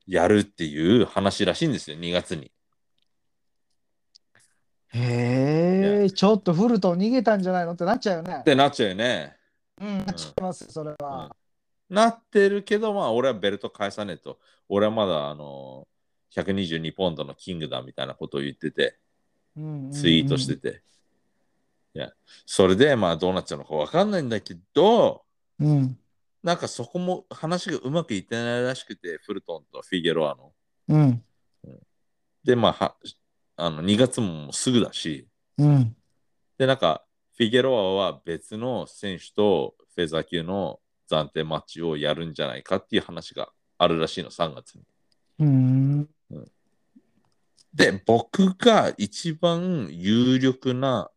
Speaker 2: やるっていう話らしいんですよ、2月に。
Speaker 1: へえ、ちょっとフルトン逃げたんじゃないのってなっちゃうよね
Speaker 2: っ。てなっちゃうよね。
Speaker 1: うん、なっちゃいます、それは。
Speaker 2: なってるけど、まあ、俺はベルト返さねえと。俺はまだ、あのー、122ポンドのキングだみたいなことを言ってて、
Speaker 1: うん
Speaker 2: ツイートして。て。いや、それで、まあ、どうなっちゃうのかわかんないんだけど、
Speaker 1: うん。
Speaker 2: なんかそこも話がうまくいってないらしくて、フルトンとフィゲロアの。
Speaker 1: うん。
Speaker 2: で、まあ、はあの2月ももうすぐだし、
Speaker 1: うん。
Speaker 2: で、なんか、フィゲロアは別の選手とフェザー級の暫定マッチをやるんじゃないかっていう話があるらしいの、3月に。
Speaker 1: うん。
Speaker 2: で、僕が一番有力な、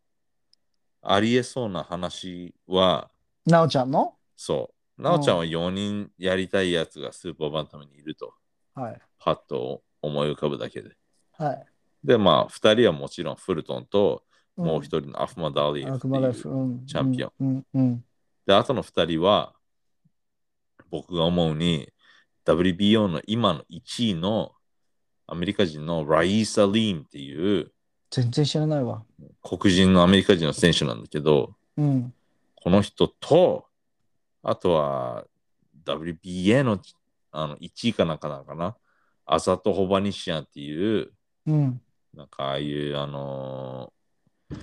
Speaker 2: ありえそうな話は、
Speaker 1: なおちゃんの
Speaker 2: そう、なおちゃんは4人やりたいやつがスーパーバンタムにいると、
Speaker 1: はい。
Speaker 2: パッと思い浮かぶだけで。
Speaker 1: はい。
Speaker 2: で、まあ、2人はもちろんフルトンと、
Speaker 1: ん
Speaker 2: もう1人のアフマ・ダーリー
Speaker 1: 悪
Speaker 2: フ
Speaker 1: 魔ライ
Speaker 2: って
Speaker 1: フ。
Speaker 2: いう。
Speaker 1: うん。
Speaker 2: チャンピオン
Speaker 1: ン。うん。うん。
Speaker 2: で、あとの2人は、僕が思うに、WBO の今の1位のアメリカ人のライーサ・リーンっていう
Speaker 1: 全然知らないわ。
Speaker 2: 黒人のアメリカ人の選手なんだけど、
Speaker 1: うん。
Speaker 2: この人と、あとは WBA のあの1位かなんかなのかな、アザト・ホバニシアンっていう、
Speaker 1: うん。
Speaker 2: なんかああいう、あのー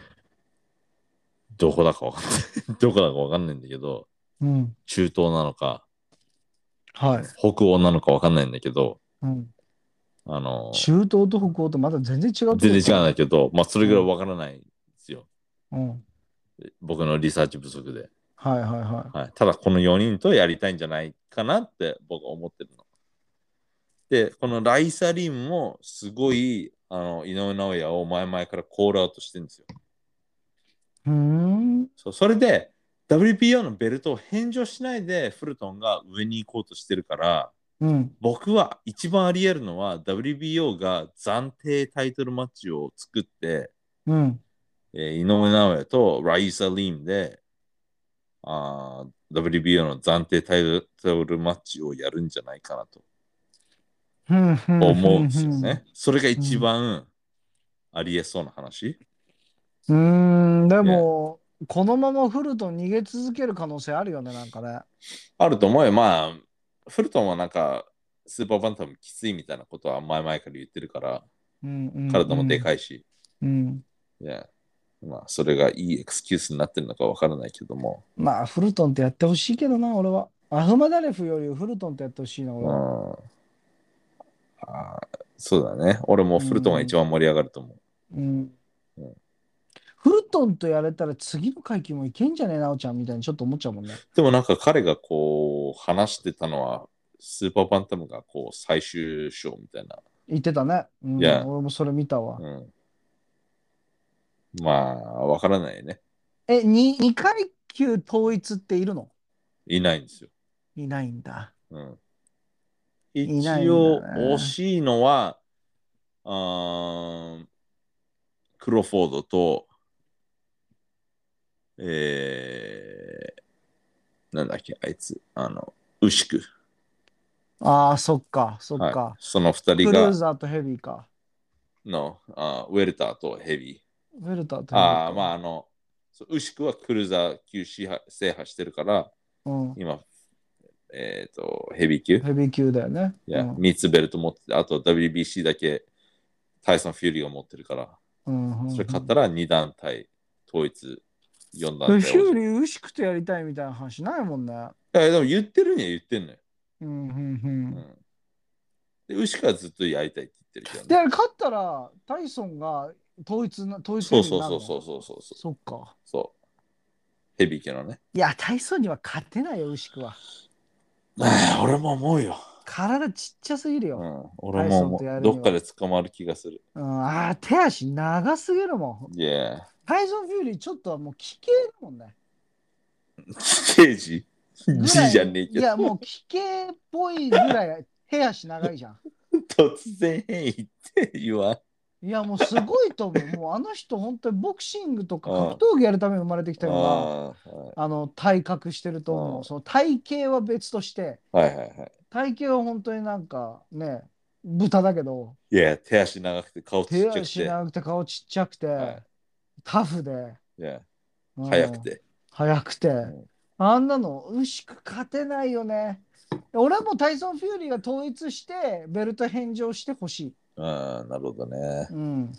Speaker 2: どこだかわかんない、 どこだかわかんないんだけど、
Speaker 1: うん。
Speaker 2: 中東なのか、
Speaker 1: はい。
Speaker 2: 北欧なのかわかんないんだけど、
Speaker 1: うん。
Speaker 2: あのー
Speaker 1: 中東と北欧とまだ全然違うとこ
Speaker 2: 全然違うんだけど、まあ、それぐらいわからないんですよ。
Speaker 1: うん。
Speaker 2: 僕のリサーチ不足で。
Speaker 1: はいはいは
Speaker 2: はい、ただこの4人とやりたいんじゃないかなって僕は思ってるの。で、このライサリンもすごいあの井上尚弥を前々からコールアウトしてるんですよ。
Speaker 1: い。うーん。
Speaker 2: そうそれで WPO のベルトを返上しないでフルトンが上に行こうとしてるから
Speaker 1: うん。
Speaker 2: 僕は一番あり得るのは WBO が暫定タイトルマッチを作って、
Speaker 1: うん。
Speaker 2: えー井上尚弥とライサリンであー WBO の暫定タイトルマッチをやるんじゃないかなと
Speaker 1: うん。
Speaker 2: 思うんですよね。それが一番ありえそうな話。
Speaker 1: うん。うーん。でも、このままフルトン逃げ続ける可能性あるよね、なんかね。
Speaker 2: あると思うよ。まあ、フルトンはなんか、スーパーバンタムきついみたいなことは前々から言ってるから、
Speaker 1: うんうん。
Speaker 2: 体もで
Speaker 1: い。
Speaker 2: かいし、
Speaker 1: うん。
Speaker 2: いやまあ、それがいいエクスキュースになってるのかわからないけども、
Speaker 1: まあ、フルトンってやってほしいけどな、俺は。アフマダレフよりフルトンってやってほしいな、
Speaker 2: う
Speaker 1: 俺
Speaker 2: ん
Speaker 1: は。
Speaker 2: あーそうだね。俺もフルトンが一番盛り上がると思う。
Speaker 1: うん
Speaker 2: うん。
Speaker 1: フルトンとやれたら次の階級もいけんじゃねえ、なおちゃんみたいにちょっと思っちゃうもんね。
Speaker 2: でもなんか彼がこう、話してたのは、スーパーバンタムがこう最終章みたいな。
Speaker 1: 言ってたね。うん、
Speaker 2: いや
Speaker 1: 俺もそれ見たわ。
Speaker 2: うん、まあ、わからないよね。
Speaker 1: え、2、二階級統一っているの
Speaker 2: いないんですよ。
Speaker 1: いないんだ。
Speaker 2: うん
Speaker 1: いないんだね
Speaker 2: 一応惜しいのはあークロフォードと、えー、なんだっけ、あいつ、あの、ウシク。
Speaker 1: ああ、そっか、そっか。
Speaker 2: はい、その二
Speaker 1: ク
Speaker 2: 人
Speaker 1: ルー
Speaker 2: が
Speaker 1: ザーとヘビーか。
Speaker 2: のあーウェルターとヘビー。
Speaker 1: ウェルターとヘビーか
Speaker 2: ああ、まああの、そうウシクはクルーザー級制覇制覇してるから、
Speaker 1: うん。
Speaker 2: 今、えっ、と、ヘビー級。
Speaker 1: ヘビー級だよね。
Speaker 2: いや、
Speaker 1: うん
Speaker 2: 3つベルト持ってて、あと WBC だけタイソン・フューリーが持ってるから、
Speaker 1: うんうん
Speaker 2: それ勝ったら2団体統一、4団
Speaker 1: フ
Speaker 2: 体
Speaker 1: ュ
Speaker 2: 王者。
Speaker 1: ーリー、牛くとやりたいみたいな話ないもんね。
Speaker 2: いやでも言ってるには言ってんのよ。
Speaker 1: うんうん
Speaker 2: う
Speaker 1: うん。
Speaker 2: ん。で、ウシカはずっとやりたいって言ってるけ
Speaker 1: で、
Speaker 2: ど、ね。
Speaker 1: 勝ったら、タイソンが統一な、統一
Speaker 2: そう
Speaker 1: ヘビー
Speaker 2: そ
Speaker 1: に
Speaker 2: う
Speaker 1: な
Speaker 2: そ
Speaker 1: る
Speaker 2: うそう
Speaker 1: の
Speaker 2: そうそうそう。
Speaker 1: そっか。
Speaker 2: そうヘビー級 のね。
Speaker 1: いや、タイソンには勝てないよ、牛くは。
Speaker 2: ああ、俺も思うよ。
Speaker 1: 体ちっちゃすぎる
Speaker 2: う
Speaker 1: よ。
Speaker 2: ん、俺も
Speaker 1: タイソンとや
Speaker 2: 思
Speaker 1: るに
Speaker 2: う。
Speaker 1: は
Speaker 2: どっかで捕まる気がする。
Speaker 1: うん、ああ、手足長すぎるもん。
Speaker 2: いや、
Speaker 1: タイソン・フューリー、ちょっとはもう危険だもんね。
Speaker 2: 刑事
Speaker 1: ぐらい
Speaker 2: ?G じゃねえけ
Speaker 1: い
Speaker 2: ど、
Speaker 1: や、もう危険っぽいぐらい、手足長いじゃん。
Speaker 2: 突然変異って言わん。
Speaker 1: いや、もうすごいと思う。もうあの人、本当にボクシングとか格闘技やるために生まれてきたような。
Speaker 2: ああー
Speaker 1: あの体格してると思
Speaker 2: う
Speaker 1: う。
Speaker 2: ん
Speaker 1: その体型は別として、
Speaker 2: はいはいはい。
Speaker 1: 体型は本当になんかね、豚だけど、
Speaker 2: いや、手足長くて顔ちっち
Speaker 1: 手
Speaker 2: ゃくて。
Speaker 1: 足長くて顔ちっちゃくて、
Speaker 2: は
Speaker 1: タフで、
Speaker 2: い、いや、
Speaker 1: うん
Speaker 2: 早く。て。
Speaker 1: 速くて
Speaker 2: ん。
Speaker 1: あんなの、牛く勝てないよね。俺はもうタイソン・フューリーが統一して、ベルト返上してほしい。
Speaker 2: うん、なるほどね。
Speaker 1: うん。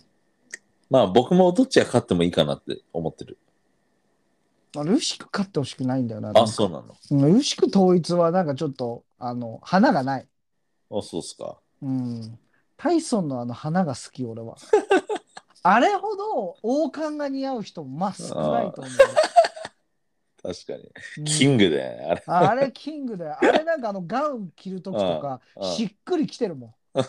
Speaker 2: まあ僕もどっちが勝ってもいいかなって思ってる。
Speaker 1: あれ、牛く勝ってほしくないんだよな。
Speaker 2: あ、そうなの。
Speaker 1: うん。牛く統一はなんかちょっと、あの、花がない。
Speaker 2: あ、そうっすか。
Speaker 1: うん。タイソンのあの花が好き、俺 は。あれほど王冠が似合う人もまあ少ないと思
Speaker 2: 確かに。
Speaker 1: う。
Speaker 2: キ
Speaker 1: うん
Speaker 2: ングだよね。あれ。
Speaker 1: あれキングだよ。あれなんかあのガウン着るときとか
Speaker 2: うんうん
Speaker 1: しっくりきてるもん。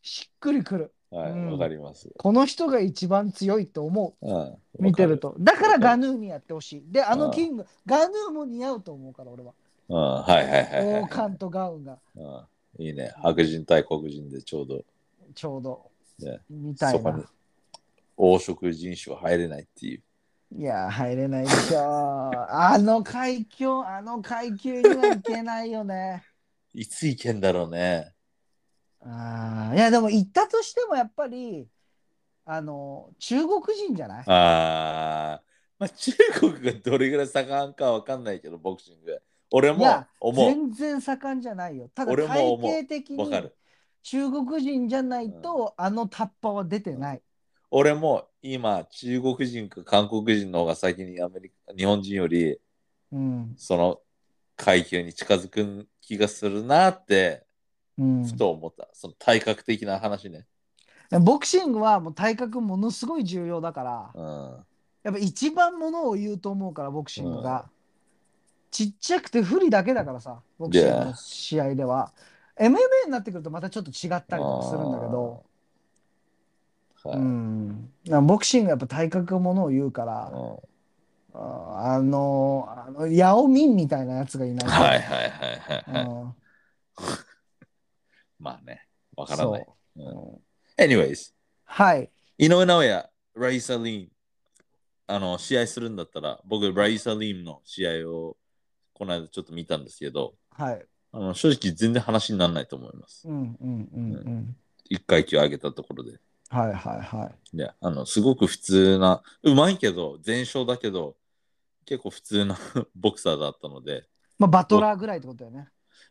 Speaker 1: しっくりくる。
Speaker 2: はい、わ、
Speaker 1: うん
Speaker 2: かります。
Speaker 1: この人が一番強いと思
Speaker 2: うん。
Speaker 1: う。見てる
Speaker 2: と。
Speaker 1: と。だからガヌーにやってほしい。で、あのキング、ガヌーも似合うと思うから俺は。
Speaker 2: うん、はいはいはい、はい
Speaker 1: 王冠とガウンが
Speaker 2: うん。いいね。白人対黒人でちょうど
Speaker 1: ちょうど
Speaker 2: ね。
Speaker 1: みた
Speaker 2: そ
Speaker 1: い
Speaker 2: こに
Speaker 1: な。
Speaker 2: 黄色人種は入れないっていう。
Speaker 1: いや、入れないでしょ。あの階級、あの階級にはいけないよね。
Speaker 2: いつ行けんだろうね。
Speaker 1: あーいや、でも行ったとしてもやっぱり、あの、中国人じゃない
Speaker 2: ああ、まあ、中国がどれぐらい盛んかわかんないけど、ボクシング。俺
Speaker 1: い
Speaker 2: も
Speaker 1: や
Speaker 2: 思
Speaker 1: 全然盛んじゃないよ。ただ
Speaker 2: 俺も
Speaker 1: 体
Speaker 2: 思う
Speaker 1: 系的
Speaker 2: う。わか
Speaker 1: に
Speaker 2: る。
Speaker 1: 中国人じゃないと、あのタッパは出てない。
Speaker 2: 俺も今、中国人か韓国人の方が先にアメリカ、日本人より、
Speaker 1: うん。
Speaker 2: その階級に近づく気がするなって、
Speaker 1: うん、
Speaker 2: ふと思った。その体格的な話ね。
Speaker 1: ボクシングはもう体格ものすごい重要だから、
Speaker 2: うん。
Speaker 1: やっぱ一番ものを言うと思うから、ボクシングが。ちっちゃくて不利だけだからさ、ボクシングの試合では。MMA になってくるとまたちょっと違ったりとかするんだけど、
Speaker 2: は
Speaker 1: う
Speaker 2: い。
Speaker 1: ん、だからボクシングはやっぱ体格がものを言うから、
Speaker 2: うん
Speaker 1: ああの、あのヤオミンみたいなやつがいないから。
Speaker 2: はいはいはいはいはい。
Speaker 1: うん
Speaker 2: まあね、わからない。
Speaker 1: そう
Speaker 2: うん
Speaker 1: うん
Speaker 2: Anyways、
Speaker 1: はい。
Speaker 2: 井上尚弥、ライサ・リーン、あの、試合するんだったら、僕、ライサ・リーンの試合を、この間ちょっと見たんですけど、
Speaker 1: はい。
Speaker 2: あの正直全然話にならないと思います。
Speaker 1: うんうんうんうん。
Speaker 2: 一階級上げたところで。
Speaker 1: はいはいはい。
Speaker 2: で、あの、すごく普通な、うまいけど、全勝だけど、結構普通な ボクサーだったので、
Speaker 1: まあ、バトラーぐらいってことだよね。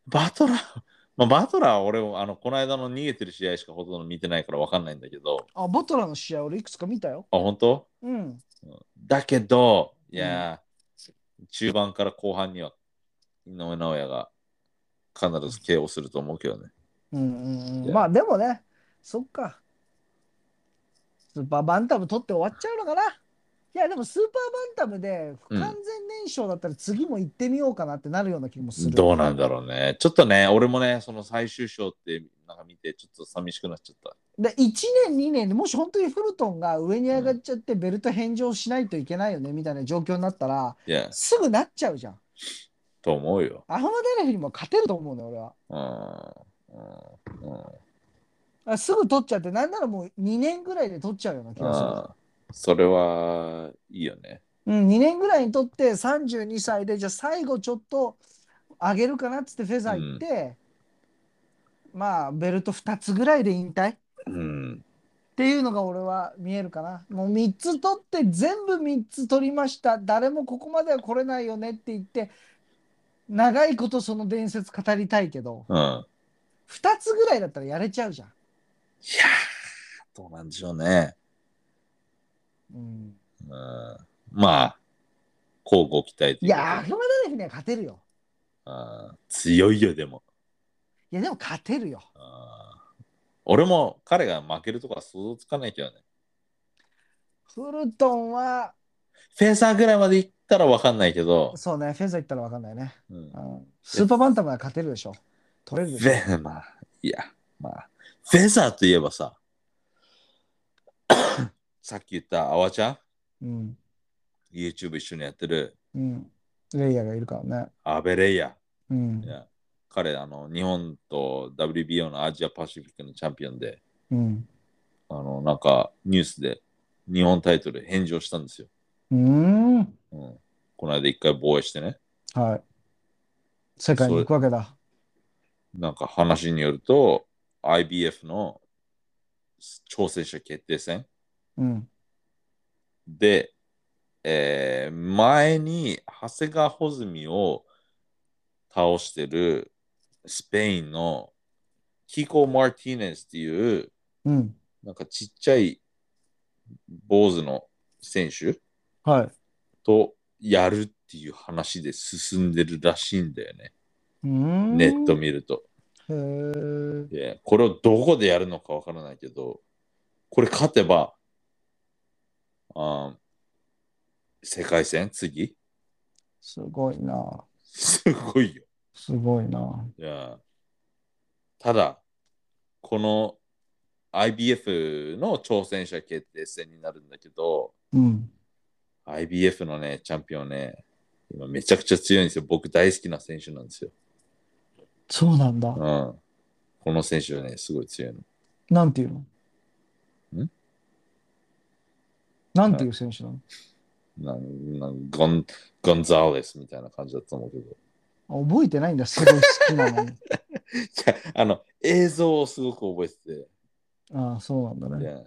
Speaker 2: バトラー、まあ、バトラーは俺も、あの、この間の逃げてる試合しかほとんど見てないからわかんないんだけど、
Speaker 1: あ、バトラーの試合俺いくつか見たよ。
Speaker 2: あ、本当
Speaker 1: うん。
Speaker 2: だけど、いやー、中盤から後半には井上尚弥が必ず KO すると思うけどね。
Speaker 1: うんうん
Speaker 2: い
Speaker 1: うん。
Speaker 2: や
Speaker 1: まあでもね、そっか。スーパーバンタム取って終わっちゃうのかな。いやでもスーパーバンタムで不完全燃焼だったら次も行ってみようかなってなるような気もする。
Speaker 2: どうなんだろうね。ちょっとね、俺もね、その最終章ってなんか見て、ちょっと寂しくなっちゃった。
Speaker 1: で1年2年でもし本当にフルトンが上に上がっちゃってベルト返上しないといけないよねみたいな状況になったら
Speaker 2: いや、
Speaker 1: すぐなっちゃうじゃん。
Speaker 2: と思うよ。
Speaker 1: アフマダレフにも勝てると思うね俺は。
Speaker 2: うん。うんうん
Speaker 1: あすぐ取っちゃって、なんならもう2年ぐらいで取っちゃうような気がする。
Speaker 2: ああそれはいいよね。
Speaker 1: うん、2年ぐらいにとって32歳で、じゃあ最後ちょっと上げるかなっつってフェザー行って、まあ、ベルト2つぐらいで引退っ
Speaker 2: うん。
Speaker 1: ていうのが俺は見えるかな。もう3つ取って、全部3つ取りました。誰もここまでは来れないよねって言って、長いことその伝説語りたいけど、
Speaker 2: うん。いや
Speaker 1: 2つぐらいだったらやれちゃうじゃん。
Speaker 2: ー、どうなんでしょうね。
Speaker 1: うん、
Speaker 2: うん、まあ、交互期待と
Speaker 1: い
Speaker 2: いうことで
Speaker 1: やー、アフマダレフには勝てるよ。
Speaker 2: あー強いよ、でも。
Speaker 1: いや、でも勝てるよ。
Speaker 2: あー俺も彼が負けるとか想像つかないけどね。
Speaker 1: フルトンは、
Speaker 2: フェザーぐらいまで行ったら分かんないけど、
Speaker 1: そうね、フェザー行ったら分かんないね。
Speaker 2: うん
Speaker 1: うんスーパーバンタムは勝てるでしょ。取れるでし
Speaker 2: フ
Speaker 1: ょ。
Speaker 2: ェまあ、いや、まあ、フェザーといえばさ、 さっき言ったあわちゃん、
Speaker 1: うん。
Speaker 2: YouTube 一緒にやってる
Speaker 1: うん。レイヤーがいるからね。
Speaker 2: アベレイヤ。
Speaker 1: うん
Speaker 2: い。や彼、あの、日本と WBO のアジアパシフィックのチャンピオンで、
Speaker 1: うん。
Speaker 2: あの、なんか、ニュースで日本タイトル返上したんですよ。
Speaker 1: うーん。
Speaker 2: うん、この間一回防衛してね。
Speaker 1: はい。世界に行くわけだ。
Speaker 2: なんか話によると、IBF の挑戦者決定戦
Speaker 1: うん。
Speaker 2: で、えー前に長谷川穂積を倒してるスペインのキコ・マーティネスっていう、
Speaker 1: うん。
Speaker 2: なんかちっちゃい坊主の選手
Speaker 1: はい。
Speaker 2: とやるっていう話で進んでるらしいんだよね。
Speaker 1: うーん。
Speaker 2: ネット見ると。
Speaker 1: へー
Speaker 2: で、これをどこでやるのかわからないけど、これ勝てば、あー世界戦次
Speaker 1: すごいな。
Speaker 2: すごいよ。
Speaker 1: すごいな。
Speaker 2: いやただ、この IBF の挑戦者決定戦になるんだけど、
Speaker 1: うん。
Speaker 2: IBF のね、チャンピオンね、今めちゃくちゃ強いんですよ。僕大好きな選手なんですよ。
Speaker 1: そうなんだ
Speaker 2: う。ん。この選手はね、すごい強いの。
Speaker 1: なんていうの
Speaker 2: ん
Speaker 1: なんていう選手なの
Speaker 2: なんなんゴンゴンザーレスみたいな感じだと思うけど。
Speaker 1: あ覚えてないんだ、すごい好きなのに。
Speaker 2: いや あの映像をすごく覚えて
Speaker 1: ああ、そうなんだ
Speaker 2: て、い
Speaker 1: ね。
Speaker 2: や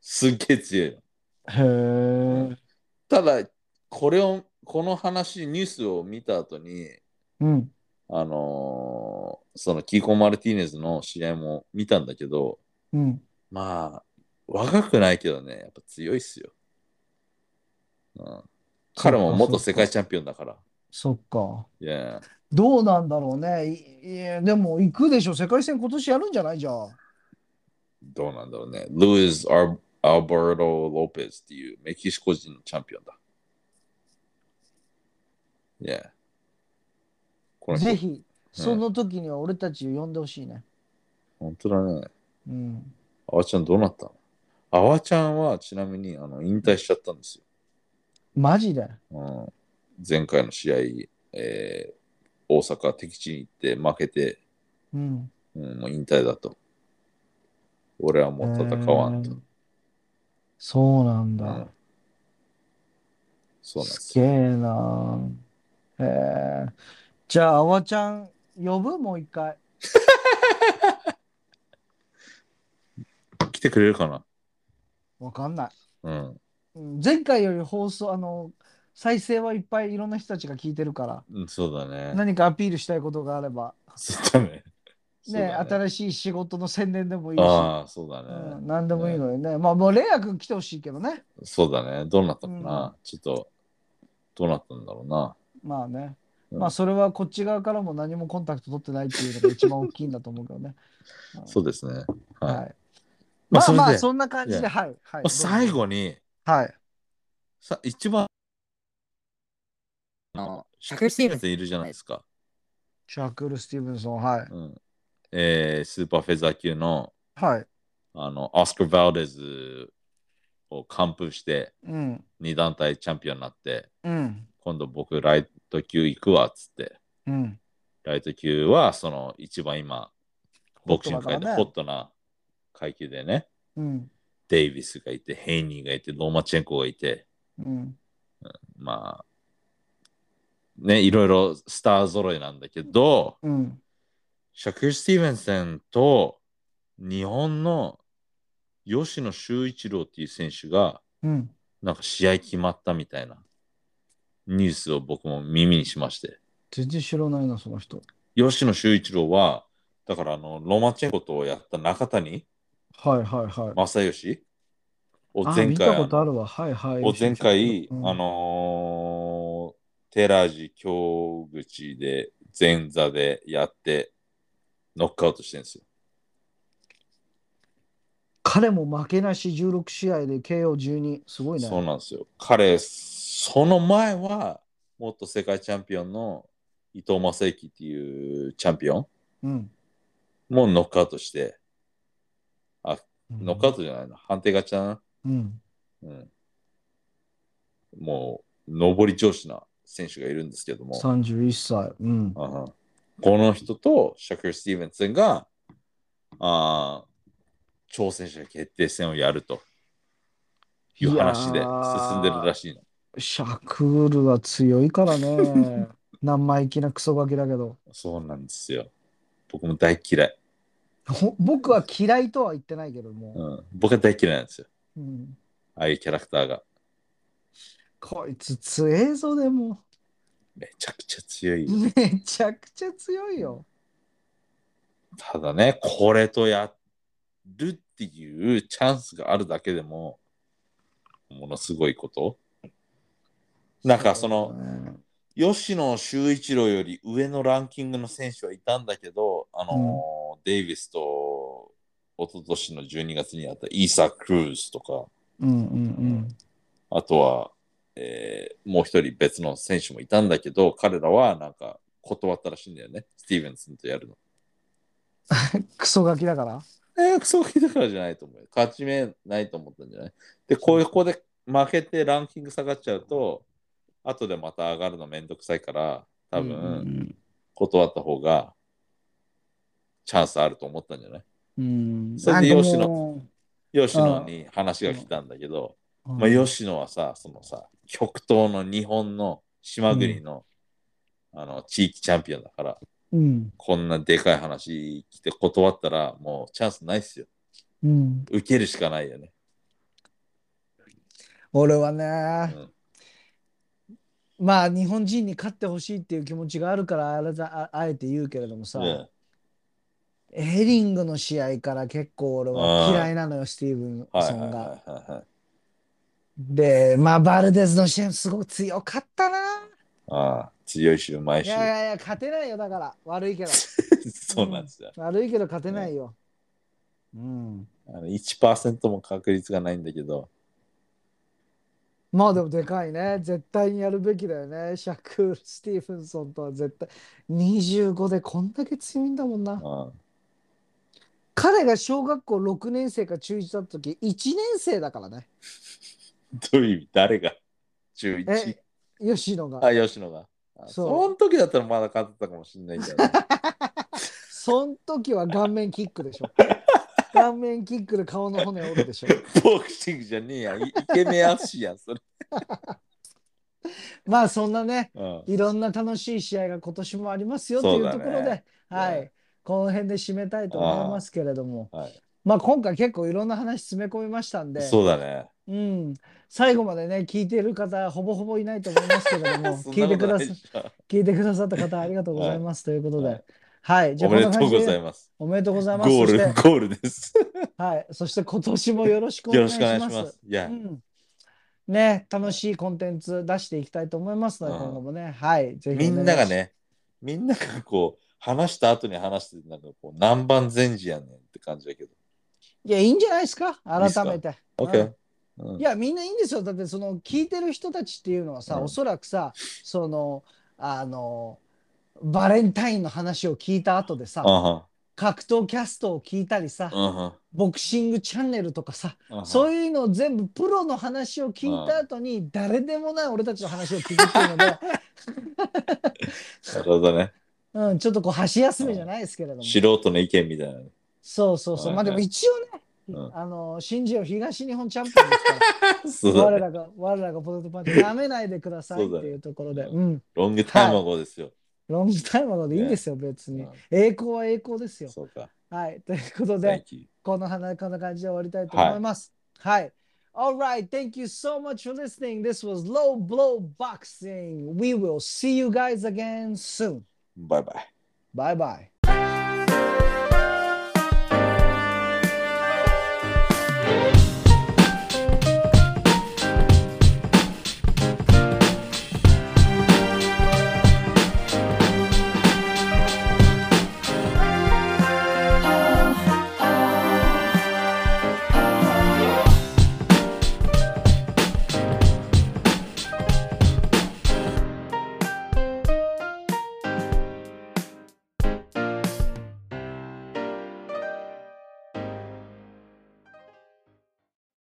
Speaker 2: すっげえ強いの。
Speaker 1: へえ。
Speaker 2: ただ、これを、この話、ニュースを見た後に、
Speaker 1: うん。
Speaker 2: あのーそのキーコ・マルティネズの試合も見たんだけど、
Speaker 1: うん。
Speaker 2: まあ、若くないけどね、やっぱ強いっすよ。うん、彼も元世界チャンピオンだから。
Speaker 1: そっか。
Speaker 2: いや、
Speaker 1: どうなんだろうね。いいや、でも行くでしょ。世界戦今年やるんじゃないじゃあ。
Speaker 2: どうなんだろうね。ルイス・アルアルバルト・ロペスっていうメキシコ人のチャンピオンだ。いや。この人
Speaker 1: ぜひ、その時には俺たちを呼んでほしいね。
Speaker 2: 本当だね。
Speaker 1: うん。
Speaker 2: あわちゃんどうなったのあわちゃんはちなみにあの引退しちゃったんです
Speaker 1: マジで。
Speaker 2: よ。うん、前回の試合、えー大阪敵地に行って負けて、
Speaker 1: うん。
Speaker 2: うん、もう引退だと。俺はもう戦わんと。
Speaker 1: へーそうなん
Speaker 2: う
Speaker 1: だ
Speaker 2: ん。そうなんですす
Speaker 1: げ
Speaker 2: よ。
Speaker 1: えな。へえ。じゃあ、あわちゃん呼ぶもう一回。
Speaker 2: 来てくれるかな
Speaker 1: わかんない。
Speaker 2: うん。
Speaker 1: うん前回より放送、あの、再生はいっぱいいろんな人たちが聞いてるから、
Speaker 2: うん、そうだ ね。
Speaker 1: 何かアピールしたいことがあれば、
Speaker 2: そうだ ね。そう
Speaker 1: ね、
Speaker 2: だ
Speaker 1: 新しい仕事の宣伝でもいいし。
Speaker 2: ああ、そうだ
Speaker 1: う
Speaker 2: ね。
Speaker 1: ん、何でもいいのにね。まあ、もう、レイヤ君来てほしいけどね。
Speaker 2: そうだね。どうなったか
Speaker 1: う
Speaker 2: な。ちょっと、どうなったんだろうな。
Speaker 1: まあね。
Speaker 2: うん
Speaker 1: まあ、それはこっち側からも何もコンタクト取ってないっていうのが一番大きいんだと思うけどね。
Speaker 2: そうですね。はい。
Speaker 1: はい。ま
Speaker 2: まあ、
Speaker 1: あ
Speaker 2: それ
Speaker 1: まあ、
Speaker 2: で、
Speaker 1: そんな感じ
Speaker 2: い
Speaker 1: で、
Speaker 2: や
Speaker 1: はい。はい
Speaker 2: まあ、最。後に、
Speaker 1: はい。
Speaker 2: さ一番、あの、シャクル・スティーブンスいるじゃないですか。
Speaker 1: シャクル・スティーブンソン、はい。
Speaker 2: うん。えースーパーフェザー級の、
Speaker 1: はい。
Speaker 2: あの、オスカー・ヴァルデズを完封して、
Speaker 1: うん。
Speaker 2: 2団体チャンピオンになって、
Speaker 1: うん。
Speaker 2: 今度僕、ライト級行くわ、っつって。
Speaker 1: うん。
Speaker 2: ライト級は、その、一番今、ボクシング界で
Speaker 1: ホ
Speaker 2: ホ
Speaker 1: ッ
Speaker 2: ットな階級でね、
Speaker 1: うん。
Speaker 2: デイビスがいて、ヘイニーがいて、ローマチェンコがいて、
Speaker 1: うん。
Speaker 2: まあ、ね、いろいろスター揃いなんだけど、
Speaker 1: うん。
Speaker 2: シャクル・スティーブンセンと日本の吉野修一郎っていう選手が、
Speaker 1: うん。
Speaker 2: なんか試合決まったみたいなニュースを僕も耳にしまして。
Speaker 1: 全然知らないな、その人。
Speaker 2: 吉野修一郎は、だからあの、ロマチェンコとやった中谷
Speaker 1: はいはいはい。
Speaker 2: 正義を
Speaker 1: あ
Speaker 2: 前
Speaker 1: 見
Speaker 2: 回、
Speaker 1: たことあるわ。はいはい。
Speaker 2: を前回、
Speaker 1: うん
Speaker 2: あのー、テラジ京口で前座でやって、ノックアウトしてるんですよ。
Speaker 1: 彼も負けなし16試合で KO12。すごいね。
Speaker 2: そうなんですよ。彼、その前は、元世界チャンピオンの伊藤正幸っていうチャンピオン
Speaker 1: うん。
Speaker 2: もノックアウトして、
Speaker 1: うん
Speaker 2: ノックアウトじゃないの、判定勝ちだな。
Speaker 1: うん。
Speaker 2: うん、もう、上り調子な選手がいるんですけども、
Speaker 1: 31歳。うん。
Speaker 2: うんうんこの人とシャクル・スティーブンソンが、あー挑戦者決定戦をやるという話で進んでるら
Speaker 1: しい
Speaker 2: しいの。
Speaker 1: やー。シャクールは強いから ね。生意気なクソガキだけど。
Speaker 2: そうなんですよ。僕も大嫌い。
Speaker 1: ほ僕は嫌いとは言ってないけども。
Speaker 2: うん、僕は大嫌いなんですよ。
Speaker 1: うん。
Speaker 2: ああいうキャラクターが。
Speaker 1: こいつ強えぞ、でも。
Speaker 2: めちゃくちゃ強いよ。
Speaker 1: めちゃくちゃ強いよ。
Speaker 2: ただね、これとやるっていうチャンスがあるだけでも、ものすごいこと。なんかその、吉野修一郎より上のランキングの選手はいたんだけど、あのーデイビスと一昨年の12月にあったイーサー・クルーズとか、
Speaker 1: うんうん
Speaker 2: あとは、えーもう一人別の選手もいたんだけど、彼らはなんか断ったらしいんだよね、スティーブンソンとやるの。
Speaker 1: うん。クソガキだから。
Speaker 2: えー、クソガキだからじゃないと思うよ。勝ち目ないと思ったんじゃないで、こういう子で負けてランキング下がっちゃうと、後でまた上がるのめんどくさいから、多分、
Speaker 1: うん
Speaker 2: 断った方がチャンスあると思ったんじゃない
Speaker 1: うん。
Speaker 2: それで吉野
Speaker 1: なんかも
Speaker 2: 吉野に話が来たんだけど、
Speaker 1: う
Speaker 2: まあ、吉野はさ、そのさ、極東の日本の島国の,、あの地域チャンピオンだから、
Speaker 1: うん
Speaker 2: こんなでかい話来て断ったらもうチャンスないっすよ。
Speaker 1: うん。
Speaker 2: 受けるしかないよね。
Speaker 1: 俺は
Speaker 2: う
Speaker 1: ね、
Speaker 2: ん、
Speaker 1: まあ日本人に勝ってほしいっていう気持ちがあるからあれだああえて言うけれどもさ、
Speaker 2: ね
Speaker 1: ヘリングの試合から結構俺は嫌いなのよ、スティーブン
Speaker 2: はいは
Speaker 1: ソ
Speaker 2: いは
Speaker 1: ン
Speaker 2: い
Speaker 1: が。
Speaker 2: はいはい。
Speaker 1: で、まあバルデスの試合もすごく強かったな。
Speaker 2: ああ強いし、うまい
Speaker 1: い
Speaker 2: し。
Speaker 1: やいやいや、勝てないよ、だから。悪いけど。
Speaker 2: そうなんですよ。
Speaker 1: 悪いけど勝てないよ。うん。
Speaker 2: あの1%も確率がないんだけど、
Speaker 1: まあでもでかいね。絶対にやるべきだよね。シャクール・スティーブンソンとは絶対。25でこんだけ強いんだもんな。
Speaker 2: うん
Speaker 1: 彼が小学校6年生か中1だった時、1年生だからね。
Speaker 2: どういう意味誰が ?11?
Speaker 1: え、吉野が。
Speaker 2: あ、吉野が。あ
Speaker 1: そう
Speaker 2: その時だったらまだ勝ってたかもしれない けど、
Speaker 1: そん時は顔面キックでし ょ。顔面キックで顔の骨折るでしょ。
Speaker 2: ボクシングじゃねえや。いイケメン足や、 それ。
Speaker 1: まあそんなね、
Speaker 2: うん
Speaker 1: いろんな楽しい試合が今年もありますよと
Speaker 2: そ
Speaker 1: いうう
Speaker 2: だね
Speaker 1: ところで、は
Speaker 2: う
Speaker 1: い、この辺で締めたいと思いますけれども、
Speaker 2: はい、
Speaker 1: まあ今回結構いろんな話詰め込みましたんで、
Speaker 2: そうだね。
Speaker 1: うん、最後までね、聞いてる方、ほぼほぼいないと思いますけれども、
Speaker 2: そん
Speaker 1: 聞
Speaker 2: な
Speaker 1: て
Speaker 2: いこと
Speaker 1: く
Speaker 2: な
Speaker 1: だ
Speaker 2: い
Speaker 1: さ
Speaker 2: でしょ
Speaker 1: 聞いてくださった方、ありがとうございますということ
Speaker 2: は
Speaker 1: で
Speaker 2: い、
Speaker 1: はい、じゃ
Speaker 2: お
Speaker 1: あこ
Speaker 2: め
Speaker 1: ん
Speaker 2: で
Speaker 1: な
Speaker 2: と
Speaker 1: 感
Speaker 2: う
Speaker 1: じ
Speaker 2: ござい
Speaker 1: で、
Speaker 2: ます。
Speaker 1: おめでとうございます。
Speaker 2: ゴー
Speaker 1: そ
Speaker 2: ル、
Speaker 1: して、
Speaker 2: ゴール です。
Speaker 1: はい、そして今年もよろしくお
Speaker 2: よ
Speaker 1: 願
Speaker 2: ろ
Speaker 1: い
Speaker 2: し
Speaker 1: し
Speaker 2: くお願いし
Speaker 1: ま
Speaker 2: ますす。。いや
Speaker 1: う、んね、楽しいコンテンツ出していきたいと思いますので、
Speaker 2: うん
Speaker 1: 今後もね、はい、ぜひお願
Speaker 2: み
Speaker 1: いし
Speaker 2: んなが、ね、みんながこう、話した後に話して、なんかこう、南蛮禅師やねんって感じだけど。
Speaker 1: いや、いいんじゃないですか、改めて。うん
Speaker 2: OK。うん
Speaker 1: いや、みんないいんですよ。だって、その、聞いてる人たちっていうのはさ、
Speaker 2: うん
Speaker 1: おそらくさ、その、あの、バレンタインの話を聞いた後でさ、
Speaker 2: うんうん
Speaker 1: 格闘キャストを聞いたりさ、
Speaker 2: うん
Speaker 1: ボクシングチャンネルとかさ、
Speaker 2: うん
Speaker 1: そういうのを全部プロの話を聞いた後に、誰でもない俺たちの話を聞くっていうの で、
Speaker 2: なるほどね。
Speaker 1: うん、ちょっとこう、箸休めじゃないですけれども。
Speaker 2: 素人の意見みたいなね。
Speaker 1: そうそうそう。まあでも一応ね、
Speaker 2: うん
Speaker 1: あの、新人を東日本チャンピオンですから。
Speaker 2: そうだ
Speaker 1: 我
Speaker 2: ね。
Speaker 1: らが、我らがポテトパンチ、舐めないでくださいっていうところで、
Speaker 2: そううだ
Speaker 1: ん。
Speaker 2: ロングタイムゴですよ。
Speaker 1: ロングタイムなのでいいんですよ、別に。栄光は栄光です
Speaker 2: う
Speaker 1: よ
Speaker 2: ん。そうか。
Speaker 1: はい。ということで、
Speaker 2: Thank you.
Speaker 1: この花、こんな感じで終わりたいと思います。はい。Alright, thank you so much for listening. This was Low Blow Boxing. We will see you guys again soon.
Speaker 2: バイバイ。
Speaker 1: Bye bye.